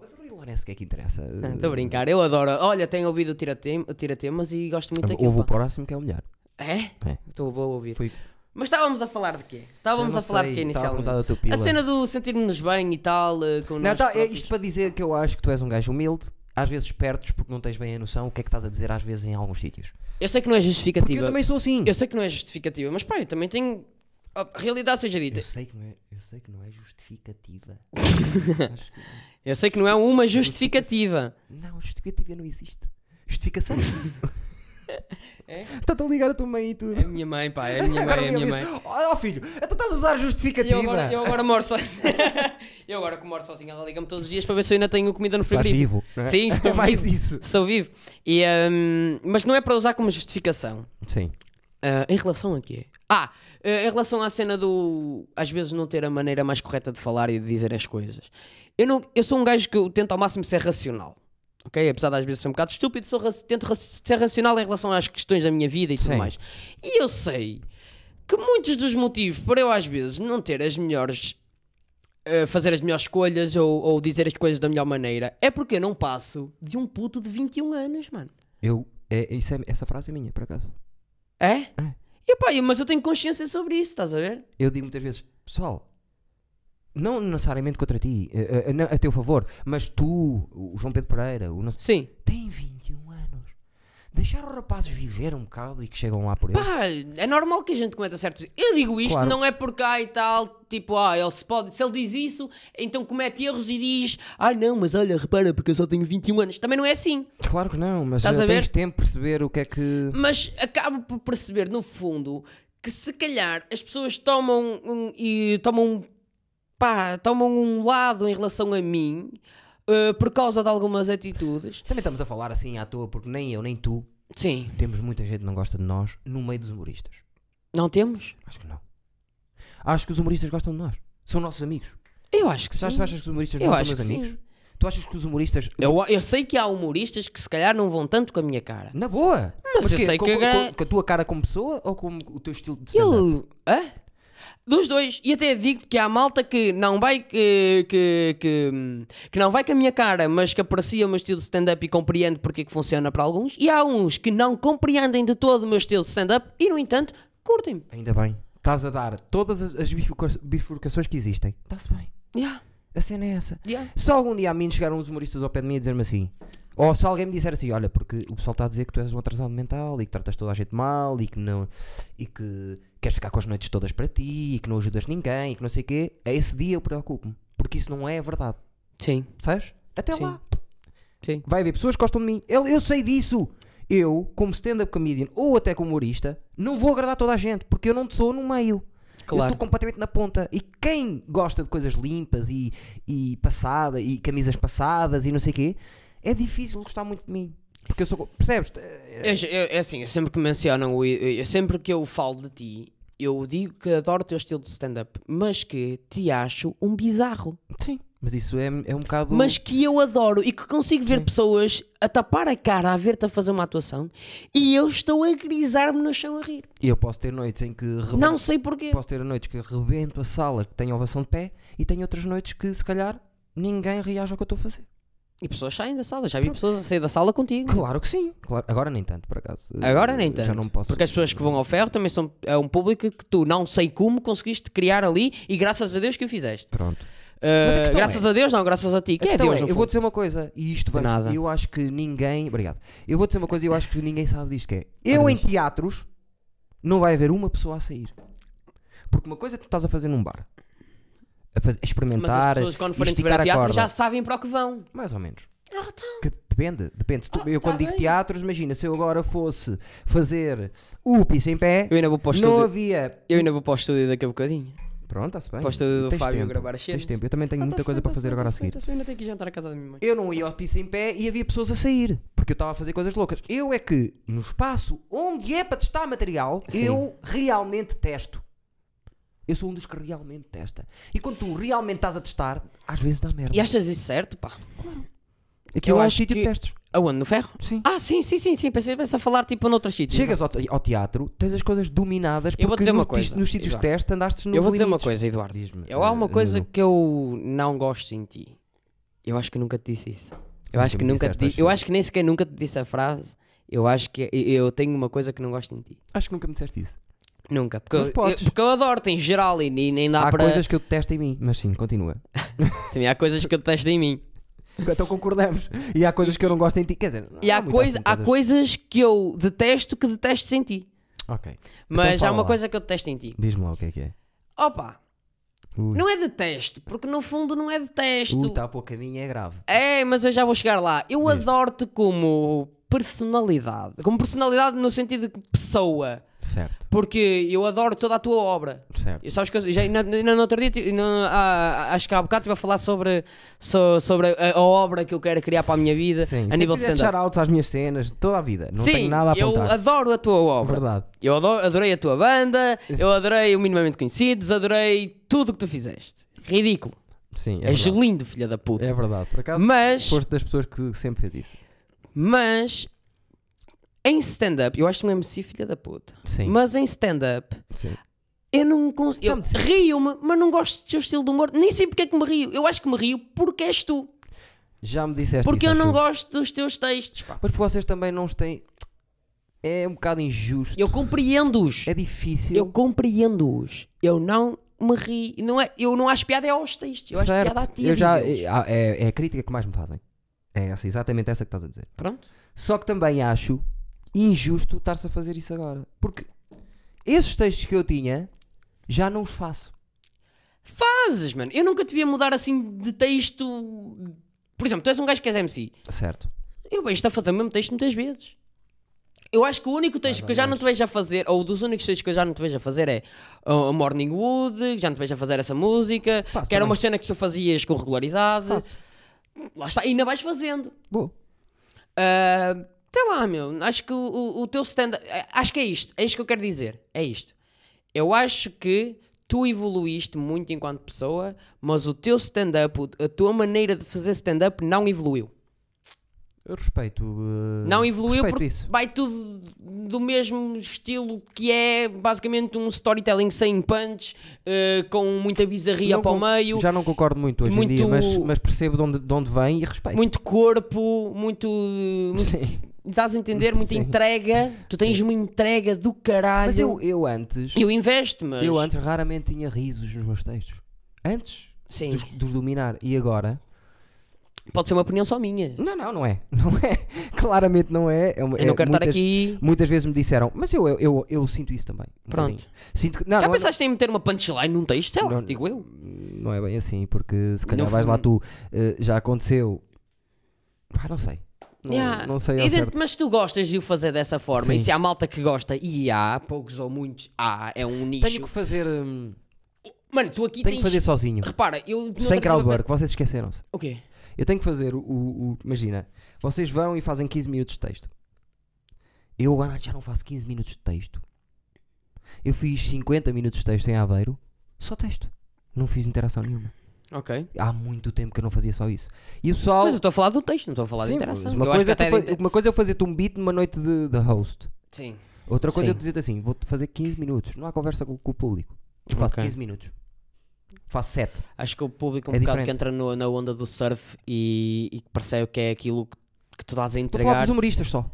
[SPEAKER 1] Mas o Rui Lourenço, o que é que interessa?
[SPEAKER 2] Não, Estou a brincar, eu adoro. Olha, tenho ouvido o tira-tem- o tira-temas e gosto muito daquilo.
[SPEAKER 1] Houve o
[SPEAKER 2] pá.
[SPEAKER 1] próximo que é o melhor.
[SPEAKER 2] É?
[SPEAKER 1] É.
[SPEAKER 2] Estou boa a ouvir.
[SPEAKER 1] Foi-
[SPEAKER 2] Mas estávamos a falar de quê? Estávamos
[SPEAKER 1] Já não
[SPEAKER 2] a falar
[SPEAKER 1] sei,
[SPEAKER 2] de quê
[SPEAKER 1] estava a
[SPEAKER 2] inicialmente?
[SPEAKER 1] perguntar da tua pila.
[SPEAKER 2] A cena do sentir-nos bem e tal, eh, com
[SPEAKER 1] Não,
[SPEAKER 2] nós
[SPEAKER 1] tá, é
[SPEAKER 2] próprios.
[SPEAKER 1] isto para dizer que eu acho que tu és um gajo humilde, às vezes perdes porque não tens bem a noção o que é que estás a dizer às vezes em alguns sítios.
[SPEAKER 2] Eu sei que não é
[SPEAKER 1] Porque
[SPEAKER 2] justificativa.
[SPEAKER 1] eu também sou assim.
[SPEAKER 2] Eu sei que não é justificativa, mas pá, eu também tenho. A realidade seja dita.
[SPEAKER 1] Eu sei que não é, eu sei que não é justificativa. Acho que-
[SPEAKER 2] Eu sei que não é uma justificativa.
[SPEAKER 1] não, justificativa não existe. Justificação.
[SPEAKER 2] É?
[SPEAKER 1] Estás a ligar a tua mãe e tudo.
[SPEAKER 2] É a minha mãe, pá, é a minha mãe, é a minha mãe.
[SPEAKER 1] Olha, filho, então estás a usar
[SPEAKER 2] E eu
[SPEAKER 1] justificativa.
[SPEAKER 2] agora, eu agora moro sozinho. eu agora que moro sozinho, ela liga-me todos os dias para ver se eu ainda tenho comida no
[SPEAKER 1] Estás
[SPEAKER 2] frigorífico.
[SPEAKER 1] vivo. não é?
[SPEAKER 2] Sim, estou
[SPEAKER 1] É mais
[SPEAKER 2] vivo.
[SPEAKER 1] isso.
[SPEAKER 2] Sou vivo. E, hum, mas não é para usar como justificação.
[SPEAKER 1] Sim.
[SPEAKER 2] Ah, em relação a quê? Ah, eh, em relação à cena do às vezes não ter a maneira mais correta de falar e de dizer as coisas. Eu, não, eu sou um gajo que eu tento ao máximo ser racional. Ok? Apesar de às vezes ser um bocado estúpido, sou raci- tento raci- ser racional em relação às questões da minha vida e tudo
[SPEAKER 1] Sim.
[SPEAKER 2] mais. E eu sei que muitos dos motivos para eu às vezes não ter as melhores. eh, fazer as melhores escolhas ou, ou dizer as coisas da melhor maneira é porque eu não passo de um puto de 21 anos, mano.
[SPEAKER 1] Eu, é- isso é- essa frase é minha, por acaso.
[SPEAKER 2] É?
[SPEAKER 1] É.
[SPEAKER 2] E pá, eu- mas eu tenho consciência sobre isso, estás a ver?
[SPEAKER 1] Eu digo muitas vezes, pessoal, não necessariamente contra ti, eh, eh, não- a, teu favor, mas tu, o João Pedro Pereira, o nosso.
[SPEAKER 2] Sim.
[SPEAKER 1] tem 21 anos. Deixar os rapazes viver um bocado e que chegam lá por eles.
[SPEAKER 2] Pá, é normal que a gente cometa certos. Eu digo isto,
[SPEAKER 1] Claro.
[SPEAKER 2] não é por cá e tal, tipo, ah, ele se pode. Se ele diz isso, então comete erros e diz, ah, não, mas olha, repara, porque eu só tenho 21 anos. Também não é assim.
[SPEAKER 1] Claro que não, mas
[SPEAKER 2] Estás
[SPEAKER 1] eh,
[SPEAKER 2] a ver?
[SPEAKER 1] tens tempo de perceber o que é que.
[SPEAKER 2] Mas acabo por perceber, no fundo, que se calhar as pessoas tomam um- e tomam pá, tomam um lado em relação a mim eh, por causa de algumas atitudes.
[SPEAKER 1] Também estamos a falar assim à toa, porque nem eu nem tu
[SPEAKER 2] Sim,
[SPEAKER 1] temos muita gente que não gosta de nós no meio dos humoristas.
[SPEAKER 2] não temos?
[SPEAKER 1] Acho que não. Acho que os humoristas gostam de nós. São nossos amigos.
[SPEAKER 2] Eu acho que
[SPEAKER 1] Tu
[SPEAKER 2] sim.
[SPEAKER 1] achas, tu achas que os humoristas
[SPEAKER 2] Eu
[SPEAKER 1] não
[SPEAKER 2] acho
[SPEAKER 1] são meus
[SPEAKER 2] que
[SPEAKER 1] amigos?
[SPEAKER 2] sim.
[SPEAKER 1] Tu achas que os humoristas.
[SPEAKER 2] Eu, eu sei que há humoristas que se calhar não vão tanto com a minha cara.
[SPEAKER 1] Na boa! Mas,
[SPEAKER 2] eu
[SPEAKER 1] quê?
[SPEAKER 2] sei
[SPEAKER 1] com,
[SPEAKER 2] que
[SPEAKER 1] com-
[SPEAKER 2] gra-
[SPEAKER 1] com a tua cara como pessoa ou com o teu estilo de stand-up?
[SPEAKER 2] Ele. Hã? Dos dois. E até digo que há malta que não vai que, que, que, que não vai com a minha cara, mas que aprecia o meu estilo de stand-up e compreende porque é que funciona para alguns. E há uns que não compreendem de todo o meu estilo de stand-up e, no entanto, curtem-me.
[SPEAKER 1] Ainda bem. Estás a dar todas as, as bifurca- bifurcações que existem. Está-se bem.
[SPEAKER 2] Yeah,
[SPEAKER 1] A cena é essa.
[SPEAKER 2] yeah.
[SPEAKER 1] Se algum dia a mim chegaram os humoristas ao pé de mim a dizer-me assim, ou se alguém me disser assim, olha, porque o pessoal está a dizer que tu és um atrasado mental e que tratas toda a gente mal e que não e que queres ficar com as noites todas para ti e que não ajudas ninguém e que não sei o quê, a esse dia eu preocupo-me, porque isso não é a verdade.
[SPEAKER 2] Sim,
[SPEAKER 1] Sabes? Até
[SPEAKER 2] Sim.
[SPEAKER 1] lá.
[SPEAKER 2] sim.
[SPEAKER 1] Vai haver pessoas que gostam de mim. Eu, eu sei disso. Eu, como stand-up comedian ou até como humorista, não vou agradar toda a gente, porque eu não sou no meio. Eu
[SPEAKER 2] Claro.
[SPEAKER 1] estou completamente na ponta. E quem gosta de coisas limpas e, e passada e camisas passadas e não sei o quê, é difícil gostar muito de mim. Porque eu sou. co- Percebes? Eh,
[SPEAKER 2] é, Eu- eu- é assim, eu sempre que mencionam, o i- eu sempre que eu falo de ti, eu digo que adoro o teu estilo de stand-up, mas que te acho um bizarro.
[SPEAKER 1] Sim, mas isso é, é um bocado.
[SPEAKER 2] Mas que eu adoro e que consigo ver pessoas a tapar a cara a ver-te a fazer uma atuação e eu estou a grisar-me no chão a rir.
[SPEAKER 1] E eu posso ter noites em é que rebento,
[SPEAKER 2] Não sei porquê.
[SPEAKER 1] posso ter noites que rebento a sala que tenho ovação de pé e tenho outras noites que se calhar ninguém reage ao que eu estou a fazer.
[SPEAKER 2] E pessoas saem da sala, já vi pessoas a sair da sala contigo.
[SPEAKER 1] Claro que sim. Claro. Agora nem tanto, por acaso.
[SPEAKER 2] Agora
[SPEAKER 1] Eh,
[SPEAKER 2] nem
[SPEAKER 1] Já
[SPEAKER 2] tanto.
[SPEAKER 1] não posso.
[SPEAKER 2] Porque as pessoas que vão ao ferro também são é um público que tu não sei como conseguiste criar ali e graças a Deus que o fizeste.
[SPEAKER 1] Pronto.
[SPEAKER 2] Uh,
[SPEAKER 1] a questão
[SPEAKER 2] graças a Deus, não, graças a ti.
[SPEAKER 1] A
[SPEAKER 2] Que é
[SPEAKER 1] É questão
[SPEAKER 2] Deus,
[SPEAKER 1] é,
[SPEAKER 2] no
[SPEAKER 1] eu vou
[SPEAKER 2] fundo.
[SPEAKER 1] dizer uma coisa, e isto vai.
[SPEAKER 2] nada.
[SPEAKER 1] Eu acho que ninguém. Obrigado. Eu vou dizer uma coisa e eu acho que ninguém sabe disto: que é. Eu em teatros não vai haver uma pessoa a sair. Porque uma coisa que tu estás a fazer num bar, a, fazer, a
[SPEAKER 2] Mas as
[SPEAKER 1] experimentar,
[SPEAKER 2] pessoas quando
[SPEAKER 1] e
[SPEAKER 2] forem te ver
[SPEAKER 1] esticar
[SPEAKER 2] ao
[SPEAKER 1] a
[SPEAKER 2] teatro
[SPEAKER 1] corda.
[SPEAKER 2] já sabem para o que vão.
[SPEAKER 1] Mais ou menos.
[SPEAKER 2] Ah, tá.
[SPEAKER 1] Que depende, depende. Se tu-
[SPEAKER 2] Ah,
[SPEAKER 1] eu quando
[SPEAKER 2] tá
[SPEAKER 1] digo
[SPEAKER 2] bem.
[SPEAKER 1] teatros, imagina, se eu agora fosse fazer o piso em pé,
[SPEAKER 2] Eu ainda vou para o
[SPEAKER 1] não
[SPEAKER 2] estúdio.
[SPEAKER 1] havia.
[SPEAKER 2] Eu ainda vou para o estúdio daqui a bocadinho.
[SPEAKER 1] Pronto, está-se bem.
[SPEAKER 2] Para o estúdio do
[SPEAKER 1] Tens
[SPEAKER 2] Fábio
[SPEAKER 1] tempo,
[SPEAKER 2] gravar as cenas.
[SPEAKER 1] Tens tempo. Eu também
[SPEAKER 2] tá
[SPEAKER 1] tenho
[SPEAKER 2] Então,
[SPEAKER 1] muita coisa para fazer agora a seguir.
[SPEAKER 2] Eu ainda tenho que jantar à casa da minha mãe.
[SPEAKER 1] Eu não ia ao piso em pé e havia pessoas a sair, porque eu estava a fazer coisas loucas. Eu é que, no espaço onde é para testar material,
[SPEAKER 2] Sim.
[SPEAKER 1] eu realmente testo. Eu sou um dos que realmente testa. E quando tu realmente estás a testar, às vezes dá merda.
[SPEAKER 2] E achas isso certo, pá?
[SPEAKER 1] Aquilo
[SPEAKER 2] eu
[SPEAKER 1] é um
[SPEAKER 2] acho
[SPEAKER 1] sítio de
[SPEAKER 2] que-
[SPEAKER 1] testes.
[SPEAKER 2] Aonde? No ferro?
[SPEAKER 1] Sim.
[SPEAKER 2] Ah, sim, sim, sim, sim. Pensei, pensei a falar tipo noutros sítios.
[SPEAKER 1] Chegas ao, ao teatro, tens as coisas dominadas, porque
[SPEAKER 2] Eu vou dizer
[SPEAKER 1] no
[SPEAKER 2] uma coisa,
[SPEAKER 1] tis- nos sítios de
[SPEAKER 2] Eduardo.
[SPEAKER 1] teste andaste nos
[SPEAKER 2] Eu vou dizer uma
[SPEAKER 1] limites.
[SPEAKER 2] coisa, Eduardo.
[SPEAKER 1] Diz-me,
[SPEAKER 2] Eu, há uma
[SPEAKER 1] eh,
[SPEAKER 2] coisa
[SPEAKER 1] Nuno.
[SPEAKER 2] que eu não gosto em ti. Eu acho que nunca te disse isso. Eu acho
[SPEAKER 1] Nunca
[SPEAKER 2] que
[SPEAKER 1] me
[SPEAKER 2] nunca te
[SPEAKER 1] disseste,
[SPEAKER 2] di-
[SPEAKER 1] acho
[SPEAKER 2] Eu
[SPEAKER 1] eu.
[SPEAKER 2] acho que nem sequer nunca te disse a frase. Eu acho que eu eu tenho uma coisa que não gosto em ti.
[SPEAKER 1] Acho que nunca me disseste isso.
[SPEAKER 2] Nunca. Porque,
[SPEAKER 1] Mas
[SPEAKER 2] eu,
[SPEAKER 1] podes.
[SPEAKER 2] eu- porque eu adoro-te em geral e nem, nem dá
[SPEAKER 1] Há
[SPEAKER 2] para.
[SPEAKER 1] coisas que eu detesto em mim, mas sim, continua.
[SPEAKER 2] Também há coisas que eu detesto em mim.
[SPEAKER 1] Então concordamos. E há coisas que eu não gosto em ti, quer dizer,
[SPEAKER 2] E há,
[SPEAKER 1] muito
[SPEAKER 2] coisa,
[SPEAKER 1] assim
[SPEAKER 2] há coisas que eu detesto que detestes em ti.
[SPEAKER 1] Ok,
[SPEAKER 2] Mas há
[SPEAKER 1] Então fala
[SPEAKER 2] uma
[SPEAKER 1] lá.
[SPEAKER 2] coisa que eu detesto em ti.
[SPEAKER 1] diz-me lá o que é que é.
[SPEAKER 2] Opa,
[SPEAKER 1] Ui.
[SPEAKER 2] não é detesto, porque no fundo não é detesto.
[SPEAKER 1] Ui, tá a poucadinho, é grave.
[SPEAKER 2] É, mas eu já vou chegar lá. Eu adoro-te como personalidade. Como personalidade no sentido de pessoa.
[SPEAKER 1] Certo,
[SPEAKER 2] Porque eu adoro toda a tua obra.
[SPEAKER 1] certo.
[SPEAKER 2] E sabes que eu já, no, no, no outro dia, ti- no- ah, acho que há bocado estive a falar sobre, so- sobre a, a obra que eu quero
[SPEAKER 1] é
[SPEAKER 2] criar para a minha vida
[SPEAKER 1] Sim,
[SPEAKER 2] a
[SPEAKER 1] sempre
[SPEAKER 2] nível de
[SPEAKER 1] deste
[SPEAKER 2] stand-up.
[SPEAKER 1] shoutouts às minhas cenas, toda a vida. Não
[SPEAKER 2] Sim,
[SPEAKER 1] tenho nada a
[SPEAKER 2] eu
[SPEAKER 1] apontar. É
[SPEAKER 2] adoro a tua obra.
[SPEAKER 1] Verdade.
[SPEAKER 2] Eu ado- adorei a tua banda, eu adorei o Minimamente Conhecidos, adorei tudo o que tu fizeste. Ridículo.
[SPEAKER 1] Sim, é
[SPEAKER 2] És
[SPEAKER 1] verdade.
[SPEAKER 2] lindo, filha da puta.
[SPEAKER 1] É verdade. Por acaso,
[SPEAKER 2] Mas-
[SPEAKER 1] foste das pessoas que sempre fez isso.
[SPEAKER 2] Mas em stand-up, eu acho um MC filha da puta.
[SPEAKER 1] Sim,
[SPEAKER 2] Mas em stand-up,
[SPEAKER 1] sim.
[SPEAKER 2] eu não consigo.
[SPEAKER 1] Já me disse.
[SPEAKER 2] Rio-me, mas não gosto do teu estilo de humor. Nem sei porque é que me rio. Eu acho que me rio porque és tu.
[SPEAKER 1] Já me disseste
[SPEAKER 2] Porque
[SPEAKER 1] isso, é
[SPEAKER 2] eu não
[SPEAKER 1] acho
[SPEAKER 2] gosto dos teus textos. Pá.
[SPEAKER 1] Mas porque vocês também não os têm... É um bocado injusto.
[SPEAKER 2] Eu compreendo-os.
[SPEAKER 1] É difícil.
[SPEAKER 2] Eu compreendo-os. Eu não me rio. Não é, eu não acho piada é aos textos. Eu acho
[SPEAKER 1] certo.
[SPEAKER 2] piada a ti. a
[SPEAKER 1] eu já...
[SPEAKER 2] dizê-los.
[SPEAKER 1] é, é- é a crítica que mais me fazem. É essa, exatamente essa que estás a dizer.
[SPEAKER 2] Pronto.
[SPEAKER 1] Só que também acho injusto estar-se a fazer isso agora. Porque esses textos que eu tinha, já não os faço.
[SPEAKER 2] Fazes, mano. Eu nunca te via mudar assim de texto. Por exemplo, tu és um gajo que és MC.
[SPEAKER 1] Certo.
[SPEAKER 2] Eu vejo-te a fazer o mesmo texto muitas vezes. Eu acho que o único texto que eu já não te vejo a fazer, ou dos únicos textos que eu já não te vejo a fazer é uh, a Morning Wood, que já não te vejo a fazer essa música,
[SPEAKER 1] Faço
[SPEAKER 2] que era
[SPEAKER 1] também.
[SPEAKER 2] uma cena que tu fazias com regularidade. Lá está, ainda vais fazendo.
[SPEAKER 1] Vou.
[SPEAKER 2] Ah, sei lá, meu, acho que o, o- o teu stand-up. Acho que é isto, é isto que eu quero dizer. É isto. Eu acho que tu evoluíste muito enquanto pessoa, mas o teu stand-up, o- a tua maneira de fazer stand-up não evoluiu.
[SPEAKER 1] Eu respeito. eh,
[SPEAKER 2] Não evoluiu
[SPEAKER 1] respeito
[SPEAKER 2] porque
[SPEAKER 1] isso.
[SPEAKER 2] vai tudo do mesmo estilo que é basicamente um storytelling sem punch, eh, com muita bizarria
[SPEAKER 1] Não
[SPEAKER 2] para o
[SPEAKER 1] con-
[SPEAKER 2] meio,
[SPEAKER 1] Já não concordo muito hoje
[SPEAKER 2] muito-
[SPEAKER 1] em dia, mas, mas percebo de onde, de onde vem e respeito.
[SPEAKER 2] muito corpo, muito. muito
[SPEAKER 1] Sim.
[SPEAKER 2] estás a entender? Muita
[SPEAKER 1] Sim.
[SPEAKER 2] entrega. Tu tens uma entrega do caralho.
[SPEAKER 1] Mas eu, eu antes.
[SPEAKER 2] Eu investo, mas.
[SPEAKER 1] Eu antes raramente tinha risos nos meus textos. Antes
[SPEAKER 2] Sim.
[SPEAKER 1] dos, dos dominar. E agora?
[SPEAKER 2] Pode ser uma opinião só minha.
[SPEAKER 1] Não, não, não é. Não é. Claramente não é. é uma-
[SPEAKER 2] eu não
[SPEAKER 1] é
[SPEAKER 2] quero
[SPEAKER 1] muitas,
[SPEAKER 2] estar aqui.
[SPEAKER 1] Muitas vezes me disseram, mas eu, eu, eu, eu sinto isso também. um
[SPEAKER 2] Pronto.
[SPEAKER 1] bocadinho. Sinto que, não,
[SPEAKER 2] Já
[SPEAKER 1] não, é-
[SPEAKER 2] pensaste em meter uma punchline num texto? Sei lá,
[SPEAKER 1] Não,
[SPEAKER 2] digo eu.
[SPEAKER 1] Não é bem assim, porque se calhar
[SPEAKER 2] Não
[SPEAKER 1] vais lá
[SPEAKER 2] fui-
[SPEAKER 1] tu, eh, já aconteceu. Pá, não sei. Não,
[SPEAKER 2] Yeah.
[SPEAKER 1] não sei ao
[SPEAKER 2] Ident-
[SPEAKER 1] certo.
[SPEAKER 2] Mas tu gostas de o fazer dessa forma. E
[SPEAKER 1] Sim.
[SPEAKER 2] se há malta que gosta, e há, poucos ou muitos, há, é um nicho.
[SPEAKER 1] Tenho que fazer. hum,
[SPEAKER 2] Mano, tu aqui
[SPEAKER 1] tenho que
[SPEAKER 2] tens.
[SPEAKER 1] fazer sozinho.
[SPEAKER 2] Repara, eu. no outro
[SPEAKER 1] Sem
[SPEAKER 2] dia-
[SPEAKER 1] crowdwork, vocês esqueceram-se.
[SPEAKER 2] O quê?
[SPEAKER 1] Eu tenho que fazer o, o- o- Imagina, vocês vão e fazem 15 minutos de texto. Eu agora já não faço 15 minutos de texto. Eu fiz 50 minutos de texto em Aveiro, só texto. Não fiz interação nenhuma.
[SPEAKER 2] Ok.
[SPEAKER 1] Há muito tempo que eu não fazia só isso. E o pessoal.
[SPEAKER 2] Mas eu estou a falar do texto, não estou a falar
[SPEAKER 1] Sim,
[SPEAKER 2] de interação.
[SPEAKER 1] mas Uma
[SPEAKER 2] Eu acho
[SPEAKER 1] coisa, é
[SPEAKER 2] que
[SPEAKER 1] tu
[SPEAKER 2] até
[SPEAKER 1] fa-
[SPEAKER 2] de inter-
[SPEAKER 1] uma coisa é eu fazer-te um beat numa noite de, de host.
[SPEAKER 2] Sim.
[SPEAKER 1] Outra coisa é eu
[SPEAKER 2] Sim.
[SPEAKER 1] dizer assim: vou-te fazer 15 minutos. Não há conversa com, com o público. Eu faço
[SPEAKER 2] Ok.
[SPEAKER 1] 15 minutos. Faço 7.
[SPEAKER 2] Acho que o público um
[SPEAKER 1] É
[SPEAKER 2] bocado que
[SPEAKER 1] diferente.
[SPEAKER 2] entra no- na onda do surf e, e que percebe que é aquilo que, que tu estás a
[SPEAKER 1] Estou a falar
[SPEAKER 2] entregar.
[SPEAKER 1] dos humoristas só.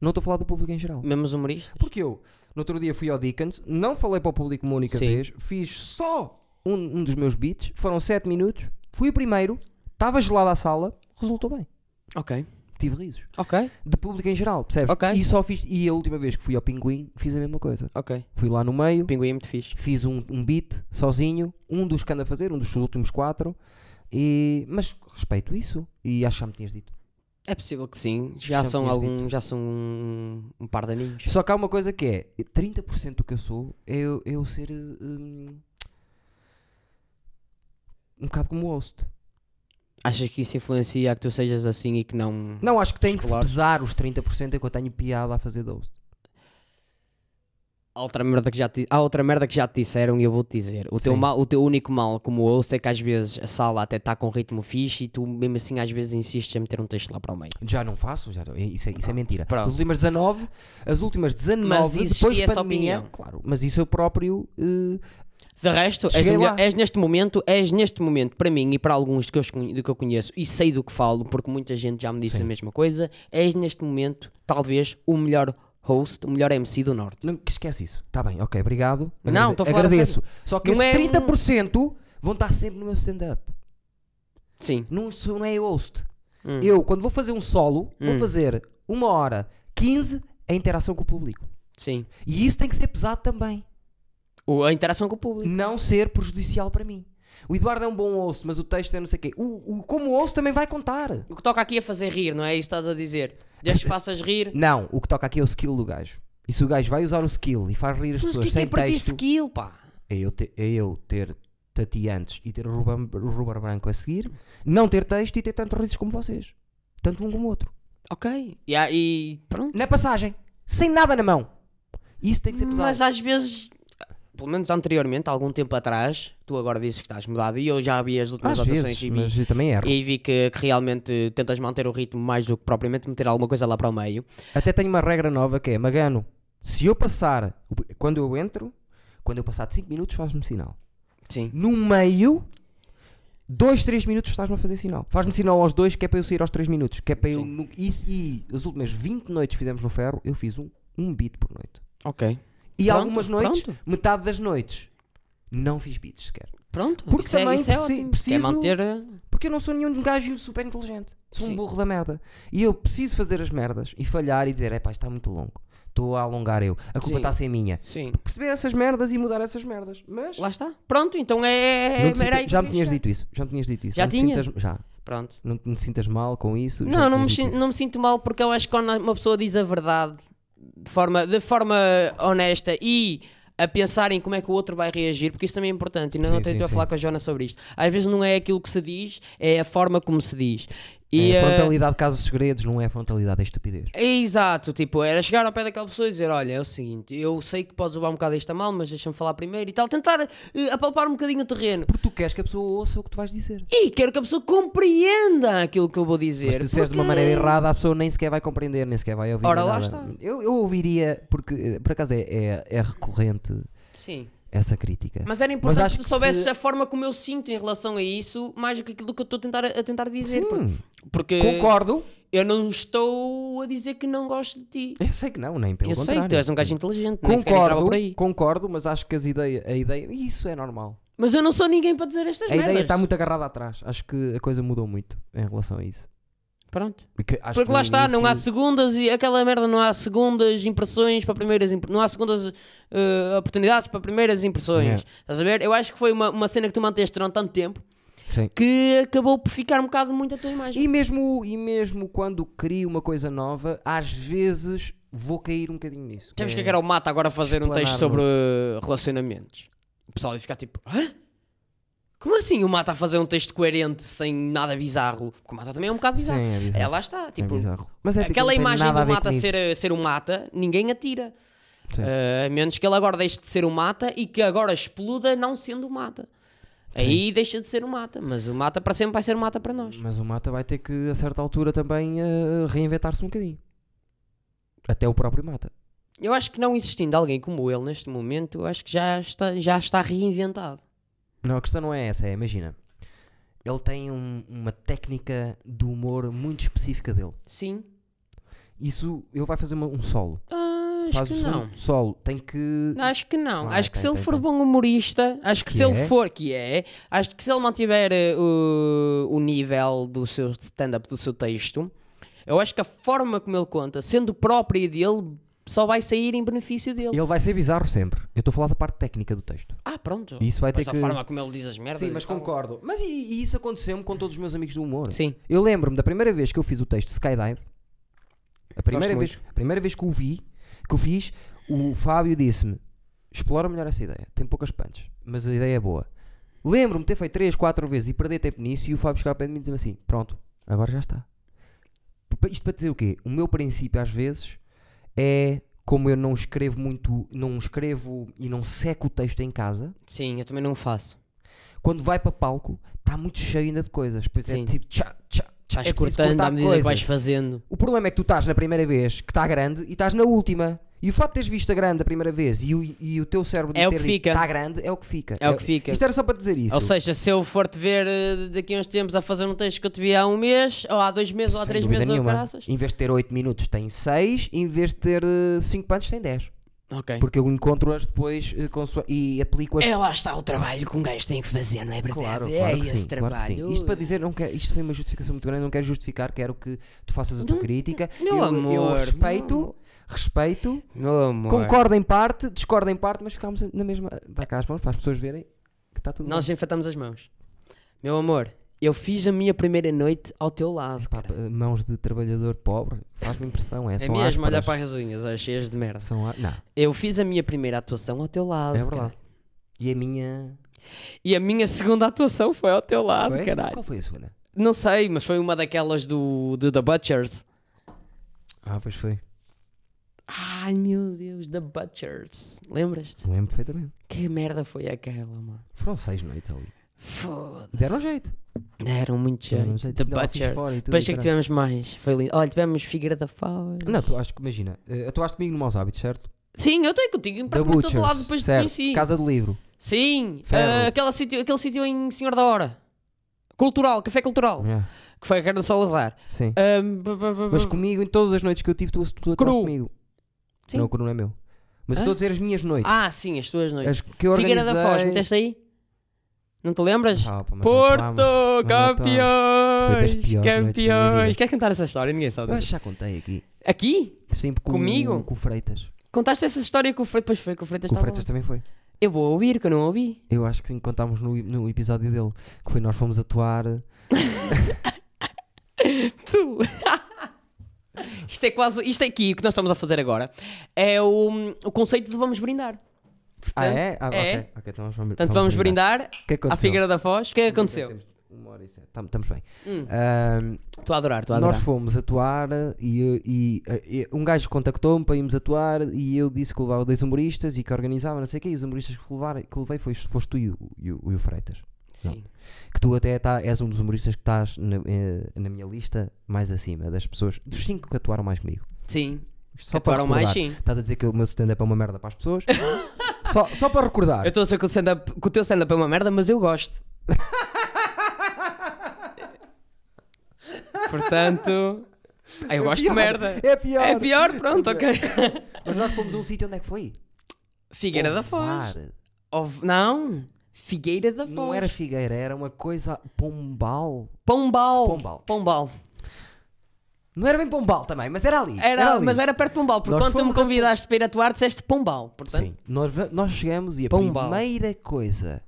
[SPEAKER 1] Não estou a falar do público em geral.
[SPEAKER 2] Mesmo os humoristas.
[SPEAKER 1] Porque Então eu, no outro dia, fui ao Dickens, não falei para o público uma única
[SPEAKER 2] Sim.
[SPEAKER 1] vez, fiz só um, um dos meus beats, foram 7 minutos, fui o primeiro, estava gelada a sala, resultou bem.
[SPEAKER 2] Ok.
[SPEAKER 1] Tive risos.
[SPEAKER 2] Ok.
[SPEAKER 1] De público em geral, percebes?
[SPEAKER 2] Ok.
[SPEAKER 1] E, só fiz, e a última vez que fui ao Pinguim, fiz a mesma coisa.
[SPEAKER 2] Ok.
[SPEAKER 1] Fui lá no meio,
[SPEAKER 2] O pinguim é muito fixe.
[SPEAKER 1] fiz um, um beat sozinho, um dos que ando a fazer, um dos últimos quatro, e, mas respeito isso. E acho que já me tinhas dito.
[SPEAKER 2] É possível que sim. Já
[SPEAKER 1] Já
[SPEAKER 2] são
[SPEAKER 1] tinhas
[SPEAKER 2] algum, já são um, um par de aninhos.
[SPEAKER 1] Só que há uma coisa que é: 30% do que eu sou é eu, é eu ser. hum, um bocado como host.
[SPEAKER 2] Achas que isso influencia a que tu sejas assim e que não.
[SPEAKER 1] Não, acho que tem que se
[SPEAKER 2] Escolar.
[SPEAKER 1] pesar os 30% é que eu tenho piada a fazer de host.
[SPEAKER 2] Há outra merda que já te, há outra merda que já te disseram e eu vou-te dizer. O teu,
[SPEAKER 1] Sim.
[SPEAKER 2] mal, o teu único mal, como ouço, é que às vezes a sala até está com ritmo fixe e tu mesmo assim às vezes insistes a meter um texto lá para o meio.
[SPEAKER 1] Já não faço, já, isso, é, isso é mentira.
[SPEAKER 2] Ah, Pronto.
[SPEAKER 1] As últimas 19, as últimas 19,
[SPEAKER 2] Mas é existia
[SPEAKER 1] depois
[SPEAKER 2] essa
[SPEAKER 1] pandemia,
[SPEAKER 2] opinião.
[SPEAKER 1] Claro, mas isso eu próprio. eh,
[SPEAKER 2] De resto, és,
[SPEAKER 1] Cheguei
[SPEAKER 2] o melhor-
[SPEAKER 1] lá.
[SPEAKER 2] és neste momento, és neste momento, para mim e para alguns de que, eu, os conhe- de que eu conheço e sei do que falo, porque muita gente já me disse a mesma coisa, és neste momento, talvez, o melhor host, o melhor MC do Norte.
[SPEAKER 1] Não, que esquece isso. Está bem, ok, obrigado.
[SPEAKER 2] Não,
[SPEAKER 1] Agrade-
[SPEAKER 2] tô a falar a
[SPEAKER 1] Agradeço. Só que
[SPEAKER 2] Não
[SPEAKER 1] esses
[SPEAKER 2] é um-
[SPEAKER 1] 30% vão estar sempre no meu stand-up.
[SPEAKER 2] Sim.
[SPEAKER 1] Não, sou- não é host.
[SPEAKER 2] Hum.
[SPEAKER 1] Eu, quando vou fazer um solo,
[SPEAKER 2] Hum.
[SPEAKER 1] vou fazer uma hora 15 a interação com o público.
[SPEAKER 2] Sim.
[SPEAKER 1] E isso tem que ser pesado também.
[SPEAKER 2] O- a interação com o público.
[SPEAKER 1] Não ser prejudicial para mim. O Eduardo é um bom host, mas o texto é não sei o quê. O, o, como host também vai contar.
[SPEAKER 2] O que toca aqui é fazer rir, não é isso que estás a dizer? Desde que faças rir.
[SPEAKER 1] Não, o que toca aqui é o skill do gajo. E se o gajo vai usar o skill e faz rir as
[SPEAKER 2] Mas o
[SPEAKER 1] pessoas
[SPEAKER 2] que é que é
[SPEAKER 1] sem
[SPEAKER 2] para ti
[SPEAKER 1] texto,
[SPEAKER 2] skill, pá?
[SPEAKER 1] é eu, te- é eu ter Tati antes e ter o Ruben- o Ruben Branco a seguir, não ter texto e ter tanto risos como vocês. Tanto um como o outro.
[SPEAKER 2] Ok. E, há- e pronto.
[SPEAKER 1] Na passagem, sem nada na mão. Isso tem que ser pesado.
[SPEAKER 2] Mas às vezes, pelo menos anteriormente, algum tempo atrás, tu agora dizes que estás mudado e eu já vi as últimas
[SPEAKER 1] Às
[SPEAKER 2] atuações
[SPEAKER 1] vezes,
[SPEAKER 2] e vi,
[SPEAKER 1] mas eu também erro.
[SPEAKER 2] e vi que, que realmente tentas manter o ritmo mais do que propriamente meter alguma coisa lá para o meio.
[SPEAKER 1] Até tenho uma regra nova que é, Magano, se eu passar, o- quando eu entro, quando eu passar de 5 minutos, faz-me sinal.
[SPEAKER 2] Sim.
[SPEAKER 1] No meio, 2, 3 minutos estás-me a fazer sinal. Faz-me sinal aos 2 que é para eu sair aos 3 minutos. Que é para eu
[SPEAKER 2] Sim.
[SPEAKER 1] nu- e, e as últimas 20 noites que fizemos no ferro, eu fiz um, um beat por noite.
[SPEAKER 2] Ok.
[SPEAKER 1] E
[SPEAKER 2] Pronto,
[SPEAKER 1] algumas noites,
[SPEAKER 2] pronto.
[SPEAKER 1] metade das noites, não fiz beats sequer.
[SPEAKER 2] Pronto.
[SPEAKER 1] Porque
[SPEAKER 2] isso é-
[SPEAKER 1] também
[SPEAKER 2] isso é,
[SPEAKER 1] preci-
[SPEAKER 2] ótimo.
[SPEAKER 1] preciso-
[SPEAKER 2] Quer manter. eh,
[SPEAKER 1] Porque eu não sou nenhum gajo super inteligente. Sou
[SPEAKER 2] Sim.
[SPEAKER 1] um burro da merda. E eu preciso fazer as merdas e falhar e dizer: é pá, isto está muito longo. Estou a alongar eu. A
[SPEAKER 2] Sim.
[SPEAKER 1] culpa está a ser minha.
[SPEAKER 2] Sim.
[SPEAKER 1] Perceber essas merdas e mudar essas merdas. Mas.
[SPEAKER 2] Lá está. Pronto, então é.
[SPEAKER 1] Não te sinta-
[SPEAKER 2] era aí que
[SPEAKER 1] já me
[SPEAKER 2] eu
[SPEAKER 1] tinhas
[SPEAKER 2] queria
[SPEAKER 1] dito isso. Já me tinhas dito isso.
[SPEAKER 2] Já
[SPEAKER 1] não te
[SPEAKER 2] tinha?
[SPEAKER 1] sintas- já.
[SPEAKER 2] chegar. Pronto.
[SPEAKER 1] Não te sintas mal com isso. já
[SPEAKER 2] Não,
[SPEAKER 1] me
[SPEAKER 2] não me,
[SPEAKER 1] tinhas dito
[SPEAKER 2] sinto,
[SPEAKER 1] isso.
[SPEAKER 2] não me sinto mal porque eu acho que quando uma pessoa diz a verdade de forma, de forma honesta e a pensar em como é que o outro vai reagir, porque isso também é importante. E não,
[SPEAKER 1] Sim,
[SPEAKER 2] não tenho
[SPEAKER 1] sim,
[SPEAKER 2] a
[SPEAKER 1] sim.
[SPEAKER 2] falar com a Joana sobre isto. Às vezes não é aquilo que se diz, é a forma como se diz. E,
[SPEAKER 1] É a
[SPEAKER 2] eh,
[SPEAKER 1] frontalidade de casos segredos, não é a frontalidade, é a estupidez.
[SPEAKER 2] é Exato, tipo, era chegar ao pé daquela pessoa e dizer: Olha, é o seguinte, eu sei que podes levar um bocado isto a mal, mas deixa-me falar primeiro e tal. Tentar eh, apalpar um bocadinho o terreno.
[SPEAKER 1] Porque tu queres que a pessoa ouça o que tu vais dizer.
[SPEAKER 2] E quero que a pessoa compreenda aquilo que eu vou
[SPEAKER 1] Mas
[SPEAKER 2] dizer.
[SPEAKER 1] se tu disseres de uma
[SPEAKER 2] porque-
[SPEAKER 1] maneira errada, a pessoa nem sequer vai compreender, nem sequer vai ouvir.
[SPEAKER 2] Ora,
[SPEAKER 1] nem
[SPEAKER 2] lá
[SPEAKER 1] nada.
[SPEAKER 2] está.
[SPEAKER 1] Eu, eu ouviria, porque eh, por acaso é, é, é recorrente
[SPEAKER 2] Sim.
[SPEAKER 1] essa crítica.
[SPEAKER 2] Mas era importante
[SPEAKER 1] acho
[SPEAKER 2] que tu
[SPEAKER 1] que
[SPEAKER 2] soubesses
[SPEAKER 1] se-
[SPEAKER 2] a forma como eu sinto em relação a isso, mais do que aquilo que eu estou a tentar, a tentar dizer.
[SPEAKER 1] Sim,
[SPEAKER 2] Porque
[SPEAKER 1] concordo.
[SPEAKER 2] eu não estou a dizer que não gosto de ti.
[SPEAKER 1] Eu sei que não, nem pelo
[SPEAKER 2] eu sei,
[SPEAKER 1] contrário.
[SPEAKER 2] tu és um gajo inteligente, nem sequer entrava
[SPEAKER 1] Concordo,
[SPEAKER 2] por aí.
[SPEAKER 1] concordo, mas acho que as ideias, a ideia, e isso é normal.
[SPEAKER 2] Mas eu não sou ninguém para dizer estas
[SPEAKER 1] A ideia
[SPEAKER 2] merdas.
[SPEAKER 1] está muito agarrada atrás. Acho que a coisa mudou muito em relação a isso.
[SPEAKER 2] Pronto.
[SPEAKER 1] Porque, acho
[SPEAKER 2] Porque
[SPEAKER 1] que
[SPEAKER 2] lá
[SPEAKER 1] no
[SPEAKER 2] está, não há
[SPEAKER 1] início-
[SPEAKER 2] segundas e aquela merda não há segundas impressões para primeiras imp- não há segundas eh, oportunidades para primeiras impressões.
[SPEAKER 1] É.
[SPEAKER 2] Estás a ver? Eu acho que foi uma, uma cena que tu manteste durante tanto tempo
[SPEAKER 1] Sim.
[SPEAKER 2] que acabou por ficar um bocado muito a tua imagem.
[SPEAKER 1] E mesmo, e mesmo quando crio uma coisa nova, às vezes vou cair um bocadinho nisso.
[SPEAKER 2] Sabes
[SPEAKER 1] é-
[SPEAKER 2] que é que era o Mata agora a fazer um
[SPEAKER 1] explanar é?
[SPEAKER 2] texto sobre uh, relacionamentos? O pessoal ia ficar tipo, hã? Como assim o Mata a fazer um texto coerente sem nada bizarro? Porque o Mata também é um bocado
[SPEAKER 1] Sim,
[SPEAKER 2] bizarro.
[SPEAKER 1] é bizarro.
[SPEAKER 2] é, lá está,
[SPEAKER 1] É
[SPEAKER 2] tipo,
[SPEAKER 1] bizarro. Mas é tipo,
[SPEAKER 2] aquela
[SPEAKER 1] não tem
[SPEAKER 2] imagem
[SPEAKER 1] nada a ver
[SPEAKER 2] do eh, um Mata
[SPEAKER 1] com isso.
[SPEAKER 2] ser, ser o Mata, ninguém atira.
[SPEAKER 1] Sim.
[SPEAKER 2] Eh, a menos que ele agora deixe de ser o mata e que agora exploda não sendo o mata. Aí deixa de ser o mata, mas o mata para sempre vai ser o mata para nós.
[SPEAKER 1] Mas o Mata vai ter que, a certa altura, também eh, reinventar-se um bocadinho. Até o próprio Mata.
[SPEAKER 2] Eu acho que não existindo alguém como ele neste momento, eu acho que já está, já está reinventado.
[SPEAKER 1] Não, a questão não é essa, é, imagina. Ele tem um- uma técnica do humor muito específica dele.
[SPEAKER 2] Sim.
[SPEAKER 1] Isso, ele vai fazer uma- um solo.
[SPEAKER 2] Ah, acho
[SPEAKER 1] Faz
[SPEAKER 2] que
[SPEAKER 1] o
[SPEAKER 2] não.
[SPEAKER 1] solo, solo. Tem que.
[SPEAKER 2] Acho que não.
[SPEAKER 1] Ah,
[SPEAKER 2] acho que
[SPEAKER 1] tem,
[SPEAKER 2] se ele
[SPEAKER 1] tem,
[SPEAKER 2] for
[SPEAKER 1] tem.
[SPEAKER 2] bom humorista, acho que,
[SPEAKER 1] Que
[SPEAKER 2] se ele
[SPEAKER 1] é?
[SPEAKER 2] for, que é, acho que se ele mantiver eh, o, o nível do seu stand-up, do seu texto, eu acho que a forma como ele conta, sendo própria dele, só vai sair em benefício dele.
[SPEAKER 1] Ele vai ser bizarro sempre. Eu estou a falar da parte técnica do texto.
[SPEAKER 2] Ah, pronto.
[SPEAKER 1] E isso vai
[SPEAKER 2] mas
[SPEAKER 1] ter
[SPEAKER 2] a
[SPEAKER 1] que-
[SPEAKER 2] forma como ele diz as merdas.
[SPEAKER 1] Sim,
[SPEAKER 2] e
[SPEAKER 1] mas
[SPEAKER 2] tal.
[SPEAKER 1] concordo. Mas e, e isso aconteceu-me com todos os meus amigos do humor.
[SPEAKER 2] Sim.
[SPEAKER 1] Eu lembro-me da primeira vez que eu fiz o texto de Skydive, a primeira,
[SPEAKER 2] Gosto
[SPEAKER 1] vez, a primeira vez que o vi, que eu fiz, o Fábio disse-me: explora melhor essa ideia, tem poucas punches, mas a ideia é boa. Lembro-me de ter feito 3, 4 vezes e perder tempo nisso, e o Fábio chegar ao pé de mim e dizer assim: pronto, agora já está. P- Isto para dizer o quê? O meu princípio às vezes é como eu não escrevo muito, não escrevo e não seco o texto em casa,
[SPEAKER 2] Sim, eu também não faço.
[SPEAKER 1] quando vai para palco, está muito cheio ainda de coisas. Pois é
[SPEAKER 2] Sim.
[SPEAKER 1] tipo tchá, tchá, tchá.
[SPEAKER 2] Vais
[SPEAKER 1] é preciso
[SPEAKER 2] cortando à
[SPEAKER 1] cortar
[SPEAKER 2] medida que
[SPEAKER 1] coisas.
[SPEAKER 2] vais fazendo.
[SPEAKER 1] O problema é que tu estás na primeira vez, que está grande, e estás na última. E o facto de teres visto a grande a primeira vez e o, e o teu cérebro de
[SPEAKER 2] É o
[SPEAKER 1] ter
[SPEAKER 2] que fica.
[SPEAKER 1] está grande, é o que fica.
[SPEAKER 2] É o que fica.
[SPEAKER 1] Isto era só para dizer isso.
[SPEAKER 2] Ou seja, se eu for te ver eh, daqui a uns tempos a fazer um texto que eu te vi há um mês, ou há dois meses, ou há
[SPEAKER 1] Sem
[SPEAKER 2] três
[SPEAKER 1] dúvida
[SPEAKER 2] meses, ou
[SPEAKER 1] nenhuma.
[SPEAKER 2] caraças.
[SPEAKER 1] Em vez de ter 8 minutos, tem 6. Em vez de ter 5 punches, tem 10.
[SPEAKER 2] Ok.
[SPEAKER 1] Porque eu encontro-as depois eh, consua- e aplico-as.
[SPEAKER 2] É lá está o trabalho que um gajo tem que fazer, não é verdade?
[SPEAKER 1] Claro,
[SPEAKER 2] é
[SPEAKER 1] claro que
[SPEAKER 2] esse
[SPEAKER 1] sim, claro que
[SPEAKER 2] trabalho.
[SPEAKER 1] sim. Isto para dizer, não quero, isto foi uma justificação muito grande, não quero justificar, quero que tu faças a tua crítica.
[SPEAKER 2] meu
[SPEAKER 1] eu, eu
[SPEAKER 2] amor, é.
[SPEAKER 1] respeito,
[SPEAKER 2] meu amor.
[SPEAKER 1] respeito,
[SPEAKER 2] Meu amor.
[SPEAKER 1] concordo em parte, discordo em parte, mas ficámos na mesma. Dá cá as mãos para as pessoas verem que está tudo
[SPEAKER 2] Nós desinfetamos as mãos. Meu amor, eu fiz a minha primeira noite ao teu lado.
[SPEAKER 1] bem. Pá,
[SPEAKER 2] cara.
[SPEAKER 1] eh, mãos de trabalhador pobre, faz-me impressão, é,
[SPEAKER 2] É
[SPEAKER 1] são
[SPEAKER 2] mesmo olhar
[SPEAKER 1] ásperas.
[SPEAKER 2] para as unhas, ó, cheias de merda.
[SPEAKER 1] São á- Não,
[SPEAKER 2] Eu fiz a minha primeira atuação ao teu lado.
[SPEAKER 1] é verdade.
[SPEAKER 2] caralho.
[SPEAKER 1] E a minha.
[SPEAKER 2] E a minha segunda atuação foi ao teu lado,
[SPEAKER 1] Foi?
[SPEAKER 2] Ah, caralho.
[SPEAKER 1] Qual foi a segunda?
[SPEAKER 2] Não sei, mas foi uma daquelas do, do The Butchers.
[SPEAKER 1] Ah, pois foi.
[SPEAKER 2] Ai meu Deus, The Butchers. Lembras-te?
[SPEAKER 1] Lembro perfeitamente.
[SPEAKER 2] Que merda foi aquela, mano?
[SPEAKER 1] Foram seis noites ali.
[SPEAKER 2] Foda-se.
[SPEAKER 1] Deram jeito.
[SPEAKER 2] Deram muito
[SPEAKER 1] Deram
[SPEAKER 2] jeito. The
[SPEAKER 1] Ainda lá fiz
[SPEAKER 2] Butchers.
[SPEAKER 1] fora e tudo,
[SPEAKER 2] Depois é que
[SPEAKER 1] caralho.
[SPEAKER 2] tivemos mais. Foi lindo. Olha, tivemos Figueira da Foz.
[SPEAKER 1] Não, tu acho que imagina, eh, atuaste comigo no Maus Hábitos, certo?
[SPEAKER 2] Sim, eu estou contigo em
[SPEAKER 1] Da
[SPEAKER 2] praticamente todo
[SPEAKER 1] Butchers,
[SPEAKER 2] lado depois de
[SPEAKER 1] certo.
[SPEAKER 2] conheci.
[SPEAKER 1] Casa do Livro.
[SPEAKER 2] Sim,
[SPEAKER 1] Ferro.
[SPEAKER 2] ah, aquela sítio, aquele sítio em Senhor da Hora. Cultural, Café Cultural.
[SPEAKER 1] Yeah,
[SPEAKER 2] Que foi a cara do Salazar.
[SPEAKER 1] Sim.
[SPEAKER 2] Ah, b- b- b-
[SPEAKER 1] Hum. Mas comigo, em todas as noites que eu tive, tu, tu atuaste
[SPEAKER 2] Cru.
[SPEAKER 1] comigo.
[SPEAKER 2] Sim.
[SPEAKER 1] Não, o cru não é meu. Mas eu
[SPEAKER 2] Hã?
[SPEAKER 1] estou a dizer as minhas noites.
[SPEAKER 2] Ah, sim, as tuas noites.
[SPEAKER 1] é as que eu organizei...
[SPEAKER 2] Figueira da Foz, meteste aí? Não te lembras?
[SPEAKER 1] Ah, opa, mas não te lembro.
[SPEAKER 2] Porto,
[SPEAKER 1] mas não te Foi das
[SPEAKER 2] campeões,
[SPEAKER 1] piores noites da minha
[SPEAKER 2] campeões.
[SPEAKER 1] vida.
[SPEAKER 2] Queres contar essa história? Ninguém sabe.
[SPEAKER 1] Eu acho que já contei aqui.
[SPEAKER 2] Aqui?
[SPEAKER 1] Sempre com,
[SPEAKER 2] Comigo? tá
[SPEAKER 1] Com o Freitas.
[SPEAKER 2] Contaste essa história com o Freitas? Pois foi, com o Freitas.
[SPEAKER 1] Com o
[SPEAKER 2] estava lá.
[SPEAKER 1] Freitas também foi.
[SPEAKER 2] Eu vou ouvir, que eu não ouvi.
[SPEAKER 1] Eu acho que sim, contámos no, no episódio dele. Que foi nós fomos atuar... Ah,
[SPEAKER 2] Tu! isto é quase. Isto aqui, o que nós estamos a fazer agora, é o, o conceito de vamos brindar.
[SPEAKER 1] ah, é? Ah,
[SPEAKER 2] é.
[SPEAKER 1] ok. Ok, então vamos, vamos,
[SPEAKER 2] Portanto, vamos brindar
[SPEAKER 1] O que
[SPEAKER 2] à
[SPEAKER 1] aconteceu?
[SPEAKER 2] Figueira da Foz. O que é que aconteceu?
[SPEAKER 1] Estamos bem.
[SPEAKER 2] Hum.
[SPEAKER 1] Ahm,
[SPEAKER 2] Estou a adorar, estou a adorar.
[SPEAKER 1] Nós fomos atuar eh, e, e- e- um gajo contactou-me para irmos atuar e eu disse que levava dois humoristas e que organizava, não sei o quê, e os humoristas que, levar, que levei foi, foste tu e o, e o- e o Freitas.
[SPEAKER 2] Sim.
[SPEAKER 1] Que tu até tá- és um dos humoristas que estás na, eh, na minha lista mais acima das pessoas, dos cinco que atuaram mais comigo.
[SPEAKER 2] Sim.
[SPEAKER 1] Isto Só
[SPEAKER 2] Atuaram mais,
[SPEAKER 1] recordar.
[SPEAKER 2] sim.
[SPEAKER 1] Estás a dizer que o meu stand-up é uma merda para as pessoas? só, só para recordar.
[SPEAKER 2] Eu estou a dizer que o, stand-up- que o teu stand-up é uma merda, mas eu gosto. Portanto. ah, eu gosto
[SPEAKER 1] pior,
[SPEAKER 2] de merda.
[SPEAKER 1] É pior.
[SPEAKER 2] É pior, pronto, ok.
[SPEAKER 1] Mas nós fomos a um sítio onde é que foi?
[SPEAKER 2] Figueira da Foz.
[SPEAKER 1] Ovar.
[SPEAKER 2] Ov- Não. Figueira da Foz.
[SPEAKER 1] Não era Figueira, era uma coisa pombal.
[SPEAKER 2] Pombal.
[SPEAKER 1] Pombal.
[SPEAKER 2] Pombal.
[SPEAKER 1] Não era bem Pombal também, mas era ali.
[SPEAKER 2] Era,
[SPEAKER 1] ali.
[SPEAKER 2] mas era perto de Pombal, porque
[SPEAKER 1] Nós
[SPEAKER 2] quando tu me
[SPEAKER 1] fomos a-
[SPEAKER 2] convidaste para ir atuar, disseste Pombal. Portanto,
[SPEAKER 1] Sim, nós, va- nós chegamos e a
[SPEAKER 2] Pombal.
[SPEAKER 1] primeira coisa.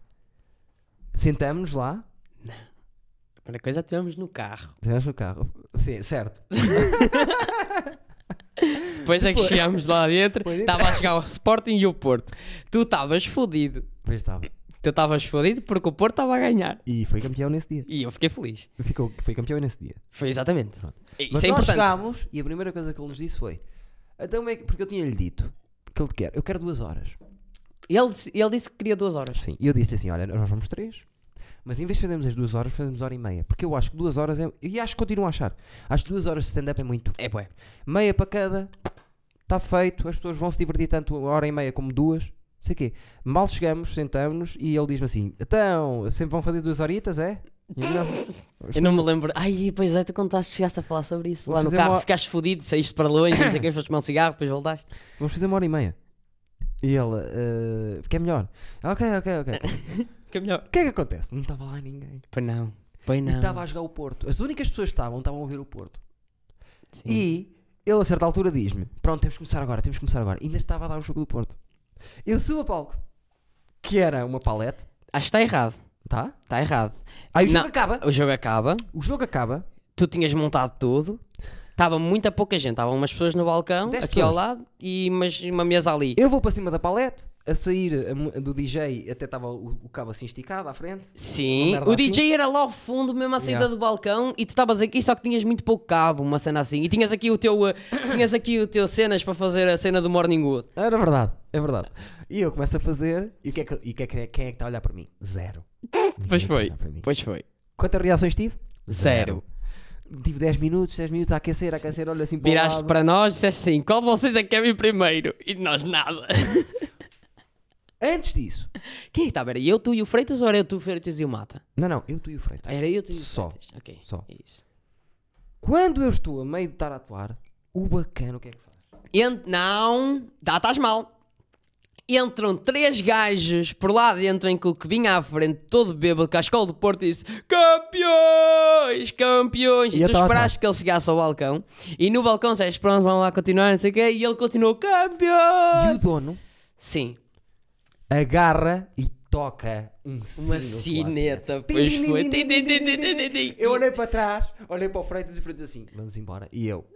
[SPEAKER 1] Sentamos lá.
[SPEAKER 2] a primeira coisa tivemos no carro.
[SPEAKER 1] Sentamos no carro. Sim, certo.
[SPEAKER 2] Depois é que chegámos lá dentro,
[SPEAKER 1] Depois
[SPEAKER 2] estava a chegar o Sporting e o Porto. Tu estavas fodido.
[SPEAKER 1] Pois estava.
[SPEAKER 2] Tu estavas fodido porque o Porto estava a ganhar.
[SPEAKER 1] E foi campeão nesse dia.
[SPEAKER 2] E eu fiquei feliz.
[SPEAKER 1] Ficou, foi campeão nesse dia.
[SPEAKER 2] Foi exatamente.
[SPEAKER 1] Pronto.
[SPEAKER 2] Isso
[SPEAKER 1] Mas
[SPEAKER 2] é
[SPEAKER 1] nós
[SPEAKER 2] importante.
[SPEAKER 1] chegámos e a primeira coisa que ele nos disse foi: Então, como é que-" porque eu tinha-lhe dito que ele te quer. Eu quero duas horas.
[SPEAKER 2] Ele, ele disse que queria duas horas.
[SPEAKER 1] Sim. E eu disse-lhe assim: olha, nós vamos três. Mas em vez de fazermos as duas horas, fazemos hora e meia. Porque eu acho que duas horas é. E acho que continuo a achar. Acho que duas horas de stand-up é muito.
[SPEAKER 2] É, bué.
[SPEAKER 1] Meia para cada, está feito. As pessoas vão se divertir tanto uma hora e meia como duas. não Sei quê. Mal chegamos, sentamos e ele diz-me assim: então, sempre vão fazer duas horitas, é? E eu, não.
[SPEAKER 2] Eu não me lembro. Ai, pois é, tu contaste, chegaste a falar sobre isso. Lá
[SPEAKER 1] Vamos
[SPEAKER 2] no
[SPEAKER 1] fazer
[SPEAKER 2] carro
[SPEAKER 1] uma-
[SPEAKER 2] ficaste fodido, saíste para longe, não sei quem foste tomar um cigarro, depois voltaste.
[SPEAKER 1] Vamos fazer uma hora e meia. E ele, que é melhor. Ok, ok, ok.
[SPEAKER 2] Que é melhor.
[SPEAKER 1] O que é que acontece? Não estava lá ninguém.
[SPEAKER 2] Pois não. Pois
[SPEAKER 1] E
[SPEAKER 2] não.
[SPEAKER 1] estava a jogar o Porto. As únicas pessoas que estavam, estavam a ver o Porto.
[SPEAKER 2] Sim.
[SPEAKER 1] E ele a certa altura diz-me: Pronto, temos que começar agora, temos que começar agora. Ainda estava a dar o jogo do Porto. Eu subo a palco, que era uma palete,
[SPEAKER 2] Acho que está errado.
[SPEAKER 1] tá?
[SPEAKER 2] Está errado.
[SPEAKER 1] Aí o jogo
[SPEAKER 2] Não.
[SPEAKER 1] acaba.
[SPEAKER 2] O jogo acaba,
[SPEAKER 1] O jogo acaba.
[SPEAKER 2] tu tinhas montado tudo, estava muita pouca gente, estavam umas pessoas no balcão,
[SPEAKER 1] Dez
[SPEAKER 2] aqui
[SPEAKER 1] pessoas.
[SPEAKER 2] ao lado, e umas- uma mesa ali.
[SPEAKER 1] Eu vou para cima da palete, a sair a mu- do DJ, até estava o, o cabo assim esticado à frente.
[SPEAKER 2] Sim,
[SPEAKER 1] Uma merda
[SPEAKER 2] o DJ era lá ao fundo, mesmo à saída
[SPEAKER 1] Yeah.
[SPEAKER 2] do balcão, e tu estavas aqui, só que tinhas muito pouco cabo, uma cena assim. E tinhas aqui o teu, eh, tinhas aqui o teu cenas para fazer a cena do Morning Wood.
[SPEAKER 1] Era verdade, é verdade. E eu começo a fazer. E, o que é que, e que é que- quem é que está a olhar para mim? Zero. Ninguém está
[SPEAKER 2] Pois
[SPEAKER 1] a
[SPEAKER 2] foi,
[SPEAKER 1] olhar para mim.
[SPEAKER 2] pois foi.
[SPEAKER 1] Quantas reações tive?
[SPEAKER 2] Zero.
[SPEAKER 1] Tive 10 minutos, 10 minutos a aquecer, a aquecer, olha assim para o
[SPEAKER 2] Viraste
[SPEAKER 1] lado.
[SPEAKER 2] para nós e disseste assim: qual de vocês é que quer vir primeiro? E nós nada.
[SPEAKER 1] Antes disso.
[SPEAKER 2] Quem é que estava? Era eu, tu e o Freitas ou era eu, tu, o Freitas e o Mata?
[SPEAKER 1] Não, não, eu, tu e o Freitas.
[SPEAKER 2] Ah, Era eu, tu e o
[SPEAKER 1] Só.
[SPEAKER 2] Freitas. Ok.
[SPEAKER 1] Só.
[SPEAKER 2] É isso.
[SPEAKER 1] Quando eu estou a meio de estar a atuar, o bacana o que é que faz?
[SPEAKER 2] Ent- não, tá, estás mal. Entram três gajos por lá dentro em que o que vinha à frente, todo bêbado, que a escola do Porto disse campeões, campeões.
[SPEAKER 1] E
[SPEAKER 2] E,
[SPEAKER 1] eu
[SPEAKER 2] tu
[SPEAKER 1] tava atrás.
[SPEAKER 2] esperaste que ele chegasse ao balcão. E no balcão disseste, pronto, vamos lá continuar, não sei o quê. E ele continuou, campeões.
[SPEAKER 1] E o dono
[SPEAKER 2] Sim,
[SPEAKER 1] agarra e toca um sino.
[SPEAKER 2] uma
[SPEAKER 1] claro.
[SPEAKER 2] cineta,
[SPEAKER 1] Tim,
[SPEAKER 2] pois
[SPEAKER 1] tim,
[SPEAKER 2] foi.
[SPEAKER 1] tim, tim,
[SPEAKER 2] Tim, tim, tim, tim, tim, tim, tim.
[SPEAKER 1] Eu olhei para trás, olhei para o Freitas e o Freitas assim, vamos embora. E eu,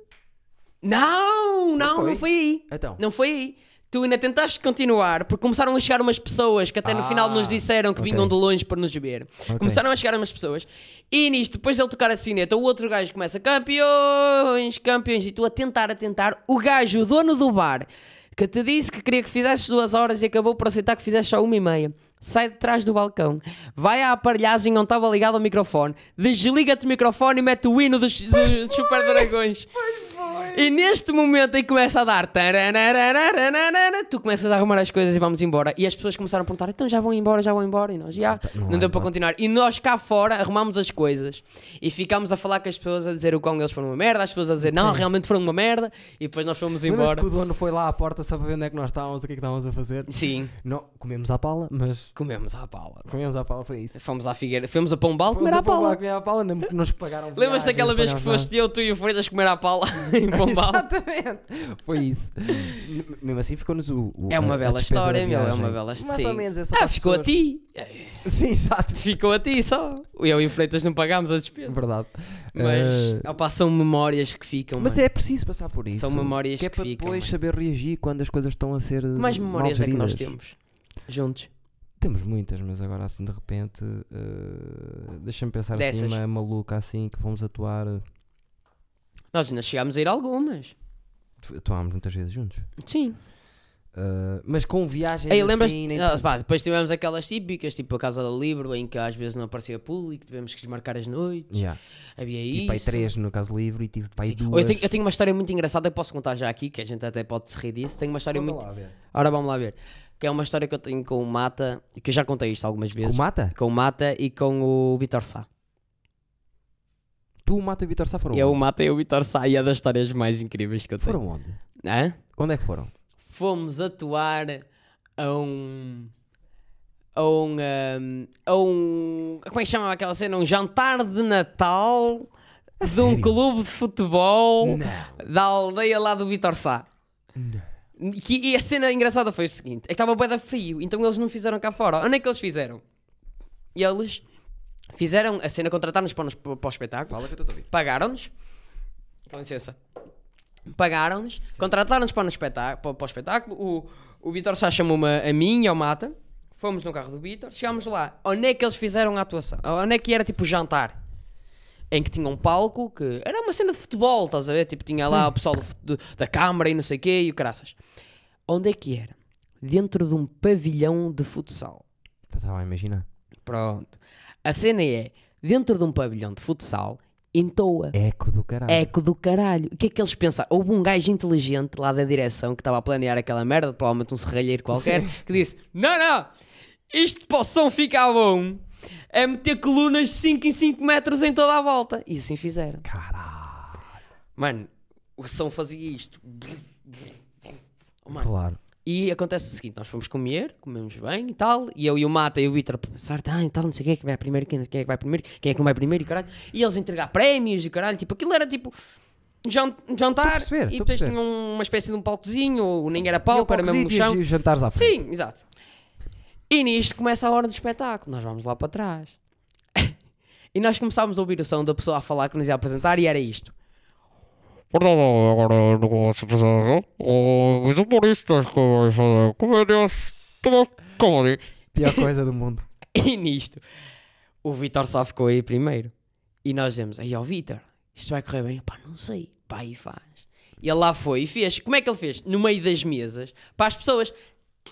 [SPEAKER 2] Não, não,
[SPEAKER 1] foi?
[SPEAKER 2] não foi aí.
[SPEAKER 1] então.
[SPEAKER 2] Não foi aí. Tu ainda tentaste continuar, porque começaram a chegar umas pessoas que até no
[SPEAKER 1] Ah,
[SPEAKER 2] final nos disseram que
[SPEAKER 1] ok.
[SPEAKER 2] vinham de longe para nos ver. Começaram a chegar umas pessoas e nisto, depois de ele tocar a sineta, o outro gajo começa campeões, campeões, e tu a tentar, a tentar. O gajo, o dono do bar, que te disse que queria que fizesse duas horas e acabou por aceitar que fizesse só uma e meia. Sai de trás do balcão, vai à aparelhagem onde estava ligado ao microfone, desliga-te o microfone e mete o hino dos, dos Super Dragões. E neste momento em que começa a dar tarararararararara, tu começas a arrumar as coisas e vamos embora. E as pessoas começaram a perguntar: então já vão embora, já vão embora. E nós já
[SPEAKER 1] não
[SPEAKER 2] não,
[SPEAKER 1] há
[SPEAKER 2] deu para
[SPEAKER 1] hipótese.
[SPEAKER 2] continuar. E nós cá fora arrumámos as coisas e ficámos a falar com as pessoas, a dizer o quão eles foram uma merda, as pessoas a dizer não, realmente foram uma merda. E depois nós fomos
[SPEAKER 1] Lembras-te
[SPEAKER 2] embora.
[SPEAKER 1] que o dono foi lá à porta só para ver onde é que nós estávamos, o que é que estávamos a fazer?
[SPEAKER 2] Sim,
[SPEAKER 1] Não, comemos à pala, mas
[SPEAKER 2] comemos à pala.
[SPEAKER 1] comemos à pala, foi isso.
[SPEAKER 2] Fomos à Figueira, fomos a Pombal comer
[SPEAKER 1] Fomos
[SPEAKER 2] à
[SPEAKER 1] a Pombal
[SPEAKER 2] pala.
[SPEAKER 1] comer à pala, não- nos pagaram
[SPEAKER 2] Lembras-te
[SPEAKER 1] viagem,
[SPEAKER 2] daquela
[SPEAKER 1] não
[SPEAKER 2] vez que
[SPEAKER 1] pagaram nada.
[SPEAKER 2] foste um eu, tu e o Freitas comer à pala em Pombal?
[SPEAKER 1] Exatamente. Foi isso. M- Mesmo assim ficou-nos o, o-
[SPEAKER 2] É
[SPEAKER 1] a-
[SPEAKER 2] uma
[SPEAKER 1] a
[SPEAKER 2] bela
[SPEAKER 1] despesa da
[SPEAKER 2] história, meu, é
[SPEAKER 1] viagem.
[SPEAKER 2] uma bela história.
[SPEAKER 1] Mais ou menos, é só para
[SPEAKER 2] Ah,
[SPEAKER 1] as
[SPEAKER 2] ficou a
[SPEAKER 1] pessoas-
[SPEAKER 2] ti.
[SPEAKER 1] Sim, exato.
[SPEAKER 2] Ficou a ti só. Eu e o Freitas não pagámos a despesa.
[SPEAKER 1] Verdade.
[SPEAKER 2] Mas
[SPEAKER 1] Eh,
[SPEAKER 2] opá, são memórias que ficam.
[SPEAKER 1] mas
[SPEAKER 2] mano.
[SPEAKER 1] é preciso passar por isso.
[SPEAKER 2] São memórias
[SPEAKER 1] que é
[SPEAKER 2] que
[SPEAKER 1] para
[SPEAKER 2] ficam,
[SPEAKER 1] depois
[SPEAKER 2] mano.
[SPEAKER 1] saber reagir quando as coisas estão a ser.
[SPEAKER 2] Que mais
[SPEAKER 1] mal
[SPEAKER 2] memórias é que nós
[SPEAKER 1] geridas.
[SPEAKER 2] temos? Juntos.
[SPEAKER 1] Temos muitas, mas agora assim de repente. eh, Deixa-me pensar assim,
[SPEAKER 2] Dessas.
[SPEAKER 1] uma maluca assim que fomos atuar.
[SPEAKER 2] Nós ainda chegámos a ir a algumas.
[SPEAKER 1] Atuámos muitas vezes juntos.
[SPEAKER 2] Sim.
[SPEAKER 1] Eh, mas com viagens.
[SPEAKER 2] Aí lembras
[SPEAKER 1] assim, nem-
[SPEAKER 2] Ah, pá, Depois tivemos aquelas típicas, tipo a Casa do Livro, em que às vezes não aparecia público, tivemos que desmarcar as noites.
[SPEAKER 1] Yeah.
[SPEAKER 2] Havia
[SPEAKER 1] Tive pai
[SPEAKER 2] isso.
[SPEAKER 1] Tipo, três no caso livre e tive pai
[SPEAKER 2] Ou
[SPEAKER 1] duas.
[SPEAKER 2] eu, tenho, eu tenho uma história muito engraçada que posso contar já aqui, que a gente até pode se rir disso. Tenho uma história
[SPEAKER 1] Vamos
[SPEAKER 2] muito.
[SPEAKER 1] lá ver.
[SPEAKER 2] Ora, vamos lá ver. Que é uma história que eu tenho com o Mata, e que eu já contei isto algumas
[SPEAKER 1] Com o
[SPEAKER 2] vezes.
[SPEAKER 1] Mata?
[SPEAKER 2] Com o Mata e com o Vitor Sá.
[SPEAKER 1] Tu, o Mata e o Vitor Sá foram
[SPEAKER 2] Eu, o
[SPEAKER 1] onde?
[SPEAKER 2] Mata e o Vitor Sá e é das histórias mais incríveis que eu tenho.
[SPEAKER 1] Foram onde?
[SPEAKER 2] Hã?
[SPEAKER 1] Onde é que foram?
[SPEAKER 2] Fomos atuar a um. A um, hum, a um. Como é que chamava aquela cena? Um jantar de Natal de um
[SPEAKER 1] sério?
[SPEAKER 2] clube de futebol
[SPEAKER 1] Não.
[SPEAKER 2] da aldeia lá do Vitor Sá. Que, e a cena engraçada foi o seguinte: é que estava bué da frio, então eles não fizeram cá fora. Onde é que eles fizeram? E eles fizeram a cena, contrataram-nos para, nos- para o espetáculo.
[SPEAKER 1] Fala que eu estou a ouvir.
[SPEAKER 2] pagaram-nos. Com licença. Pagaram-nos, contrataram-nos para, um espetá- para, para o espetáculo. O, o Vitor Sá chamou-me a mim e ao Mata. Fomos no carro do Vitor, chegámos lá. Onde é que eles fizeram a atuação? Onde é que era tipo o jantar? Em que tinha um palco que era uma cena de futebol, estás a ver? Tipo, tinha lá o pessoal do fut- do- da Câmara e não sei o quê e o caraças. Onde é que era? Dentro de um pavilhão de futsal.
[SPEAKER 1] Estava a imaginar.
[SPEAKER 2] Pronto. A cena é, dentro de um pavilhão de futsal, entoa.
[SPEAKER 1] Eco do caralho.
[SPEAKER 2] Eco do caralho. O que é que eles pensaram? Houve um gajo inteligente lá da direção que estava a planear aquela merda, provavelmente um serralheiro qualquer, que disse: Não, não, isto para o som ficar bom é meter colunas de 5 em 5 metros em toda a volta. E assim fizeram.
[SPEAKER 1] Caralho.
[SPEAKER 2] Mano, o som fazia isto. Oh, mano.
[SPEAKER 1] Claro.
[SPEAKER 2] E acontece o seguinte: nós fomos comer, comemos bem e tal, e eu e o Mata e o Vitor a pensar, tá, e tal, não sei quem é que vai primeiro, quem quem é que vai primeiro, quem é que não vai primeiro e caralho. E eles a entregar prémios e caralho, tipo, aquilo era tipo. um jan- um
[SPEAKER 1] Estou a
[SPEAKER 2] Jantar,
[SPEAKER 1] perceber,
[SPEAKER 2] e
[SPEAKER 1] estou a
[SPEAKER 2] depois
[SPEAKER 1] perceber.
[SPEAKER 2] tinha um- uma espécie de um palcozinho, ou nem era palco, era mesmo no
[SPEAKER 1] E
[SPEAKER 2] chão.
[SPEAKER 1] os jantares à frente.
[SPEAKER 2] Sim, exato. E nisto começa a hora do espetáculo. Nós vamos lá para trás. e nós começámos a ouvir o som da pessoa a falar que nos ia apresentar e era isto.
[SPEAKER 3] Portanto, agora o negócio pesado, os humoristas que vão fazer comédias, tomam comedy.
[SPEAKER 1] Pior coisa do mundo.
[SPEAKER 2] E nisto, o Vitor só ficou aí primeiro. E nós dizemos, aí ó Vitor, isto vai correr bem? Pá, não sei. Pá, e faz. E ele lá foi e fez. Como é que ele fez? No meio das mesas, para as pessoas...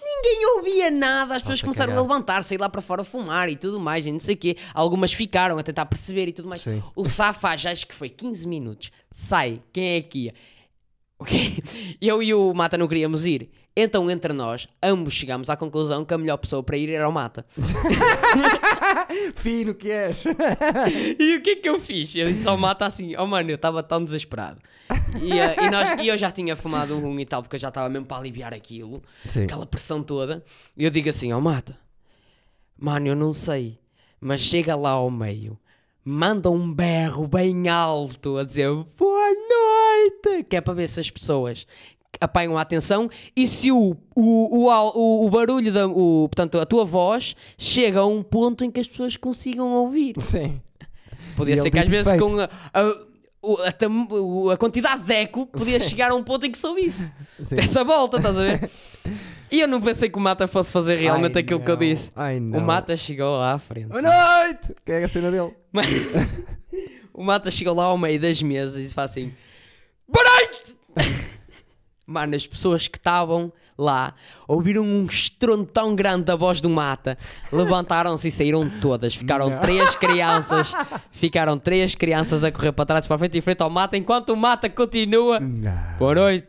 [SPEAKER 2] Ninguém ouvia nada, as pessoas
[SPEAKER 1] Nossa,
[SPEAKER 2] começaram
[SPEAKER 1] cagado.
[SPEAKER 2] a levantar-se, a ir lá para fora fumar e tudo mais, e não sei o quê. Algumas ficaram a tentar perceber e tudo mais.
[SPEAKER 1] Sim.
[SPEAKER 2] O Safaj, acho que foi 15 minutos, sai, quem é que ia? Ok? Eu e o Mata não queríamos ir. Então, entre nós, ambos chegámos à conclusão que a melhor pessoa para ir era o Mata.
[SPEAKER 1] Fino que és.
[SPEAKER 2] E o que é que eu fiz? Ele só mata assim, oh mano, eu estava tão desesperado. E, eh, e nós- e eu já tinha fumado um e tal, porque eu já estava mesmo para aliviar aquilo,
[SPEAKER 1] Sim.
[SPEAKER 2] aquela pressão toda. E eu digo assim, oh mata, mano, eu não sei, mas chega lá ao meio, manda um berro bem alto a dizer boa noite, que é para ver se as pessoas apanham a atenção e se o, o, o, al- o- o barulho, da, o, portanto, a tua voz chega a um ponto em que as pessoas consigam ouvir.
[SPEAKER 1] Sim.
[SPEAKER 2] Podia
[SPEAKER 1] E
[SPEAKER 2] ser
[SPEAKER 1] ele
[SPEAKER 2] que às
[SPEAKER 1] dito e
[SPEAKER 2] vezes
[SPEAKER 1] feito.
[SPEAKER 2] com a, a- o- a tam- o- a quantidade de eco podia chegar a um ponto em que soubesse.
[SPEAKER 1] Sim.
[SPEAKER 2] Dessa volta, estás a ver? e eu não pensei que o Mata fosse fazer realmente
[SPEAKER 1] Ai,
[SPEAKER 2] aquilo
[SPEAKER 1] não.
[SPEAKER 2] que eu disse.
[SPEAKER 1] Ai, não.
[SPEAKER 2] O Mata chegou lá à frente.
[SPEAKER 1] Boa noite! Que é a cena dele?
[SPEAKER 2] Mas- o Mata chegou lá ao meio das mesas e faz assim: Boa noite! Mano, as pessoas que estavam lá ouviram um estrondo tão grande da voz do Mata, levantaram-se e saíram todas. Ficaram
[SPEAKER 1] Não.
[SPEAKER 2] três crianças, ficaram três crianças a correr para trás, para a frente e em frente ao Mata, enquanto o Mata continua.
[SPEAKER 1] Não.
[SPEAKER 2] Boa noite.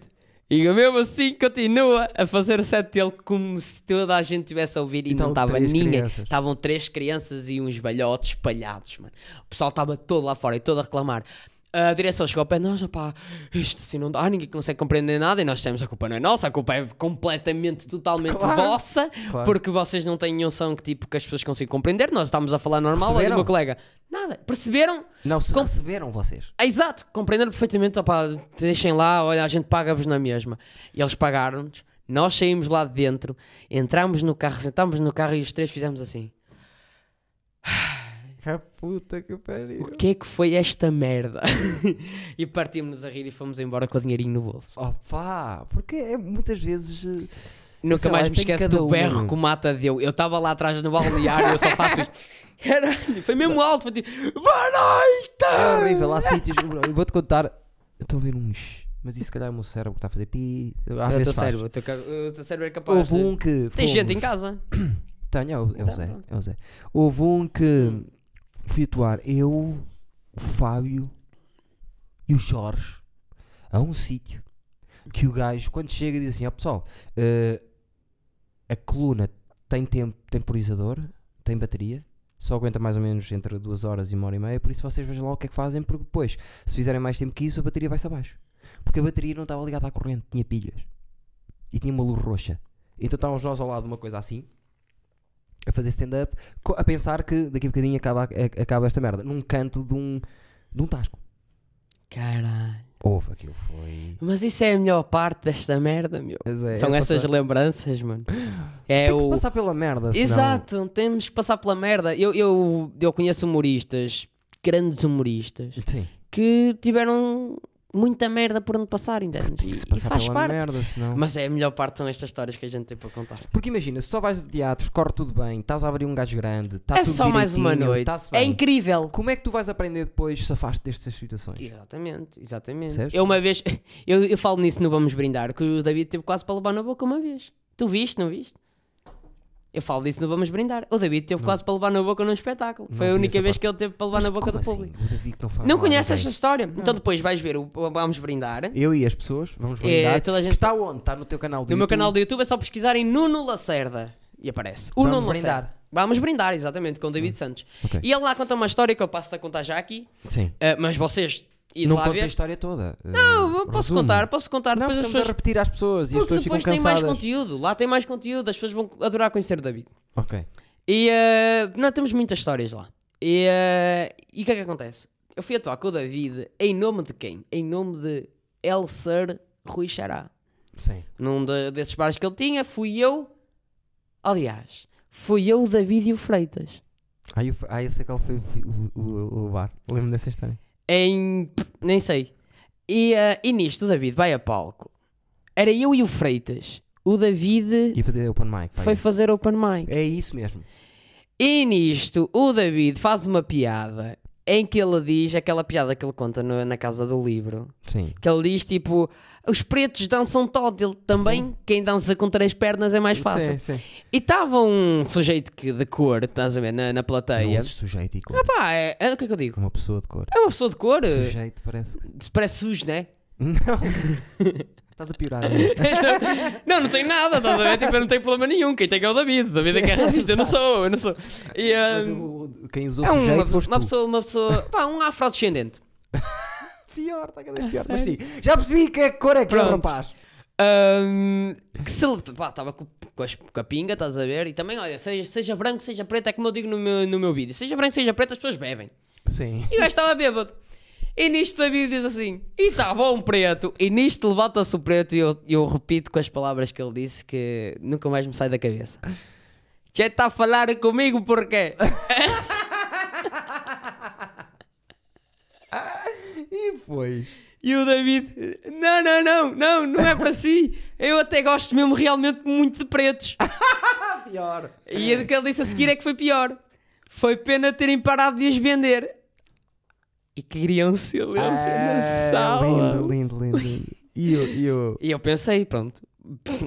[SPEAKER 2] E mesmo assim continua a fazer o set dele como se toda a gente tivesse a ouvir e
[SPEAKER 1] Então,
[SPEAKER 2] não estava
[SPEAKER 1] três
[SPEAKER 2] ninguém.
[SPEAKER 1] crianças.
[SPEAKER 2] Estavam três crianças e uns velhotes espalhados, mano. O pessoal estava todo lá fora e todo a reclamar. A direção chegou ao pé de nós, opá, isto assim não dá, ninguém consegue compreender nada e nós temos a culpa não é nossa, a culpa é completamente, totalmente
[SPEAKER 1] Claro.
[SPEAKER 2] vossa,
[SPEAKER 1] Claro.
[SPEAKER 2] porque vocês não têm noção que tipo que as pessoas consigam compreender, nós estávamos a falar normal, olha o
[SPEAKER 1] Perceberam?
[SPEAKER 2] meu colega, nada, perceberam?
[SPEAKER 1] Não se conceberam vocês.
[SPEAKER 2] É, Exato, compreendendo perfeitamente, opá, deixem lá, olha, a gente paga-vos na mesma. E eles pagaram-nos, nós saímos lá de dentro, entramos no carro, sentámos no carro e os três fizemos assim.
[SPEAKER 1] Que É puta que pariu.
[SPEAKER 2] O que é que foi esta merda? e partimos-nos a rir e fomos embora com o dinheirinho no bolso.
[SPEAKER 1] Opa, porque é, muitas vezes. eh,
[SPEAKER 2] Nunca
[SPEAKER 1] Sei lá,
[SPEAKER 2] mais me
[SPEAKER 1] tem
[SPEAKER 2] esqueço
[SPEAKER 1] cada
[SPEAKER 2] do
[SPEAKER 1] um.
[SPEAKER 2] berro que o mata deu. Eu estava lá atrás no balneário, eu só faço isto. Caralho, foi mesmo alto, foi tipo, boa
[SPEAKER 1] É
[SPEAKER 2] noite!
[SPEAKER 1] horrível, há sítios. Eu vou-te contar. Eu estou a ver um shh, mas isso se calhar é o meu cérebro que está a fazer pi. Às
[SPEAKER 2] Eu
[SPEAKER 1] vezes
[SPEAKER 2] estou
[SPEAKER 1] faz.
[SPEAKER 2] cérebro, É o teu ca- o teu cérebro é capaz.
[SPEAKER 1] Houve
[SPEAKER 2] de-
[SPEAKER 1] um que.
[SPEAKER 2] Tem gente em
[SPEAKER 1] fomos-
[SPEAKER 2] casa.
[SPEAKER 1] Tenho, é o, é o
[SPEAKER 2] Então,
[SPEAKER 1] Zé,
[SPEAKER 2] pronto.
[SPEAKER 1] é o Zé. Houve um que fui atuar eu, o Fábio e o Jorge a um sítio que o gajo, quando chega, diz assim: Ó pessoal, eh, a coluna tem tempo, temporizador, tem bateria. Só aguenta mais ou menos entre duas horas e uma hora e meia, por isso vocês vejam lá o que é que fazem, porque depois, se fizerem mais tempo que isso, a bateria vai-se abaixo. Porque a bateria não estava ligada à corrente, tinha pilhas. E tinha uma luz roxa. Então estávamos nós ao lado de uma coisa assim, a fazer stand-up, co- a pensar que daqui a bocadinho acaba, a- acaba esta merda, num canto de um, de um tasco.
[SPEAKER 2] Caralho.
[SPEAKER 1] Houve, aquilo foi.
[SPEAKER 2] Mas isso é a melhor parte desta merda, meu. São essas lembranças, mano.
[SPEAKER 1] é,
[SPEAKER 2] É
[SPEAKER 1] Tem que se
[SPEAKER 2] o.
[SPEAKER 1] passar pela merda, senão-
[SPEAKER 2] Exato, temos que passar pela merda. Eu, eu, eu conheço humoristas, grandes humoristas,
[SPEAKER 1] Sim.
[SPEAKER 2] que tiveram muita merda por onde passar, entendes?
[SPEAKER 1] Tem que se
[SPEAKER 2] E, e
[SPEAKER 1] passar
[SPEAKER 2] faz
[SPEAKER 1] pela
[SPEAKER 2] parte.
[SPEAKER 1] merda, senão...
[SPEAKER 2] Mas é a melhor parte são estas histórias que a gente tem para contar.
[SPEAKER 1] Porque imagina, se tu vais de teatros, corre tudo bem, estás a abrir um gajo grande, está
[SPEAKER 2] é
[SPEAKER 1] tudo
[SPEAKER 2] só mais uma
[SPEAKER 1] direitinho,
[SPEAKER 2] noite.
[SPEAKER 1] tá-se
[SPEAKER 2] É
[SPEAKER 1] bem.
[SPEAKER 2] incrível.
[SPEAKER 1] Como é que tu vais aprender depois safaste destas situações?
[SPEAKER 2] Exatamente, exatamente.
[SPEAKER 1] Percebes?
[SPEAKER 2] Eu uma vez, eu, eu falo nisso no Vamos Brindar, que o David teve quase para levar na boca uma vez. Tu viste, não viste? Eu falo disso no Vamos Brindar. O David teve quase para levar na boca num espetáculo.
[SPEAKER 1] Não
[SPEAKER 2] Foi a
[SPEAKER 1] vi
[SPEAKER 2] única
[SPEAKER 1] essa
[SPEAKER 2] vez
[SPEAKER 1] parte.
[SPEAKER 2] que ele teve para levar
[SPEAKER 1] Mas
[SPEAKER 2] na boca
[SPEAKER 1] como
[SPEAKER 2] do
[SPEAKER 1] assim?
[SPEAKER 2] público.
[SPEAKER 1] O David não faz
[SPEAKER 2] Não
[SPEAKER 1] nada
[SPEAKER 2] conheces
[SPEAKER 1] bem.
[SPEAKER 2] esta história? Então depois vais ver o o Vamos Brindar.
[SPEAKER 1] Eu e as pessoas, vamos
[SPEAKER 2] É,
[SPEAKER 1] brindar.
[SPEAKER 2] toda a
[SPEAKER 1] Que
[SPEAKER 2] gente-
[SPEAKER 1] Está onde? Está no teu canal do
[SPEAKER 2] No meu
[SPEAKER 1] YouTube?
[SPEAKER 2] canal do YouTube é só pesquisarem Nuno Lacerda. E aparece. O
[SPEAKER 1] Vamos
[SPEAKER 2] Nuno
[SPEAKER 1] brindar. Ah,
[SPEAKER 2] Lacerda. Vamos brindar, exatamente, com o David Santos.
[SPEAKER 1] Ok.
[SPEAKER 2] E ele lá conta uma história que eu passo a contar já aqui.
[SPEAKER 1] Sim.
[SPEAKER 2] eh, mas vocês irem
[SPEAKER 1] Não
[SPEAKER 2] lá
[SPEAKER 1] conta a
[SPEAKER 2] ver.
[SPEAKER 1] história toda. Não,
[SPEAKER 2] Eu Posso contar, posso contar.
[SPEAKER 1] Não,
[SPEAKER 2] depois as
[SPEAKER 1] estamos a
[SPEAKER 2] pessoas
[SPEAKER 1] repetir às pessoas e as
[SPEAKER 2] Porque
[SPEAKER 1] pessoas ficam
[SPEAKER 2] depois tem mais
[SPEAKER 1] cansadas.
[SPEAKER 2] conteúdo, lá tem mais conteúdo, as pessoas vão adorar conhecer o David.
[SPEAKER 1] Ok.
[SPEAKER 2] E eh, nós temos muitas histórias lá. E, eh, e o que é que acontece? Eu fui atuar com o David em nome de quem? Em nome de El Sir Rui Xará.
[SPEAKER 1] Sim.
[SPEAKER 2] Num de- desses bares que ele tinha, fui eu. Aliás, fui eu, o David e o Freitas.
[SPEAKER 1] Ah, eu, ah, eu sei qual foi o, o- o bar. Lembro dessa história.
[SPEAKER 2] Em. nem sei. E, eh, e nisto, o David vai a palco. Era eu e o Freitas. O David
[SPEAKER 1] E fazer open mic. pá.
[SPEAKER 2] foi fazer open mic.
[SPEAKER 1] É isso mesmo.
[SPEAKER 2] E nisto, o David faz uma piada em que ele diz aquela piada que ele conta no- na casa do livro.
[SPEAKER 1] Sim.
[SPEAKER 2] Que ele diz tipo: os pretos dançam tótil também, quem dança com três pernas é mais fácil.
[SPEAKER 1] Sim, sim.
[SPEAKER 2] E estava um sujeito que, de cor, estás a ver, na, na
[SPEAKER 1] Não
[SPEAKER 2] plateia.
[SPEAKER 1] uses sujeito e cor.
[SPEAKER 2] Ah, Pá, é, é- o que é que eu digo?
[SPEAKER 1] Uma pessoa de cor.
[SPEAKER 2] É uma pessoa de cor, eh,
[SPEAKER 1] Sujeito parece.
[SPEAKER 2] parece sujo, né?
[SPEAKER 1] Não. Estás a piorar. é? amigo.
[SPEAKER 2] Não, não tem nada, estás a ver? Tipo, eu não tenho problema nenhum. Quem tem que é o David. David é que é racista, eu não sou, eu não sou. E,
[SPEAKER 1] Mas
[SPEAKER 2] ah,
[SPEAKER 1] o- o- quem usou
[SPEAKER 2] é um-
[SPEAKER 1] sujeito
[SPEAKER 2] uma,
[SPEAKER 1] foste
[SPEAKER 2] uma
[SPEAKER 1] tu.
[SPEAKER 2] pessoa, uma pessoa, pá, um afrodescendente.
[SPEAKER 1] Pior, está cada vez pior. Mas sim, já percebi que é que cor é que é o
[SPEAKER 2] Ah, Pronto.
[SPEAKER 1] rapaz.
[SPEAKER 2] Ahm, que se pá, estava com, com as- com a pinga, estás a ver? E também, olha, seja, seja branco, seja preto, é como eu digo no meu, no meu vídeo: seja branco, seja preto, as pessoas bebem.
[SPEAKER 1] Sim.
[SPEAKER 2] E o gajo estava bêbado. E nisto David diz assim: e está bom preto. E nisto levanta-se o preto e eu, eu repito com as palavras que ele disse que nunca mais me sai da cabeça. Já está a falar comigo porquê?
[SPEAKER 1] E pois.
[SPEAKER 2] E o David, não, não, não, não, não é para si. Eu até gosto mesmo realmente muito de pretos.
[SPEAKER 1] Pior.
[SPEAKER 2] E o que ele disse a seguir é que foi pior. Foi pena terem parado de as vender. E queriam silêncio Assim, na
[SPEAKER 1] Ah,
[SPEAKER 2] sala.
[SPEAKER 1] É, Lindo, lindo, lindo. lindo. E eu, e eu...
[SPEAKER 2] E eu pensei, pronto,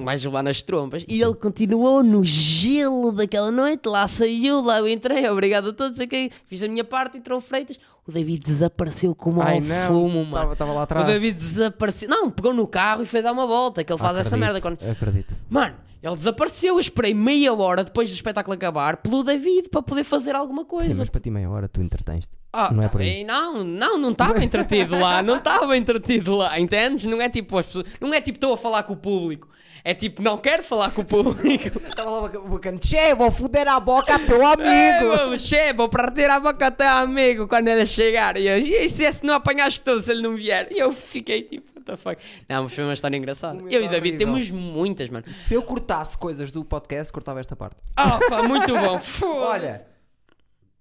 [SPEAKER 2] mais levar nas trompas. E ele continuou no gelo daquela noite. Lá saiu, lá eu entrei. Obrigado a todos. ok? Fiz a minha parte, entrou o Freitas. O David desapareceu como
[SPEAKER 1] Ai
[SPEAKER 2] ao
[SPEAKER 1] não,
[SPEAKER 2] fumo, mano.
[SPEAKER 1] Estava lá
[SPEAKER 2] O
[SPEAKER 1] atrás.
[SPEAKER 2] David desapareceu. Não, pegou no carro e foi dar uma volta. Que ele faz essa
[SPEAKER 1] Ah, Acredito,
[SPEAKER 2] merda quando.
[SPEAKER 1] Acredito.
[SPEAKER 2] Mano, ele desapareceu. Eu esperei meia hora depois do espetáculo acabar pelo David para poder fazer alguma coisa.
[SPEAKER 1] Sim, mas para ti meia hora tu entretens-te.
[SPEAKER 2] Ah,
[SPEAKER 1] não é
[SPEAKER 2] tá
[SPEAKER 1] por aí.
[SPEAKER 2] bem, Não, não, não estava entretido lá, não estava entretido lá, entendes? Não é tipo as pessoas, não é tipo estou a falar com o público, é tipo não quero falar com o público.
[SPEAKER 1] Estava lá o bacana. Che, vou foder a boca a
[SPEAKER 2] É,
[SPEAKER 1] teu amigo.
[SPEAKER 2] Amigo, chego para ter a boca até amigo quando ele chegar. E eu, e se esse não apanhaste tu, se ele não vier? E eu fiquei tipo, what the fuck. Não, mas foi uma história engraçada.
[SPEAKER 1] Momento
[SPEAKER 2] Eu e David
[SPEAKER 1] horrível.
[SPEAKER 2] temos muitas, mano.
[SPEAKER 1] Se eu cortasse coisas do podcast, cortava esta parte.
[SPEAKER 2] Ah, pá, muito bom. Foda-se.
[SPEAKER 1] Olha,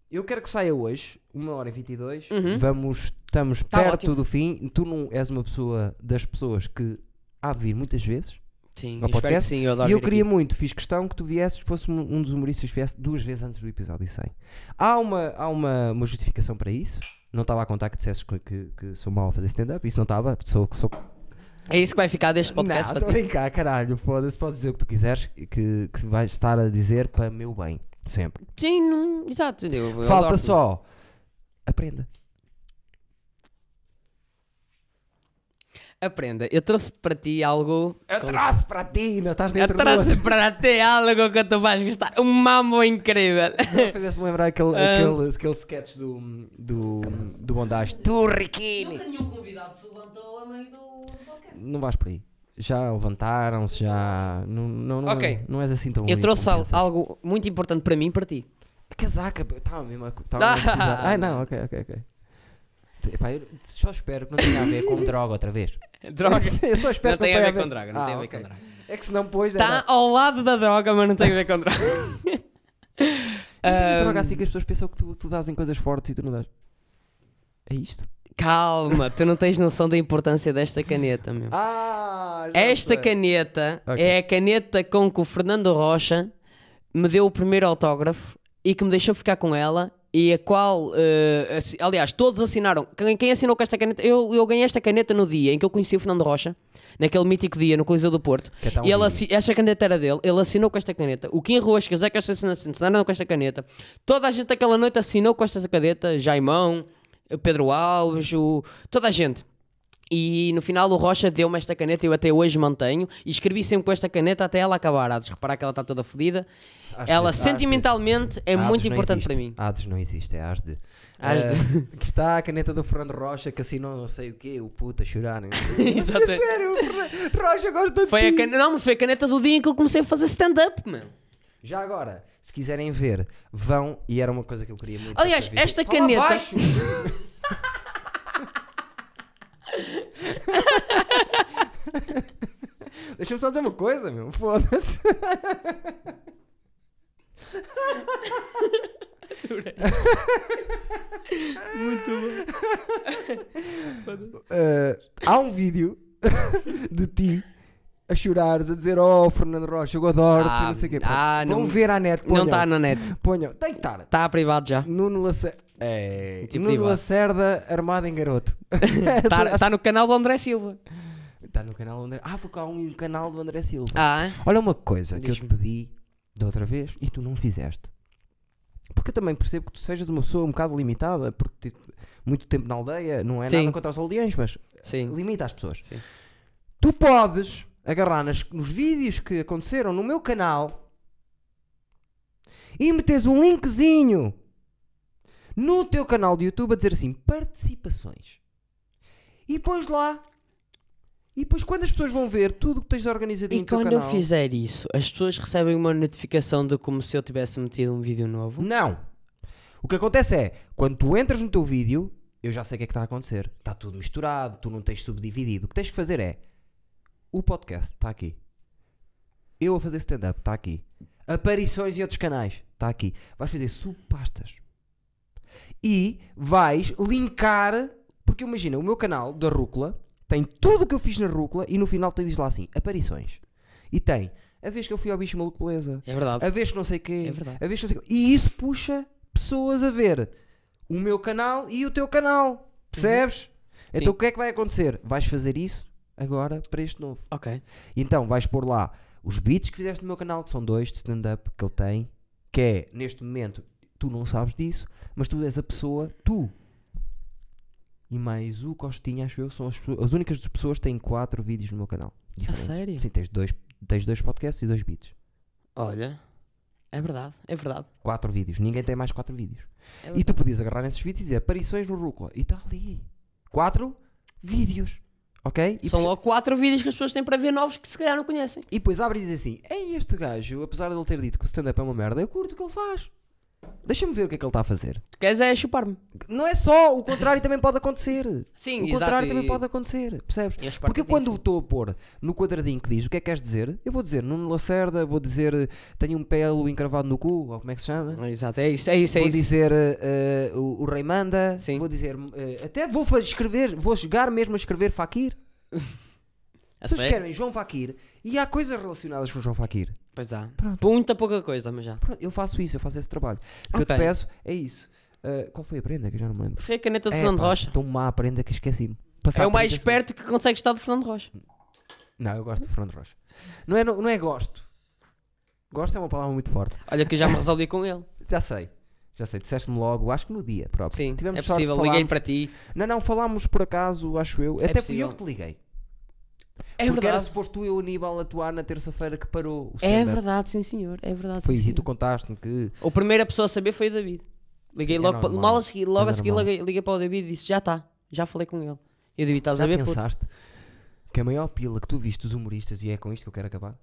[SPEAKER 1] eu quero que saia hoje, 1 hora e 22. Vamos, estamos
[SPEAKER 2] Uhum. Tá
[SPEAKER 1] perto
[SPEAKER 2] ótimo.
[SPEAKER 1] do fim. Tu não és uma pessoa das pessoas que há de vir muitas vezes
[SPEAKER 2] Sim,
[SPEAKER 1] ao
[SPEAKER 2] eu espero que
[SPEAKER 1] podcast.
[SPEAKER 2] sim, eu adoro
[SPEAKER 1] e eu
[SPEAKER 2] vir
[SPEAKER 1] queria
[SPEAKER 2] aqui.
[SPEAKER 1] muito, fiz questão que tu viesses, que fosse um um dos humoristas que viesse duas vezes antes do episódio 100. Há uma, há uma, uma justificação para isso? Não estava a contar que dissesses que, que, que sou mau a fazer stand-up? Isso não estava? Sou, sou
[SPEAKER 2] É isso que vai ficar deste podcast
[SPEAKER 1] não,
[SPEAKER 2] para
[SPEAKER 1] estou a
[SPEAKER 2] ti.
[SPEAKER 1] brincar, caralho. Foda-se, podes dizer o que tu quiseres, que, que vais estar a dizer para meu bem, sempre.
[SPEAKER 2] Sim, não, exato. eu- eu
[SPEAKER 1] Falta
[SPEAKER 2] adoro.
[SPEAKER 1] só. Aprenda.
[SPEAKER 2] Aprenda, eu trouxe-te para ti algo.
[SPEAKER 1] Eu
[SPEAKER 2] Com
[SPEAKER 1] trouxe para ti, não estás
[SPEAKER 2] Eu
[SPEAKER 1] dentro
[SPEAKER 2] trouxe para ti algo que tu vais gostar. Um mambo incrível.
[SPEAKER 1] do... Fizeste-me lembrar aquele,
[SPEAKER 2] Ah.
[SPEAKER 1] aquele, aquele sketch do, do, do Bondage. Tu, Riquini!
[SPEAKER 2] nenhum um convidado se levantou a meio do podcast.
[SPEAKER 1] Não vais por aí. Já levantaram-se, já... Não, não, não,
[SPEAKER 2] Ok.
[SPEAKER 1] não és assim tão
[SPEAKER 2] Eu
[SPEAKER 1] único
[SPEAKER 2] trouxe
[SPEAKER 1] como
[SPEAKER 2] al-
[SPEAKER 1] pensas.
[SPEAKER 2] algo muito importante para mim e para ti.
[SPEAKER 1] Casaca, estava mesmo a... Tava
[SPEAKER 2] Ah!
[SPEAKER 1] mesmo a precisar. Ai, não, ok, ok, ok. Epá, eu só espero que não tenha a ver com droga outra vez.
[SPEAKER 2] Droga.
[SPEAKER 1] Eu só espero
[SPEAKER 2] Não
[SPEAKER 1] que
[SPEAKER 2] tem a
[SPEAKER 1] tenha
[SPEAKER 2] ver com droga, não tem a ver
[SPEAKER 1] ok.
[SPEAKER 2] com droga.
[SPEAKER 1] É que se não pôs,
[SPEAKER 2] Está
[SPEAKER 1] era...
[SPEAKER 2] Tá ao lado da droga, mas não tem a ver com droga.
[SPEAKER 1] Não tens
[SPEAKER 2] Ahm,
[SPEAKER 1] Então,
[SPEAKER 2] hum.
[SPEAKER 1] droga assim que as pessoas pensam que tu, tu dás em coisas fortes e tu não dás. É isto?
[SPEAKER 2] Calma, tu não tens noção da importância desta caneta, meu.
[SPEAKER 1] Ah, já
[SPEAKER 2] Esta
[SPEAKER 1] sei.
[SPEAKER 2] caneta
[SPEAKER 1] Ok.
[SPEAKER 2] é a caneta com que o Fernando Rocha me deu o primeiro autógrafo e que me deixou ficar com ela e a qual, eh, assi- aliás, todos assinaram. Quem, quem assinou com esta caneta? Eu, eu ganhei esta caneta no dia em que eu conheci o Fernando Rocha, naquele mítico dia no Coliseu do Porto.
[SPEAKER 1] Que é tão
[SPEAKER 2] e ele
[SPEAKER 1] lindo.
[SPEAKER 2] assi- esta caneta era dele, ele assinou com esta caneta. O Kim Ruas, que é o Zé Castro assinaram com esta caneta. Toda a gente aquela noite assinou com esta caneta. Jaimão, Pedro Alves, o- toda a gente. E no final o Rocha deu-me esta caneta e eu até hoje mantenho. E escrevi sempre com esta caneta até ela acabar. Há de reparar que ela está toda fodida.
[SPEAKER 1] Acho
[SPEAKER 2] Ela
[SPEAKER 1] que-
[SPEAKER 2] sentimentalmente é
[SPEAKER 1] Há de-
[SPEAKER 2] muito
[SPEAKER 1] não
[SPEAKER 2] importante
[SPEAKER 1] existe.
[SPEAKER 2] para mim.
[SPEAKER 1] Há de não existe, é há de.
[SPEAKER 2] Há de-
[SPEAKER 1] Eh, que está a caneta do Fernando Rocha que assinou não sei o quê, o puto a chorar. não é?
[SPEAKER 2] Exato.
[SPEAKER 1] Sério, o Fernando Rocha gosta de
[SPEAKER 2] Foi a
[SPEAKER 1] ti.
[SPEAKER 2] caneta, não, mas foi a caneta do dia em que eu comecei a fazer stand-up, meu.
[SPEAKER 1] Já agora, se quiserem ver, vão e era uma coisa que eu queria muito.
[SPEAKER 2] Aliás,
[SPEAKER 1] fazer.
[SPEAKER 2] esta
[SPEAKER 1] Fala
[SPEAKER 2] caneta-
[SPEAKER 1] baixo! Deixa-me só dizer uma coisa, meu. Foda-se. Muito bom. há um vídeo de ti a chorares, a dizer: Oh, Fernando Rocha, eu adoro-te.
[SPEAKER 2] Ah,
[SPEAKER 1] não sei o quê.
[SPEAKER 2] ah,
[SPEAKER 1] Vão
[SPEAKER 2] não-
[SPEAKER 1] ver à net.
[SPEAKER 2] Não tá-
[SPEAKER 1] ponham.
[SPEAKER 2] está na net.
[SPEAKER 1] Ponham. Tem que estar.
[SPEAKER 2] Está privado já.
[SPEAKER 1] Nuno Lacerda. É,
[SPEAKER 2] Tipo
[SPEAKER 1] Nuno
[SPEAKER 2] privado.
[SPEAKER 1] Lacerda armado em garoto.
[SPEAKER 2] Está no canal do André Silva.
[SPEAKER 1] Está no canal do André. Ah, porque há um canal do André Silva.
[SPEAKER 2] Ah,
[SPEAKER 1] Olha uma coisa que eu te
[SPEAKER 2] Diz-me.
[SPEAKER 1] pedi da outra vez e tu não fizeste. Porque eu também percebo que tu sejas uma pessoa um bocado limitada, porque tipo, muito tempo na aldeia, não é
[SPEAKER 2] Sim.
[SPEAKER 1] nada contra os aldeões, mas
[SPEAKER 2] sim.
[SPEAKER 1] limita as pessoas.
[SPEAKER 2] Sim.
[SPEAKER 1] Tu podes agarrar nas- nos vídeos que aconteceram no meu canal e meteres um linkzinho no teu canal de YouTube a dizer assim: participações. E pões lá. E depois, quando as pessoas vão ver tudo o que tens organizado
[SPEAKER 2] E
[SPEAKER 1] no teu
[SPEAKER 2] quando eu
[SPEAKER 1] canal.
[SPEAKER 2] fizer isso, as pessoas recebem uma notificação de como se eu tivesse metido um vídeo novo.
[SPEAKER 1] Não. O que acontece é, quando tu entras no teu vídeo, eu já sei o que é que está a acontecer. Está tudo misturado, tu não tens subdividido. O que tens que fazer é, o podcast está aqui. Eu a fazer stand-up, está aqui. Aparições em outros canais, está aqui. Vais fazer subpastas. E vais linkar, porque imagina, o meu canal da Rúcula tem tudo o que eu fiz na Rúcula e no final tens lá assim, aparições. E tem a vez que eu fui ao Bicho Maluco Beleza,
[SPEAKER 2] É verdade.
[SPEAKER 1] a vez que não sei quê,
[SPEAKER 2] É verdade.
[SPEAKER 1] a vez que não sei quê. E isso puxa pessoas a ver o meu canal e o teu canal, percebes?
[SPEAKER 2] Uhum.
[SPEAKER 1] Então o que é que vai acontecer? Vais fazer isso agora para este novo.
[SPEAKER 2] Ok.
[SPEAKER 1] E então vais pôr lá os beats que fizeste no meu canal, que são dois de stand-up que ele tem, que é neste momento, tu não sabes disso, mas tu és a pessoa, tu. E mais o Costinha, acho eu, são as, pe- as únicas duas pessoas que têm quatro vídeos no meu canal. diferentes.
[SPEAKER 2] sério?
[SPEAKER 1] Sim, tens dois, tens dois podcasts e dois beats.
[SPEAKER 2] Olha. É verdade, é verdade.
[SPEAKER 1] Quatro vídeos. Ninguém tem mais quatro vídeos.
[SPEAKER 2] É
[SPEAKER 1] E
[SPEAKER 2] verdade.
[SPEAKER 1] tu podias agarrar nesses vídeos e dizer aparições no Rúcula. E está ali. Quatro vídeos. Ok? E
[SPEAKER 2] São
[SPEAKER 1] depois-
[SPEAKER 2] logo quatro vídeos que as pessoas têm para ver novos que se calhar não conhecem.
[SPEAKER 1] E depois abre e diz assim: Ei, este gajo, apesar de ele ter dito que o stand-up é uma merda, eu curto o que ele faz. Deixa-me ver o que é que ele está a fazer.
[SPEAKER 2] Tu queres é chupar-me.
[SPEAKER 1] Não é só, o contrário também pode acontecer.
[SPEAKER 2] Sim,
[SPEAKER 1] O
[SPEAKER 2] exato.
[SPEAKER 1] contrário também
[SPEAKER 2] e-
[SPEAKER 1] pode acontecer, percebes?
[SPEAKER 2] e a chupar
[SPEAKER 1] Porque eu
[SPEAKER 2] quem tem,
[SPEAKER 1] quando
[SPEAKER 2] sim.
[SPEAKER 1] estou a pôr no quadradinho que diz o que é que queres dizer, eu vou dizer Nuno Lacerda, vou dizer tenho um pelo encravado no cu, ou como é que se chama?
[SPEAKER 2] Exato, é isso, é isso, é
[SPEAKER 1] vou
[SPEAKER 2] isso.
[SPEAKER 1] dizer eh, eh, o, o Rei Manda,
[SPEAKER 2] Sim.
[SPEAKER 1] vou dizer, eh, até vou fa- escrever, vou chegar mesmo a escrever Fakir.
[SPEAKER 2] A
[SPEAKER 1] As pessoas
[SPEAKER 2] sério?
[SPEAKER 1] querem João Fakir e há coisas relacionadas com João Fakir.
[SPEAKER 2] Pois há.
[SPEAKER 1] Pronto.
[SPEAKER 2] Muita pouca coisa, mas já.
[SPEAKER 1] Pronto, eu faço isso, eu faço esse trabalho. O que eu
[SPEAKER 2] Ok.
[SPEAKER 1] te peço é isso. Eh, qual foi a prenda que eu já não me lembro?
[SPEAKER 2] Foi a caneta do
[SPEAKER 1] É,
[SPEAKER 2] Fernando
[SPEAKER 1] pá,
[SPEAKER 2] Rocha.
[SPEAKER 1] Tão má a prenda que esqueci-me.
[SPEAKER 2] É
[SPEAKER 1] Passado
[SPEAKER 2] o mais
[SPEAKER 1] 30 segundos.
[SPEAKER 2] esperto que consegue estar do Fernando Rocha.
[SPEAKER 1] Não, eu gosto de Fernando Rocha. Não é, não, não é gosto. Gosto é uma palavra muito forte.
[SPEAKER 2] Olha que eu já me resolvi com ele.
[SPEAKER 1] Já sei. Já sei, disseste-me logo, acho que no dia próprio.
[SPEAKER 2] Sim,
[SPEAKER 1] Tivemos
[SPEAKER 2] é
[SPEAKER 1] sorte de
[SPEAKER 2] possível. Liguei
[SPEAKER 1] falarmos.
[SPEAKER 2] para ti.
[SPEAKER 1] Não, não, falámos por acaso, acho eu. Até fui
[SPEAKER 2] possível.
[SPEAKER 1] eu que te liguei.
[SPEAKER 2] É
[SPEAKER 1] porque era
[SPEAKER 2] verdade.
[SPEAKER 1] suposto eu, Aníbal, atuar na terça-feira que parou o
[SPEAKER 2] É
[SPEAKER 1] stand-up.
[SPEAKER 2] verdade, sim senhor. É verdade,
[SPEAKER 1] Foi
[SPEAKER 2] sim,
[SPEAKER 1] isso, e
[SPEAKER 2] senhor.
[SPEAKER 1] tu contaste-me que.
[SPEAKER 2] A primeira pessoa a saber foi o David. Liguei
[SPEAKER 1] Sim, é
[SPEAKER 2] logo, pa-
[SPEAKER 1] normal.
[SPEAKER 2] mal a seguir, logo
[SPEAKER 1] É
[SPEAKER 2] a seguir
[SPEAKER 1] normal.
[SPEAKER 2] liguei, liguei para o David e disse: Já está, já falei com ele. E o David, estás a
[SPEAKER 1] Já
[SPEAKER 2] ver, puto?
[SPEAKER 1] pensaste que a maior pila que tu viste dos humoristas, e é com isto que eu quero acabar,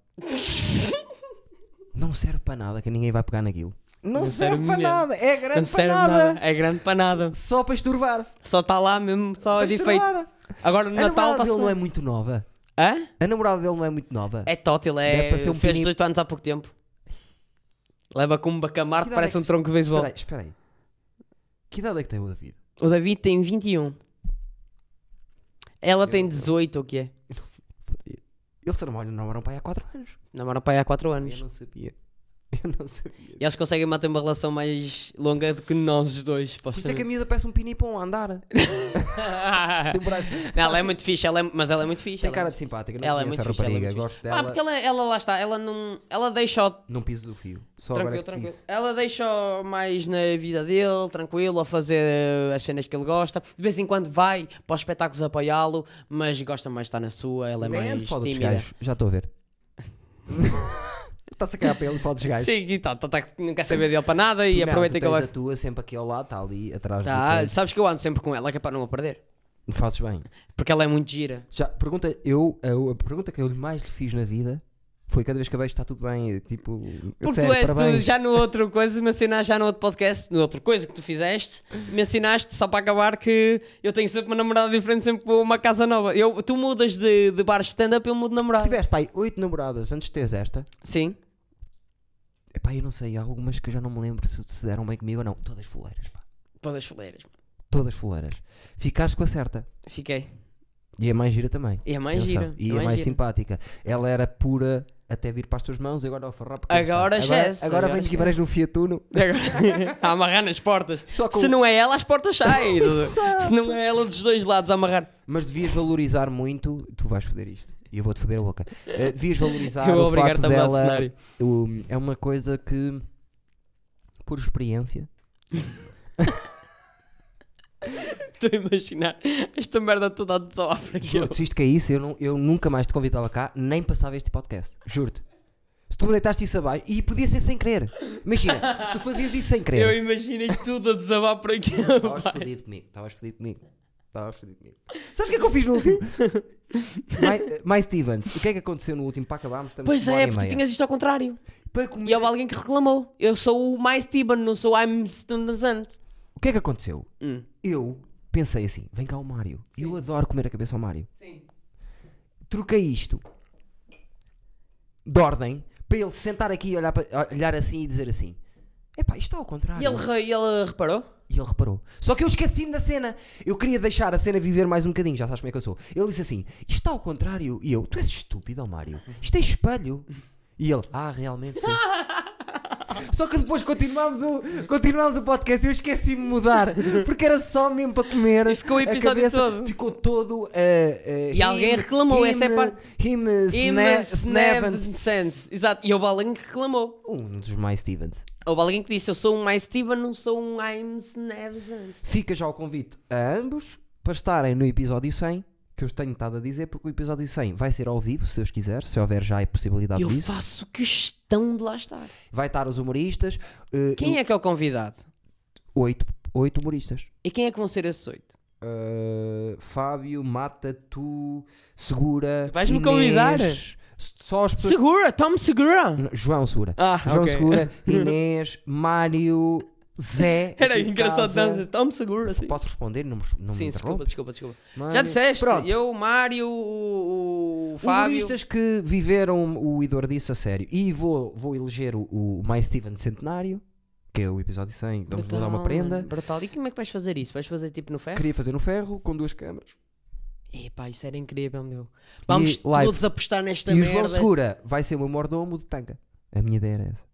[SPEAKER 1] não serve para nada, que ninguém vai pegar naquilo. Não,
[SPEAKER 2] Não
[SPEAKER 1] serve,
[SPEAKER 2] serve
[SPEAKER 1] para
[SPEAKER 2] mesmo.
[SPEAKER 1] nada, é grande para
[SPEAKER 2] Não serve
[SPEAKER 1] nada.
[SPEAKER 2] nada. É grande para nada.
[SPEAKER 1] Só para esturvar.
[SPEAKER 2] Só está lá mesmo, só
[SPEAKER 1] Para
[SPEAKER 2] é defeito.
[SPEAKER 1] esturvar.
[SPEAKER 2] Agora no
[SPEAKER 1] A
[SPEAKER 2] Natal
[SPEAKER 1] namorada
[SPEAKER 2] está
[SPEAKER 1] dele não é muito nova.
[SPEAKER 2] Hã?
[SPEAKER 1] A namorada dele não é muito nova.
[SPEAKER 2] É tótil, é.
[SPEAKER 1] Deve parecer um
[SPEAKER 2] fez
[SPEAKER 1] pinito.
[SPEAKER 2] 18 anos há pouco tempo. Leva com um bacamarte,
[SPEAKER 1] Que idade
[SPEAKER 2] parece
[SPEAKER 1] é
[SPEAKER 2] um tronco de beisebol.
[SPEAKER 1] Espera aí, espera aí. Que idade é que tem o David?
[SPEAKER 2] O David tem 21. Ela tem 18 ou o que é?
[SPEAKER 1] Eles trabalham, namoram para aí um há 4 anos.
[SPEAKER 2] Namora pai há 4 anos.
[SPEAKER 1] Eu não sabia. Eu não sabia.
[SPEAKER 2] E eles conseguem manter uma relação mais longa do que nós dois.
[SPEAKER 1] Por isso é que a miúda parece um pinipom a andar. Tem um braço-
[SPEAKER 2] Não, ela é muito fixe, ela é- mas ela é muito fixe.
[SPEAKER 1] Tem
[SPEAKER 2] ela é
[SPEAKER 1] cara de simpática. Não
[SPEAKER 2] ela é
[SPEAKER 1] conheço
[SPEAKER 2] muito
[SPEAKER 1] a
[SPEAKER 2] fixe, ela é
[SPEAKER 1] rapariga.
[SPEAKER 2] muito
[SPEAKER 1] Gosto
[SPEAKER 2] Ah,
[SPEAKER 1] dela.
[SPEAKER 2] porque ela, ela lá está, ela não. Ela deixa o.
[SPEAKER 1] Não piso do fio. Só agora é que
[SPEAKER 2] Tranquilo,
[SPEAKER 1] te
[SPEAKER 2] tranquilo.
[SPEAKER 1] disse.
[SPEAKER 2] Ela deixa o mais na vida dele, tranquilo, a fazer eh, as cenas que ele gosta. De vez em quando vai para os espetáculos apoiá-lo, mas gosta mais de estar na sua, ela é
[SPEAKER 1] Man,
[SPEAKER 2] mais
[SPEAKER 1] foda dos
[SPEAKER 2] tímida.
[SPEAKER 1] gajos. Já estou a ver. Está-se a cagar para ele, foda dos gajos.
[SPEAKER 2] Sim, e tá, tá, tá, não quer saber dele para nada e
[SPEAKER 1] Não,
[SPEAKER 2] aproveita
[SPEAKER 1] tu
[SPEAKER 2] que ela
[SPEAKER 1] tens
[SPEAKER 2] vai.
[SPEAKER 1] a tua sempre aqui ao lado, está ali atrás do
[SPEAKER 2] Tá,
[SPEAKER 1] coisa.
[SPEAKER 2] sabes que eu ando sempre com ela, que é para não a perder.
[SPEAKER 1] Fazes bem.
[SPEAKER 2] Porque ela é muito gira.
[SPEAKER 1] Já, pergunta, eu, a, a pergunta que eu lhe mais lhe fiz na vida foi cada vez que a vejo está tudo bem, tipo,
[SPEAKER 2] Porque
[SPEAKER 1] sério,
[SPEAKER 2] tu és, tu
[SPEAKER 1] parabéns.
[SPEAKER 2] já no outro coisa, mencionaste já no outro podcast, no outro coisa que tu fizeste, mencionaste só para acabar que eu tenho sempre uma namorada diferente, sempre vou a uma casa nova. Eu, tu mudas de, de bar de stand-up, eu mudo de namorada.
[SPEAKER 1] Tiveste, pai, oito namoradas antes de teres esta.
[SPEAKER 2] Sim.
[SPEAKER 1] Epá, eu não sei, há algumas que eu já não me lembro se se deram bem comigo ou não. Todas fuleiras, pá.
[SPEAKER 2] Todas foleiras. mano.
[SPEAKER 1] Todas fuleiras. Ficaste com a certa.
[SPEAKER 2] Fiquei.
[SPEAKER 1] E é mais gira também.
[SPEAKER 2] E é mais
[SPEAKER 1] Atenção.
[SPEAKER 2] gira.
[SPEAKER 1] E
[SPEAKER 2] é mais gira.
[SPEAKER 1] simpática. Ela era pura até vir para as tuas mãos e agora ao farrapo. que
[SPEAKER 2] Agora
[SPEAKER 1] está.
[SPEAKER 2] já é,
[SPEAKER 1] Agora, agora
[SPEAKER 2] agora
[SPEAKER 1] vem de
[SPEAKER 2] já é.
[SPEAKER 1] Guimarães no Fiatuno.
[SPEAKER 2] Agora- a amarrar nas portas.
[SPEAKER 1] Só com-
[SPEAKER 2] Se não é ela, as portas saem.
[SPEAKER 1] Exato.
[SPEAKER 2] Se não é ela dos dois lados a amarrar.
[SPEAKER 1] Mas devias valorizar muito. Tu vais foder isto. E eu vou-te foder a boca. Eh, devias valorizar
[SPEAKER 2] eu vou
[SPEAKER 1] o facto
[SPEAKER 2] obrigar-te a mudar de
[SPEAKER 1] dela.
[SPEAKER 2] cenário.
[SPEAKER 1] o- é uma coisa que, por experiência,
[SPEAKER 2] Estou a imaginar esta merda toda de dobra aqui.
[SPEAKER 1] juro-te, se isto caísse, é eu, não, eu nunca mais te convidava cá, nem passava este podcast. Juro-te. Se tu me deitaste isso abaixo, e podia ser sem querer. Imagina, tu fazias isso sem
[SPEAKER 2] Eu
[SPEAKER 1] querer.
[SPEAKER 2] imaginei tudo a desabar por aqui.
[SPEAKER 1] Estavas fodido comigo, estavas fodido comigo. Estavas fodido comigo. Sabes o que é que eu fiz no último? mais, mais Stevens, o que é que aconteceu no último para acabarmos? Estamos
[SPEAKER 2] Pois
[SPEAKER 1] com uma
[SPEAKER 2] é,
[SPEAKER 1] hora e
[SPEAKER 2] porque
[SPEAKER 1] meia.
[SPEAKER 2] tinhas isto ao contrário.
[SPEAKER 1] Para comer-
[SPEAKER 2] E é houve alguém que reclamou. Eu sou o mais Tiban, não sou o I'm Stundersant.
[SPEAKER 1] O que é que aconteceu?
[SPEAKER 2] Hum.
[SPEAKER 1] Eu pensei assim: vem cá o Mário. Eu adoro comer a cabeça ao Mário.
[SPEAKER 2] Sim.
[SPEAKER 1] Troquei isto de ordem para ele sentar aqui e olhar, para- olhar assim e dizer assim: epá, isto está ao contrário.
[SPEAKER 2] E ele, re- e ele reparou?
[SPEAKER 1] E ele reparou. Só que eu esqueci-me da cena. Eu queria deixar a cena viver mais um bocadinho, já sabes como é que eu sou. Ele disse assim: Isto está ao contrário. E eu: Tu és estúpido, ó Mário. Isto é espelho. E ele: Ah, realmente sim. Só que depois continuámos o, continuámos o podcast e eu esqueci-me de mudar. Porque era só mesmo para comer.
[SPEAKER 2] E ficou o
[SPEAKER 1] a
[SPEAKER 2] episódio
[SPEAKER 1] cabeça
[SPEAKER 2] todo.
[SPEAKER 1] Ficou todo. eh,
[SPEAKER 2] E alguém reclamou, essa é a parte.
[SPEAKER 1] Him,
[SPEAKER 2] I'm
[SPEAKER 1] Snevens.
[SPEAKER 2] Stundersant. Exato. E houve alguém que reclamou.
[SPEAKER 1] Um dos mais Stevens.
[SPEAKER 2] Houve alguém que disse: Eu sou um mais Steven, não sou um I'm Snevezans.
[SPEAKER 1] Fica já o convite a ambos para estarem no episódio 100, que eu os tenho estado a dizer, porque o episódio 100 vai ser ao vivo, se Deus quiser, se houver já a possibilidade
[SPEAKER 2] Eu
[SPEAKER 1] disso.
[SPEAKER 2] faço questão de lá estar.
[SPEAKER 1] Vai estar os humoristas, eh,
[SPEAKER 2] Quem é que é o convidado?
[SPEAKER 1] oito, oito humoristas.
[SPEAKER 2] E quem é que vão ser esses oito?
[SPEAKER 1] Uh, Fábio, Mata, tu, Segura.
[SPEAKER 2] Vais-me
[SPEAKER 1] Inês,
[SPEAKER 2] convidar?
[SPEAKER 1] s- Só as pessoas.
[SPEAKER 2] Segura, Tom Segura!
[SPEAKER 1] N- João Segura.
[SPEAKER 2] Ah,
[SPEAKER 1] João
[SPEAKER 2] ok.
[SPEAKER 1] Segura, Inês, Mário, Zé.
[SPEAKER 2] Era
[SPEAKER 1] aqui em
[SPEAKER 2] engraçado,
[SPEAKER 1] casa.
[SPEAKER 2] não, Tom Segura, assim.
[SPEAKER 1] Posso responder? Não me, não me
[SPEAKER 2] Sim,
[SPEAKER 1] interrompe.
[SPEAKER 2] desculpa, desculpa, desculpa. Já
[SPEAKER 1] Mário-
[SPEAKER 2] disseste,
[SPEAKER 1] Pronto.
[SPEAKER 2] eu, o Mário, o, o Fábio.
[SPEAKER 1] Humoristas que viveram o Eduardice a sério. E vou, vou eleger o, o My Steven Centenário, que é o episódio 100. Vamos
[SPEAKER 2] Brutal,
[SPEAKER 1] mudar uma prenda.
[SPEAKER 2] mano, Brutal. Então, E como é que vais fazer isso? Vais fazer tipo no ferro?
[SPEAKER 1] Queria fazer no ferro, com duas câmaras.
[SPEAKER 2] Epá, isso era incrível, meu. Vamos
[SPEAKER 1] live.
[SPEAKER 2] todos apostar nesta
[SPEAKER 1] e o João
[SPEAKER 2] merda.
[SPEAKER 1] Segura vai ser o meu mordomo de tanga. A minha ideia era essa.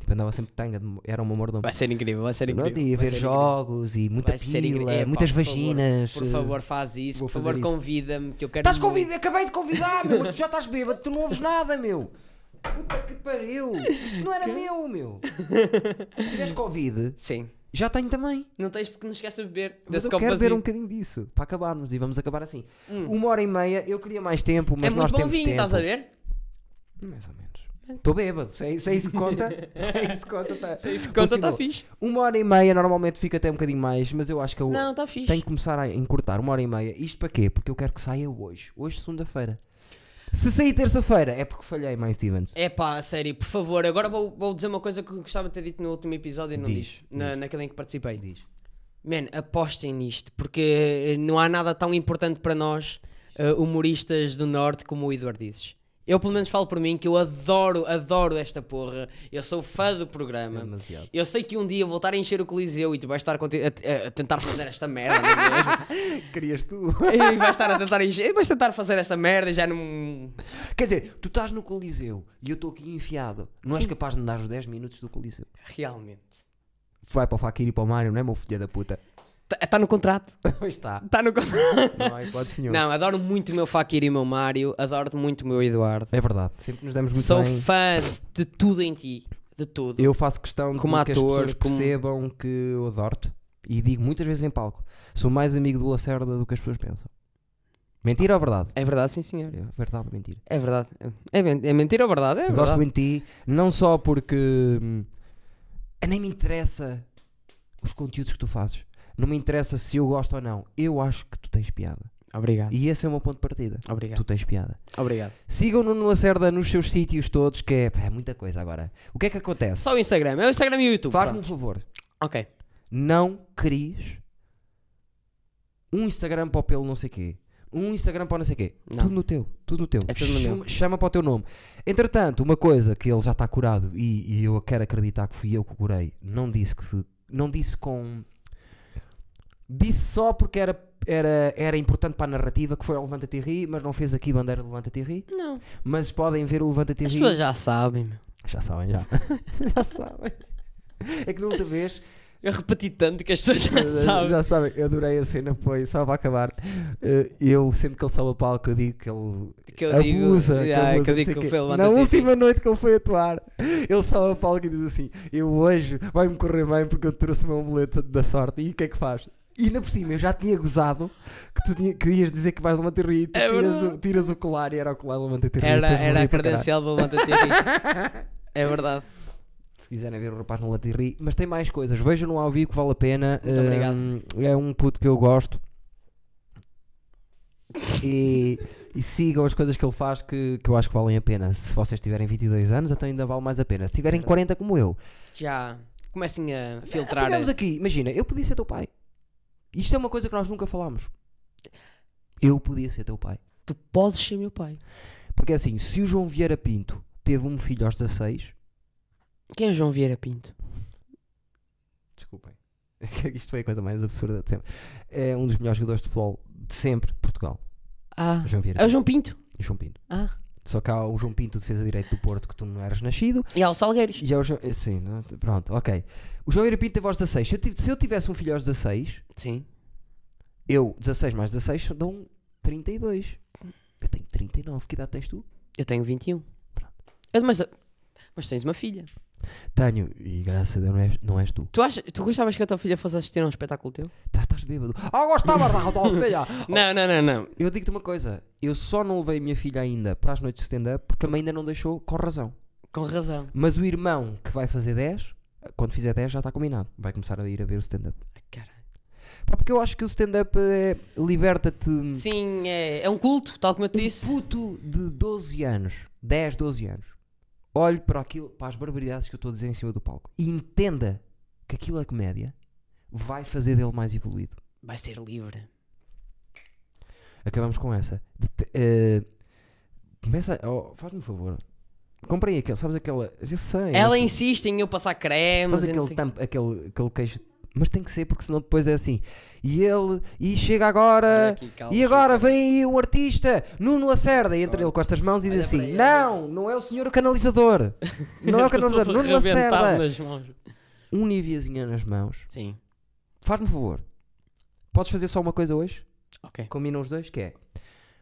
[SPEAKER 1] Tipo, andava sempre de tanga, de- era o meu mordomo.
[SPEAKER 2] Vai ser incrível, vai ser
[SPEAKER 1] Não,
[SPEAKER 2] incrível.
[SPEAKER 1] e ia
[SPEAKER 2] vai
[SPEAKER 1] ver
[SPEAKER 2] ser
[SPEAKER 1] jogos e muita
[SPEAKER 2] Vai ser incrível.
[SPEAKER 1] pila,
[SPEAKER 2] Epá,
[SPEAKER 1] muitas
[SPEAKER 2] por favor,
[SPEAKER 1] vaginas.
[SPEAKER 2] Por favor, faz isso.
[SPEAKER 1] eh, Vou
[SPEAKER 2] Por favor,
[SPEAKER 1] fazer isso.
[SPEAKER 2] convida-me que eu quero.
[SPEAKER 1] Estás
[SPEAKER 2] muito.
[SPEAKER 1] convidado, acabei de convidar, meu, mas tu já estás bêbado, tu não ouves nada, meu. Puta que pariu. Isto não era meu, meu. Se tiveres Covid,
[SPEAKER 2] Sim.
[SPEAKER 1] já tenho também.
[SPEAKER 2] Não tens porque não esqueces de beber.
[SPEAKER 1] Mas
[SPEAKER 2] Desse
[SPEAKER 1] eu
[SPEAKER 2] copo
[SPEAKER 1] quero ver
[SPEAKER 2] vazio. Hum.
[SPEAKER 1] um bocadinho disso, para acabarmos e vamos acabar assim. Uma hora e meia, eu queria mais tempo, mas
[SPEAKER 2] É
[SPEAKER 1] nós
[SPEAKER 2] muito bom
[SPEAKER 1] temos
[SPEAKER 2] vinho,
[SPEAKER 1] tempo.
[SPEAKER 2] estás a ver?
[SPEAKER 1] Mais ou menos. Estou bêbado, se é, se é isso que conta, se é isso que conta, tá. Se
[SPEAKER 2] Isso conta, está fixe.
[SPEAKER 1] Uma hora e meia normalmente fica até um bocadinho mais, mas eu acho que eu
[SPEAKER 2] Não, está fixe.
[SPEAKER 1] tenho que começar a encurtar uma hora e meia. Isto para quê? Porque eu quero que saia hoje, hoje segunda-feira. Se sair terça-feira é porque falhei, mais Stevens.
[SPEAKER 2] É pá, a sério, por favor, agora vou, vou dizer uma coisa que eu gostava de ter dito no último episódio e não
[SPEAKER 1] Diz,
[SPEAKER 2] disse, na, naquele em que participei.
[SPEAKER 1] Diz.
[SPEAKER 2] Man, apostem nisto, porque eh, não há nada tão importante para nós, eh, humoristas do Norte, como o Eduardo dizes. Eu pelo menos falo por mim que eu adoro, adoro esta porra. Eu sou fã do programa.
[SPEAKER 1] Demasiado.
[SPEAKER 2] Eu sei que um dia eu vou estar a encher o Coliseu e tu vais estar conti- a, a- a tentar fazer esta merda, não é mesmo?
[SPEAKER 1] Querias tu?
[SPEAKER 2] E vais estar a tentar encher, vais tentar fazer esta merda e já não.
[SPEAKER 1] Quer dizer, tu estás no Coliseu e eu estou aqui enfiado. Não és capaz de me dar os 10 minutos do Coliseu.
[SPEAKER 2] Realmente.
[SPEAKER 1] Vai para o Fakir e para o Mário, não é, meu filho da puta?
[SPEAKER 2] Está Tá, no contrato.
[SPEAKER 1] Pois está.
[SPEAKER 2] Está no contrato.
[SPEAKER 1] Não há hipótese nenhuma.
[SPEAKER 2] Não, adoro muito o meu Fakir e o meu Mário, adoro muito o meu Eduardo.
[SPEAKER 1] É verdade. Sempre nos damos muito
[SPEAKER 2] Sou
[SPEAKER 1] bem.
[SPEAKER 2] fã de tudo em ti. De tudo.
[SPEAKER 1] Eu faço questão
[SPEAKER 2] Como
[SPEAKER 1] de que as
[SPEAKER 2] ator,
[SPEAKER 1] pessoas
[SPEAKER 2] como-
[SPEAKER 1] percebam que eu adoro-te. E digo muitas vezes em palco. Sou mais amigo do Lacerda do que as pessoas pensam. Mentira ou verdade?
[SPEAKER 2] É verdade, sim, senhor.
[SPEAKER 1] É verdade ou mentira?
[SPEAKER 2] É verdade. É, men- é mentira ou verdade? É
[SPEAKER 1] Gosto
[SPEAKER 2] verdade.
[SPEAKER 1] muito de ti, não só porque hum, nem me interessa os conteúdos que tu fazes. Não me interessa se eu gosto ou não. Eu acho que tu tens piada.
[SPEAKER 2] Obrigado.
[SPEAKER 1] E esse é o meu ponto de partida.
[SPEAKER 2] Obrigado.
[SPEAKER 1] Tu tens piada.
[SPEAKER 2] Obrigado.
[SPEAKER 1] Sigam o Nuno Lacerda nos seus sítios todos, que é, pá, é muita coisa agora. O que é que acontece?
[SPEAKER 2] Só o Instagram. É o Instagram e o YouTube.
[SPEAKER 1] Faz-me um
[SPEAKER 2] pronto.
[SPEAKER 1] favor.
[SPEAKER 2] Ok.
[SPEAKER 1] não queres um Instagram para o pelo não sei quê, um Instagram para o não sei quê,
[SPEAKER 2] Não.
[SPEAKER 1] tudo no teu, tudo no teu.
[SPEAKER 2] É tudo no meu.
[SPEAKER 1] chama, chama para o teu nome. Entretanto, uma coisa que ele já está curado e, e eu quero acreditar que fui eu que o curei, não disse que se, não disse com disse só porque era era, era importante para a narrativa que foi ao Levanta-te e Ri, mas não fez aqui bandeira do Levanta-te e Ri.
[SPEAKER 2] Não.
[SPEAKER 1] Mas podem ver o Levanta-te e
[SPEAKER 2] As
[SPEAKER 1] Ri.
[SPEAKER 2] pessoas já sabem, meu.
[SPEAKER 1] Já sabem, já. já sabem. É que na outra vez eh,
[SPEAKER 2] Eu repeti tanto que as pessoas já sabem.
[SPEAKER 1] já sabem, eu adorei a cena, foi só para acabar. Eh, Eu sempre que ele sobe ao palco, eu digo que ele
[SPEAKER 2] Que eu digo.
[SPEAKER 1] abusa. que abusa,
[SPEAKER 2] Ah, que eu
[SPEAKER 1] não sei
[SPEAKER 2] digo que
[SPEAKER 1] quê.
[SPEAKER 2] foi
[SPEAKER 1] Na
[SPEAKER 2] levantado.
[SPEAKER 1] última noite que ele foi atuar, ele sobe ao palco e diz assim: Eu hoje vai-me correr bem porque eu trouxe o meu amuleto da sorte. E o que é que faz? E ainda por cima, eu já tinha gozado que tu tinha, querias dizer que vais levantar e tu
[SPEAKER 2] É
[SPEAKER 1] tiras, o,
[SPEAKER 2] verdade.
[SPEAKER 1] tiras o colar e era o colar levantar e
[SPEAKER 2] Era, era a credencial do Levanta TV. é verdade.
[SPEAKER 1] se quiserem ver o rapaz no Latirri. Mas tem mais coisas, vejam-no ao vivo que vale a pena.
[SPEAKER 2] Muito
[SPEAKER 1] Hum,
[SPEAKER 2] obrigado.
[SPEAKER 1] É um puto que eu gosto. E, e sigam as coisas que ele faz que, que eu acho que valem a pena. Se vocês tiverem 22 anos, então ainda vale mais a pena. Se tiverem
[SPEAKER 2] É
[SPEAKER 1] 40 como eu,
[SPEAKER 2] Já comecem a filtrar. é.
[SPEAKER 1] ficamos aqui. Imagina, eu podia ser teu pai. Isto é uma coisa que nós nunca falámos. Eu podia ser teu pai.
[SPEAKER 2] Tu podes ser meu pai.
[SPEAKER 1] Porque assim, se o João Vieira Pinto teve um filho aos 16,
[SPEAKER 2] Quem é o João Vieira Pinto?
[SPEAKER 1] Desculpem. Isto foi a coisa mais absurda de sempre. É um dos melhores jogadores de futebol de sempre de Portugal.
[SPEAKER 2] Ah.
[SPEAKER 1] João Vieira.
[SPEAKER 2] É o João Pinto.
[SPEAKER 1] E João Pinto.
[SPEAKER 2] Ah.
[SPEAKER 1] Só que há o João Pinto, defesa direito do Porto, que tu não eras nascido.
[SPEAKER 2] E há o Salgueiros.
[SPEAKER 1] E há o João... eh, Sim, não- pronto, ok. O João Vieira Pinto teve aos 16. Se eu, tive- se eu tivesse um filho aos 16,
[SPEAKER 2] Sim.
[SPEAKER 1] eu, 16 mais 16, dão 32. Eu tenho 39. Que idade tens tu?
[SPEAKER 2] Eu tenho 21.
[SPEAKER 1] Pronto.
[SPEAKER 2] Eu- mas, mas tens uma filha.
[SPEAKER 1] Tenho. E graças a Deus não és, não és tu.
[SPEAKER 2] Tu, achas, tu gostavas que a tua filha fosse assistir a um espetáculo teu?
[SPEAKER 1] Estás, estás bêbado. Ah, gostava da filha.
[SPEAKER 2] Não, não, não, não.
[SPEAKER 1] Eu digo-te uma coisa. Eu só não levei a minha filha ainda para as noites de stand-up porque a mãe ainda não deixou com razão.
[SPEAKER 2] Com razão.
[SPEAKER 1] Mas o irmão que vai fazer 10, quando fizer 10 já está combinado. Vai começar a ir a ver o stand-up.
[SPEAKER 2] Ai, caralho.
[SPEAKER 1] Pá, porque eu acho que o stand-up é, liberta-te.
[SPEAKER 2] Sim, é, é um culto, tal como eu te disse.
[SPEAKER 1] Puto de 12 anos, 10, 12 anos, olhe para aquilo, para as barbaridades que eu estou a dizer em cima do palco e entenda que aquilo é comédia, vai fazer dele mais evoluído.
[SPEAKER 2] Vai ser livre.
[SPEAKER 1] Acabamos com essa. Te- eh, começa. Oh, Faz-me um favor. Comprem aquele, sabes aquela. Eu sei.
[SPEAKER 2] Ela
[SPEAKER 1] eu sei.
[SPEAKER 2] insiste em eu passar cremes.
[SPEAKER 1] Faz
[SPEAKER 2] e não
[SPEAKER 1] aquele,
[SPEAKER 2] sei-
[SPEAKER 1] tamp, aquele, aquele queijo. Mas tem que ser, porque senão depois é assim. E ele. E chega agora.
[SPEAKER 2] Olha aqui, calma,
[SPEAKER 1] E agora
[SPEAKER 2] Chico.
[SPEAKER 1] vem aí o artista Nuno Lacerda. E entra ele com estas mãos e diz
[SPEAKER 2] Olha para
[SPEAKER 1] assim:
[SPEAKER 2] aí,
[SPEAKER 1] Não, não é o senhor o canalizador. Não é o canalizador.
[SPEAKER 2] Estou
[SPEAKER 1] Nuno
[SPEAKER 2] arrebentado
[SPEAKER 1] Lacerda.
[SPEAKER 2] nas mãos.
[SPEAKER 1] Um niveazinho nas mãos.
[SPEAKER 2] Sim,
[SPEAKER 1] Faz-me um favor. Podes fazer só uma coisa hoje?
[SPEAKER 2] ok.
[SPEAKER 1] Combinam os dois, que é.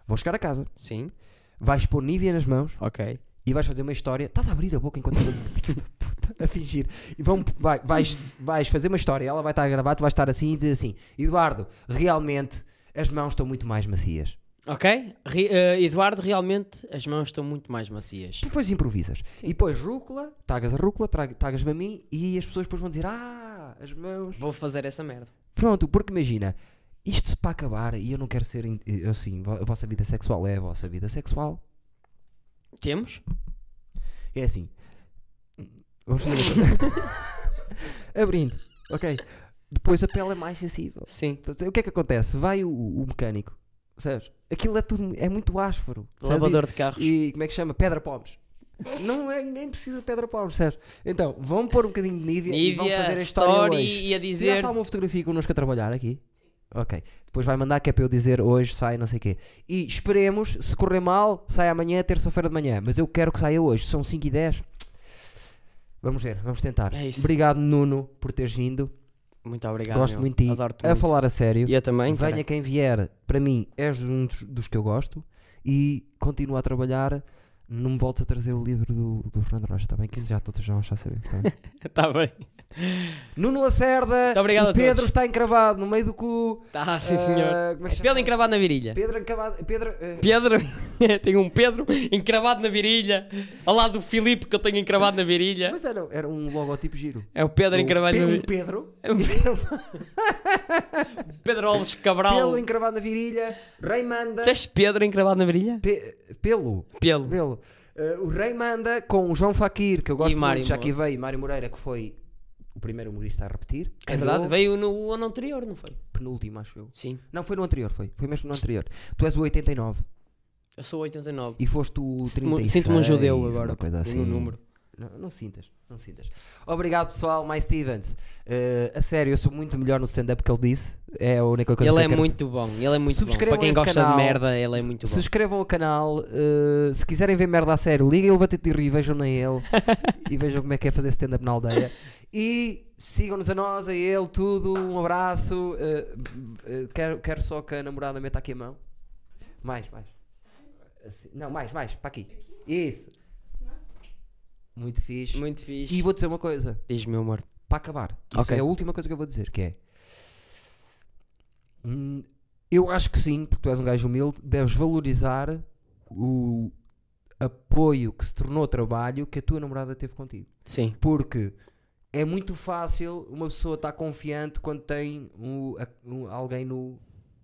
[SPEAKER 1] Vão chegar a casa,
[SPEAKER 2] Sim,
[SPEAKER 1] vais pôr Nívia nas mãos
[SPEAKER 2] ok.
[SPEAKER 1] e vais fazer uma história. Estás a abrir a boca enquanto eu- Filho da puta, a fingir. E vão, vai- vais, vais fazer uma história, ela vai estar a gravar, tu vais estar assim e dizer assim: Eduardo, realmente as mãos estão muito mais macias.
[SPEAKER 2] Ok? Ri- eh, Eduardo, realmente as mãos estão muito mais macias.
[SPEAKER 1] Tu depois improvisas. E depois rúcula, tagas a rúcula, tra- tagas-me a mim e as pessoas depois vão dizer: Ah, as mãos.
[SPEAKER 2] Vou fazer essa merda.
[SPEAKER 1] Pronto, porque imagina, isto se para acabar e eu não quero ser. in- eu, Assim, vo- a vossa vida sexual é a vossa vida sexual.
[SPEAKER 2] Temos?
[SPEAKER 1] É assim. Vamos fazer. Abrindo, ok. Depois a pele é mais sensível.
[SPEAKER 2] Sim.
[SPEAKER 1] Portanto, O que é que acontece? Vai o, o mecânico, Sabes? Aquilo é tudo, é muito áspero. sabes?
[SPEAKER 2] Lavador de carros.
[SPEAKER 1] E como é que chama? Pedra Pomes. Não é, nem precisa de pedra pomes, sabes? Então, vão pôr um bocadinho de Nivea, e vão
[SPEAKER 2] Nívia,
[SPEAKER 1] fazer a história
[SPEAKER 2] story
[SPEAKER 1] hoje.
[SPEAKER 2] e a
[SPEAKER 1] Já
[SPEAKER 2] dizer.
[SPEAKER 1] está uma fotografia connosco a trabalhar aqui? Ok. Depois vai mandar que é para eu dizer hoje sai não sei o quê. E esperemos, se correr mal, sai amanhã, terça-feira de manhã. Mas eu quero que saia hoje, são 5 e 10. Vamos ver, vamos tentar.
[SPEAKER 2] É isso.
[SPEAKER 1] Obrigado, Nuno, por teres vindo.
[SPEAKER 2] Muito obrigado.
[SPEAKER 1] gosto
[SPEAKER 2] meu.
[SPEAKER 1] muito de ti.
[SPEAKER 2] Adoro-te
[SPEAKER 1] a
[SPEAKER 2] muito.
[SPEAKER 1] falar a sério.
[SPEAKER 2] E eu também.
[SPEAKER 1] Venha
[SPEAKER 2] caralho.
[SPEAKER 1] quem vier, para mim és um dos, dos que eu gosto e continuo a trabalhar. Não me voltes a trazer o livro do, do Fernando Rocha, está bem? Que isso já todos nós já sabemos. Tá bem?
[SPEAKER 2] Tá bem.
[SPEAKER 1] Nuno Lacerda,
[SPEAKER 2] Muito obrigado
[SPEAKER 1] o
[SPEAKER 2] a
[SPEAKER 1] Pedro
[SPEAKER 2] todos.
[SPEAKER 1] está encravado no meio do cu.
[SPEAKER 2] Tá, sim,
[SPEAKER 1] Ah,
[SPEAKER 2] senhor.
[SPEAKER 1] como é que se
[SPEAKER 2] Pedro
[SPEAKER 1] chama?
[SPEAKER 2] encravado na virilha.
[SPEAKER 1] Pedro encravado. Pedro. eh,
[SPEAKER 2] Pedro, tenho um Pedro encravado na virilha, ao lado do Filipe que eu tenho encravado na virilha.
[SPEAKER 1] mas era, era um logotipo giro.
[SPEAKER 2] É o Pedro
[SPEAKER 1] O
[SPEAKER 2] encravado
[SPEAKER 1] Pe-
[SPEAKER 2] na
[SPEAKER 1] um
[SPEAKER 2] virilha.
[SPEAKER 1] Pedro.
[SPEAKER 2] Pedro Alves
[SPEAKER 1] Pelo
[SPEAKER 2] Cabral.
[SPEAKER 1] encravado na virilha. Rei manda.
[SPEAKER 2] Disseste Pedro encravado na virilha?
[SPEAKER 1] Pe- pelo.
[SPEAKER 2] Pelo.
[SPEAKER 1] Pelo. Eh, o Rei Manda com o João Faquir, que eu gosto
[SPEAKER 2] Mário
[SPEAKER 1] muito, já aqui veio, e Mário Moreira, que foi o primeiro humorista a repetir.
[SPEAKER 2] É verdade,
[SPEAKER 1] Ganhou
[SPEAKER 2] veio no ano anterior, não foi?
[SPEAKER 1] Penúltimo, acho eu.
[SPEAKER 2] Sim.
[SPEAKER 1] Não, foi no anterior, foi. Foi mesmo no anterior. Tu és o 89
[SPEAKER 2] Eu sou 89.
[SPEAKER 1] e foste o
[SPEAKER 2] Sinto-me-
[SPEAKER 1] 36.
[SPEAKER 2] Sinto-me um judeu agora.
[SPEAKER 1] Uma coisa
[SPEAKER 2] no
[SPEAKER 1] assim.
[SPEAKER 2] número.
[SPEAKER 1] Não, não sintas, não sintas. Obrigado, pessoal. Mais Stevens. Eh, a sério, eu sou muito melhor no stand-up que ele disse. É a única coisa que
[SPEAKER 2] Ele
[SPEAKER 1] eu
[SPEAKER 2] é
[SPEAKER 1] quero
[SPEAKER 2] muito bom, ele é muito bom.
[SPEAKER 1] Subscrevam
[SPEAKER 2] Para quem
[SPEAKER 1] este
[SPEAKER 2] gosta
[SPEAKER 1] canal.
[SPEAKER 2] de merda, ele é muito bom.
[SPEAKER 1] Subscrevam o canal. eh, se quiserem ver merda a sério, liguem o Batete de Rir, vejam na ele e vejam como é que é fazer stand-up na aldeia. E sigam-nos a nós, a ele, tudo. Um abraço. eh, eh, quero, quero só que a namorada meta aqui a mão. Mais, mais. Assim, não, mais, mais, para aqui. Isso. Muito fixe.
[SPEAKER 2] Muito fixe.
[SPEAKER 1] E vou dizer uma coisa,
[SPEAKER 2] Diz, meu amor.
[SPEAKER 1] para acabar. Isso
[SPEAKER 2] Ok.
[SPEAKER 1] é a última coisa que eu vou dizer, que é. hum, eu acho que sim, porque tu és um gajo humilde, deves valorizar o apoio que se tornou trabalho que a tua namorada teve contigo.
[SPEAKER 2] Sim.
[SPEAKER 1] Porque é muito fácil uma pessoa estar confiante quando tem um- a- um- alguém no,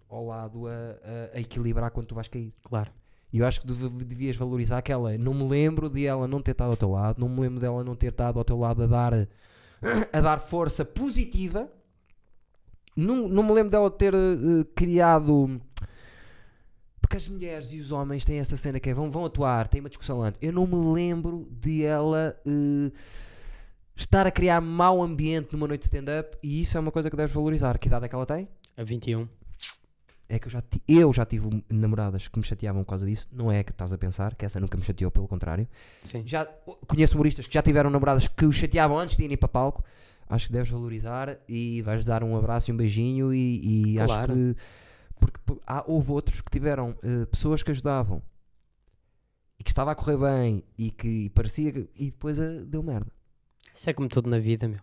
[SPEAKER 1] ao lado a, a- a equilibrar quando tu vais cair.
[SPEAKER 2] Claro.
[SPEAKER 1] E eu acho que deve- devias valorizar aquela. Não me lembro de ela não ter estado ao teu lado, não me lembro dela não ter estado ao teu lado a dar, a dar força positiva. Não, não me lembro dela ter eh, criado. Porque as mulheres e os homens têm essa cena que é vão, vão atuar, têm uma discussão antes. Eu não me lembro de ela eh, estar a criar mau ambiente numa noite de stand-up e isso é uma coisa que deves valorizar. Que idade é que ela tem?
[SPEAKER 2] A 21.
[SPEAKER 1] É que eu já, ti- eu já tive um, namoradas que me chateavam por causa disso. Não é que estás a pensar, que essa nunca me chateou, pelo contrário.
[SPEAKER 2] Sim.
[SPEAKER 1] Já conheço humoristas que já tiveram namoradas que os chateavam antes de irem para palco. Acho que deves valorizar e vais dar um abraço e um beijinho e, e acho
[SPEAKER 2] Claro.
[SPEAKER 1] que porque po- há, houve outros que tiveram eh, pessoas que ajudavam e que estava a correr bem e que parecia que, e depois eh, deu merda.
[SPEAKER 2] Isso é como tudo na vida, meu.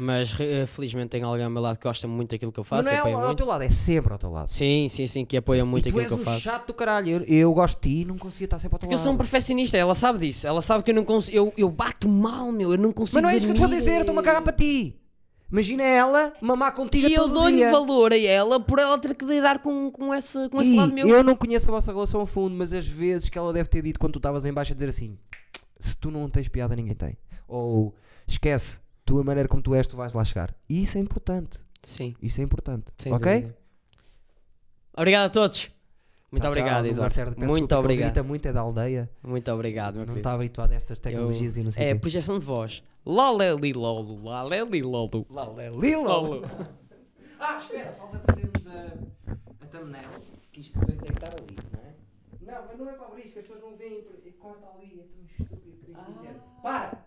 [SPEAKER 2] Mas re- eh, felizmente tenho alguém ao meu lado que gosta muito daquilo que eu faço.
[SPEAKER 1] Mas não é
[SPEAKER 2] apoia
[SPEAKER 1] ao, ao
[SPEAKER 2] muito.
[SPEAKER 1] teu lado, é sempre ao teu lado.
[SPEAKER 2] Sim, sim, sim, que apoia muito
[SPEAKER 1] e tu
[SPEAKER 2] aquilo
[SPEAKER 1] és
[SPEAKER 2] que eu
[SPEAKER 1] um
[SPEAKER 2] faço.
[SPEAKER 1] chato do caralho. Eu, eu gosto de ti e não conseguia estar sempre ao teu
[SPEAKER 2] Porque eu
[SPEAKER 1] lado.
[SPEAKER 2] sou um perfeccionista, ela sabe disso. Ela sabe que eu não consigo. Eu, eu bato mal, meu. Eu não consigo.
[SPEAKER 1] Mas não é isso que eu estou a dizer, eu
[SPEAKER 2] dormir.
[SPEAKER 1] estou-me a cagar para ti. Imagina ela mamar contigo
[SPEAKER 2] E
[SPEAKER 1] a
[SPEAKER 2] eu
[SPEAKER 1] todo o
[SPEAKER 2] dou-lhe
[SPEAKER 1] dia.
[SPEAKER 2] valor a ela por ela ter que lidar com, com, essa, com esse
[SPEAKER 1] E
[SPEAKER 2] lado meu.
[SPEAKER 1] eu não conheço a vossa relação a fundo, mas as vezes que ela deve ter dito quando tu estavas em baixo a dizer assim, se tu não tens piada ninguém tem. Ou esquece, tu a maneira como tu és tu vais lá chegar. E isso é importante,
[SPEAKER 2] Sim,
[SPEAKER 1] isso é importante,
[SPEAKER 2] sem
[SPEAKER 1] ok?
[SPEAKER 2] dúvida. Obrigado a todos. Muito
[SPEAKER 1] Tchau, tchau,
[SPEAKER 2] obrigado,
[SPEAKER 1] Nuno Lacerda,
[SPEAKER 2] Eduardo.
[SPEAKER 1] peço desculpa
[SPEAKER 2] Muito
[SPEAKER 1] que ele
[SPEAKER 2] obrigado.
[SPEAKER 1] grita muito é da aldeia,
[SPEAKER 2] Muito obrigado, meu
[SPEAKER 1] não
[SPEAKER 2] querido.
[SPEAKER 1] está habituado a estas
[SPEAKER 2] Eu-
[SPEAKER 1] tecnologias e não sei
[SPEAKER 2] É,
[SPEAKER 1] o quê.
[SPEAKER 2] projeção de voz. Laleli lolo, laleli lolo.
[SPEAKER 1] Lilo! Ah, espera, falta fazermos a, a thumbnail, que isto tem que estar ali, não é? Não, mas não é para abrir, isto, que as pessoas não veem, porque corta ali, é tão estúpido, por isso entendo. Para!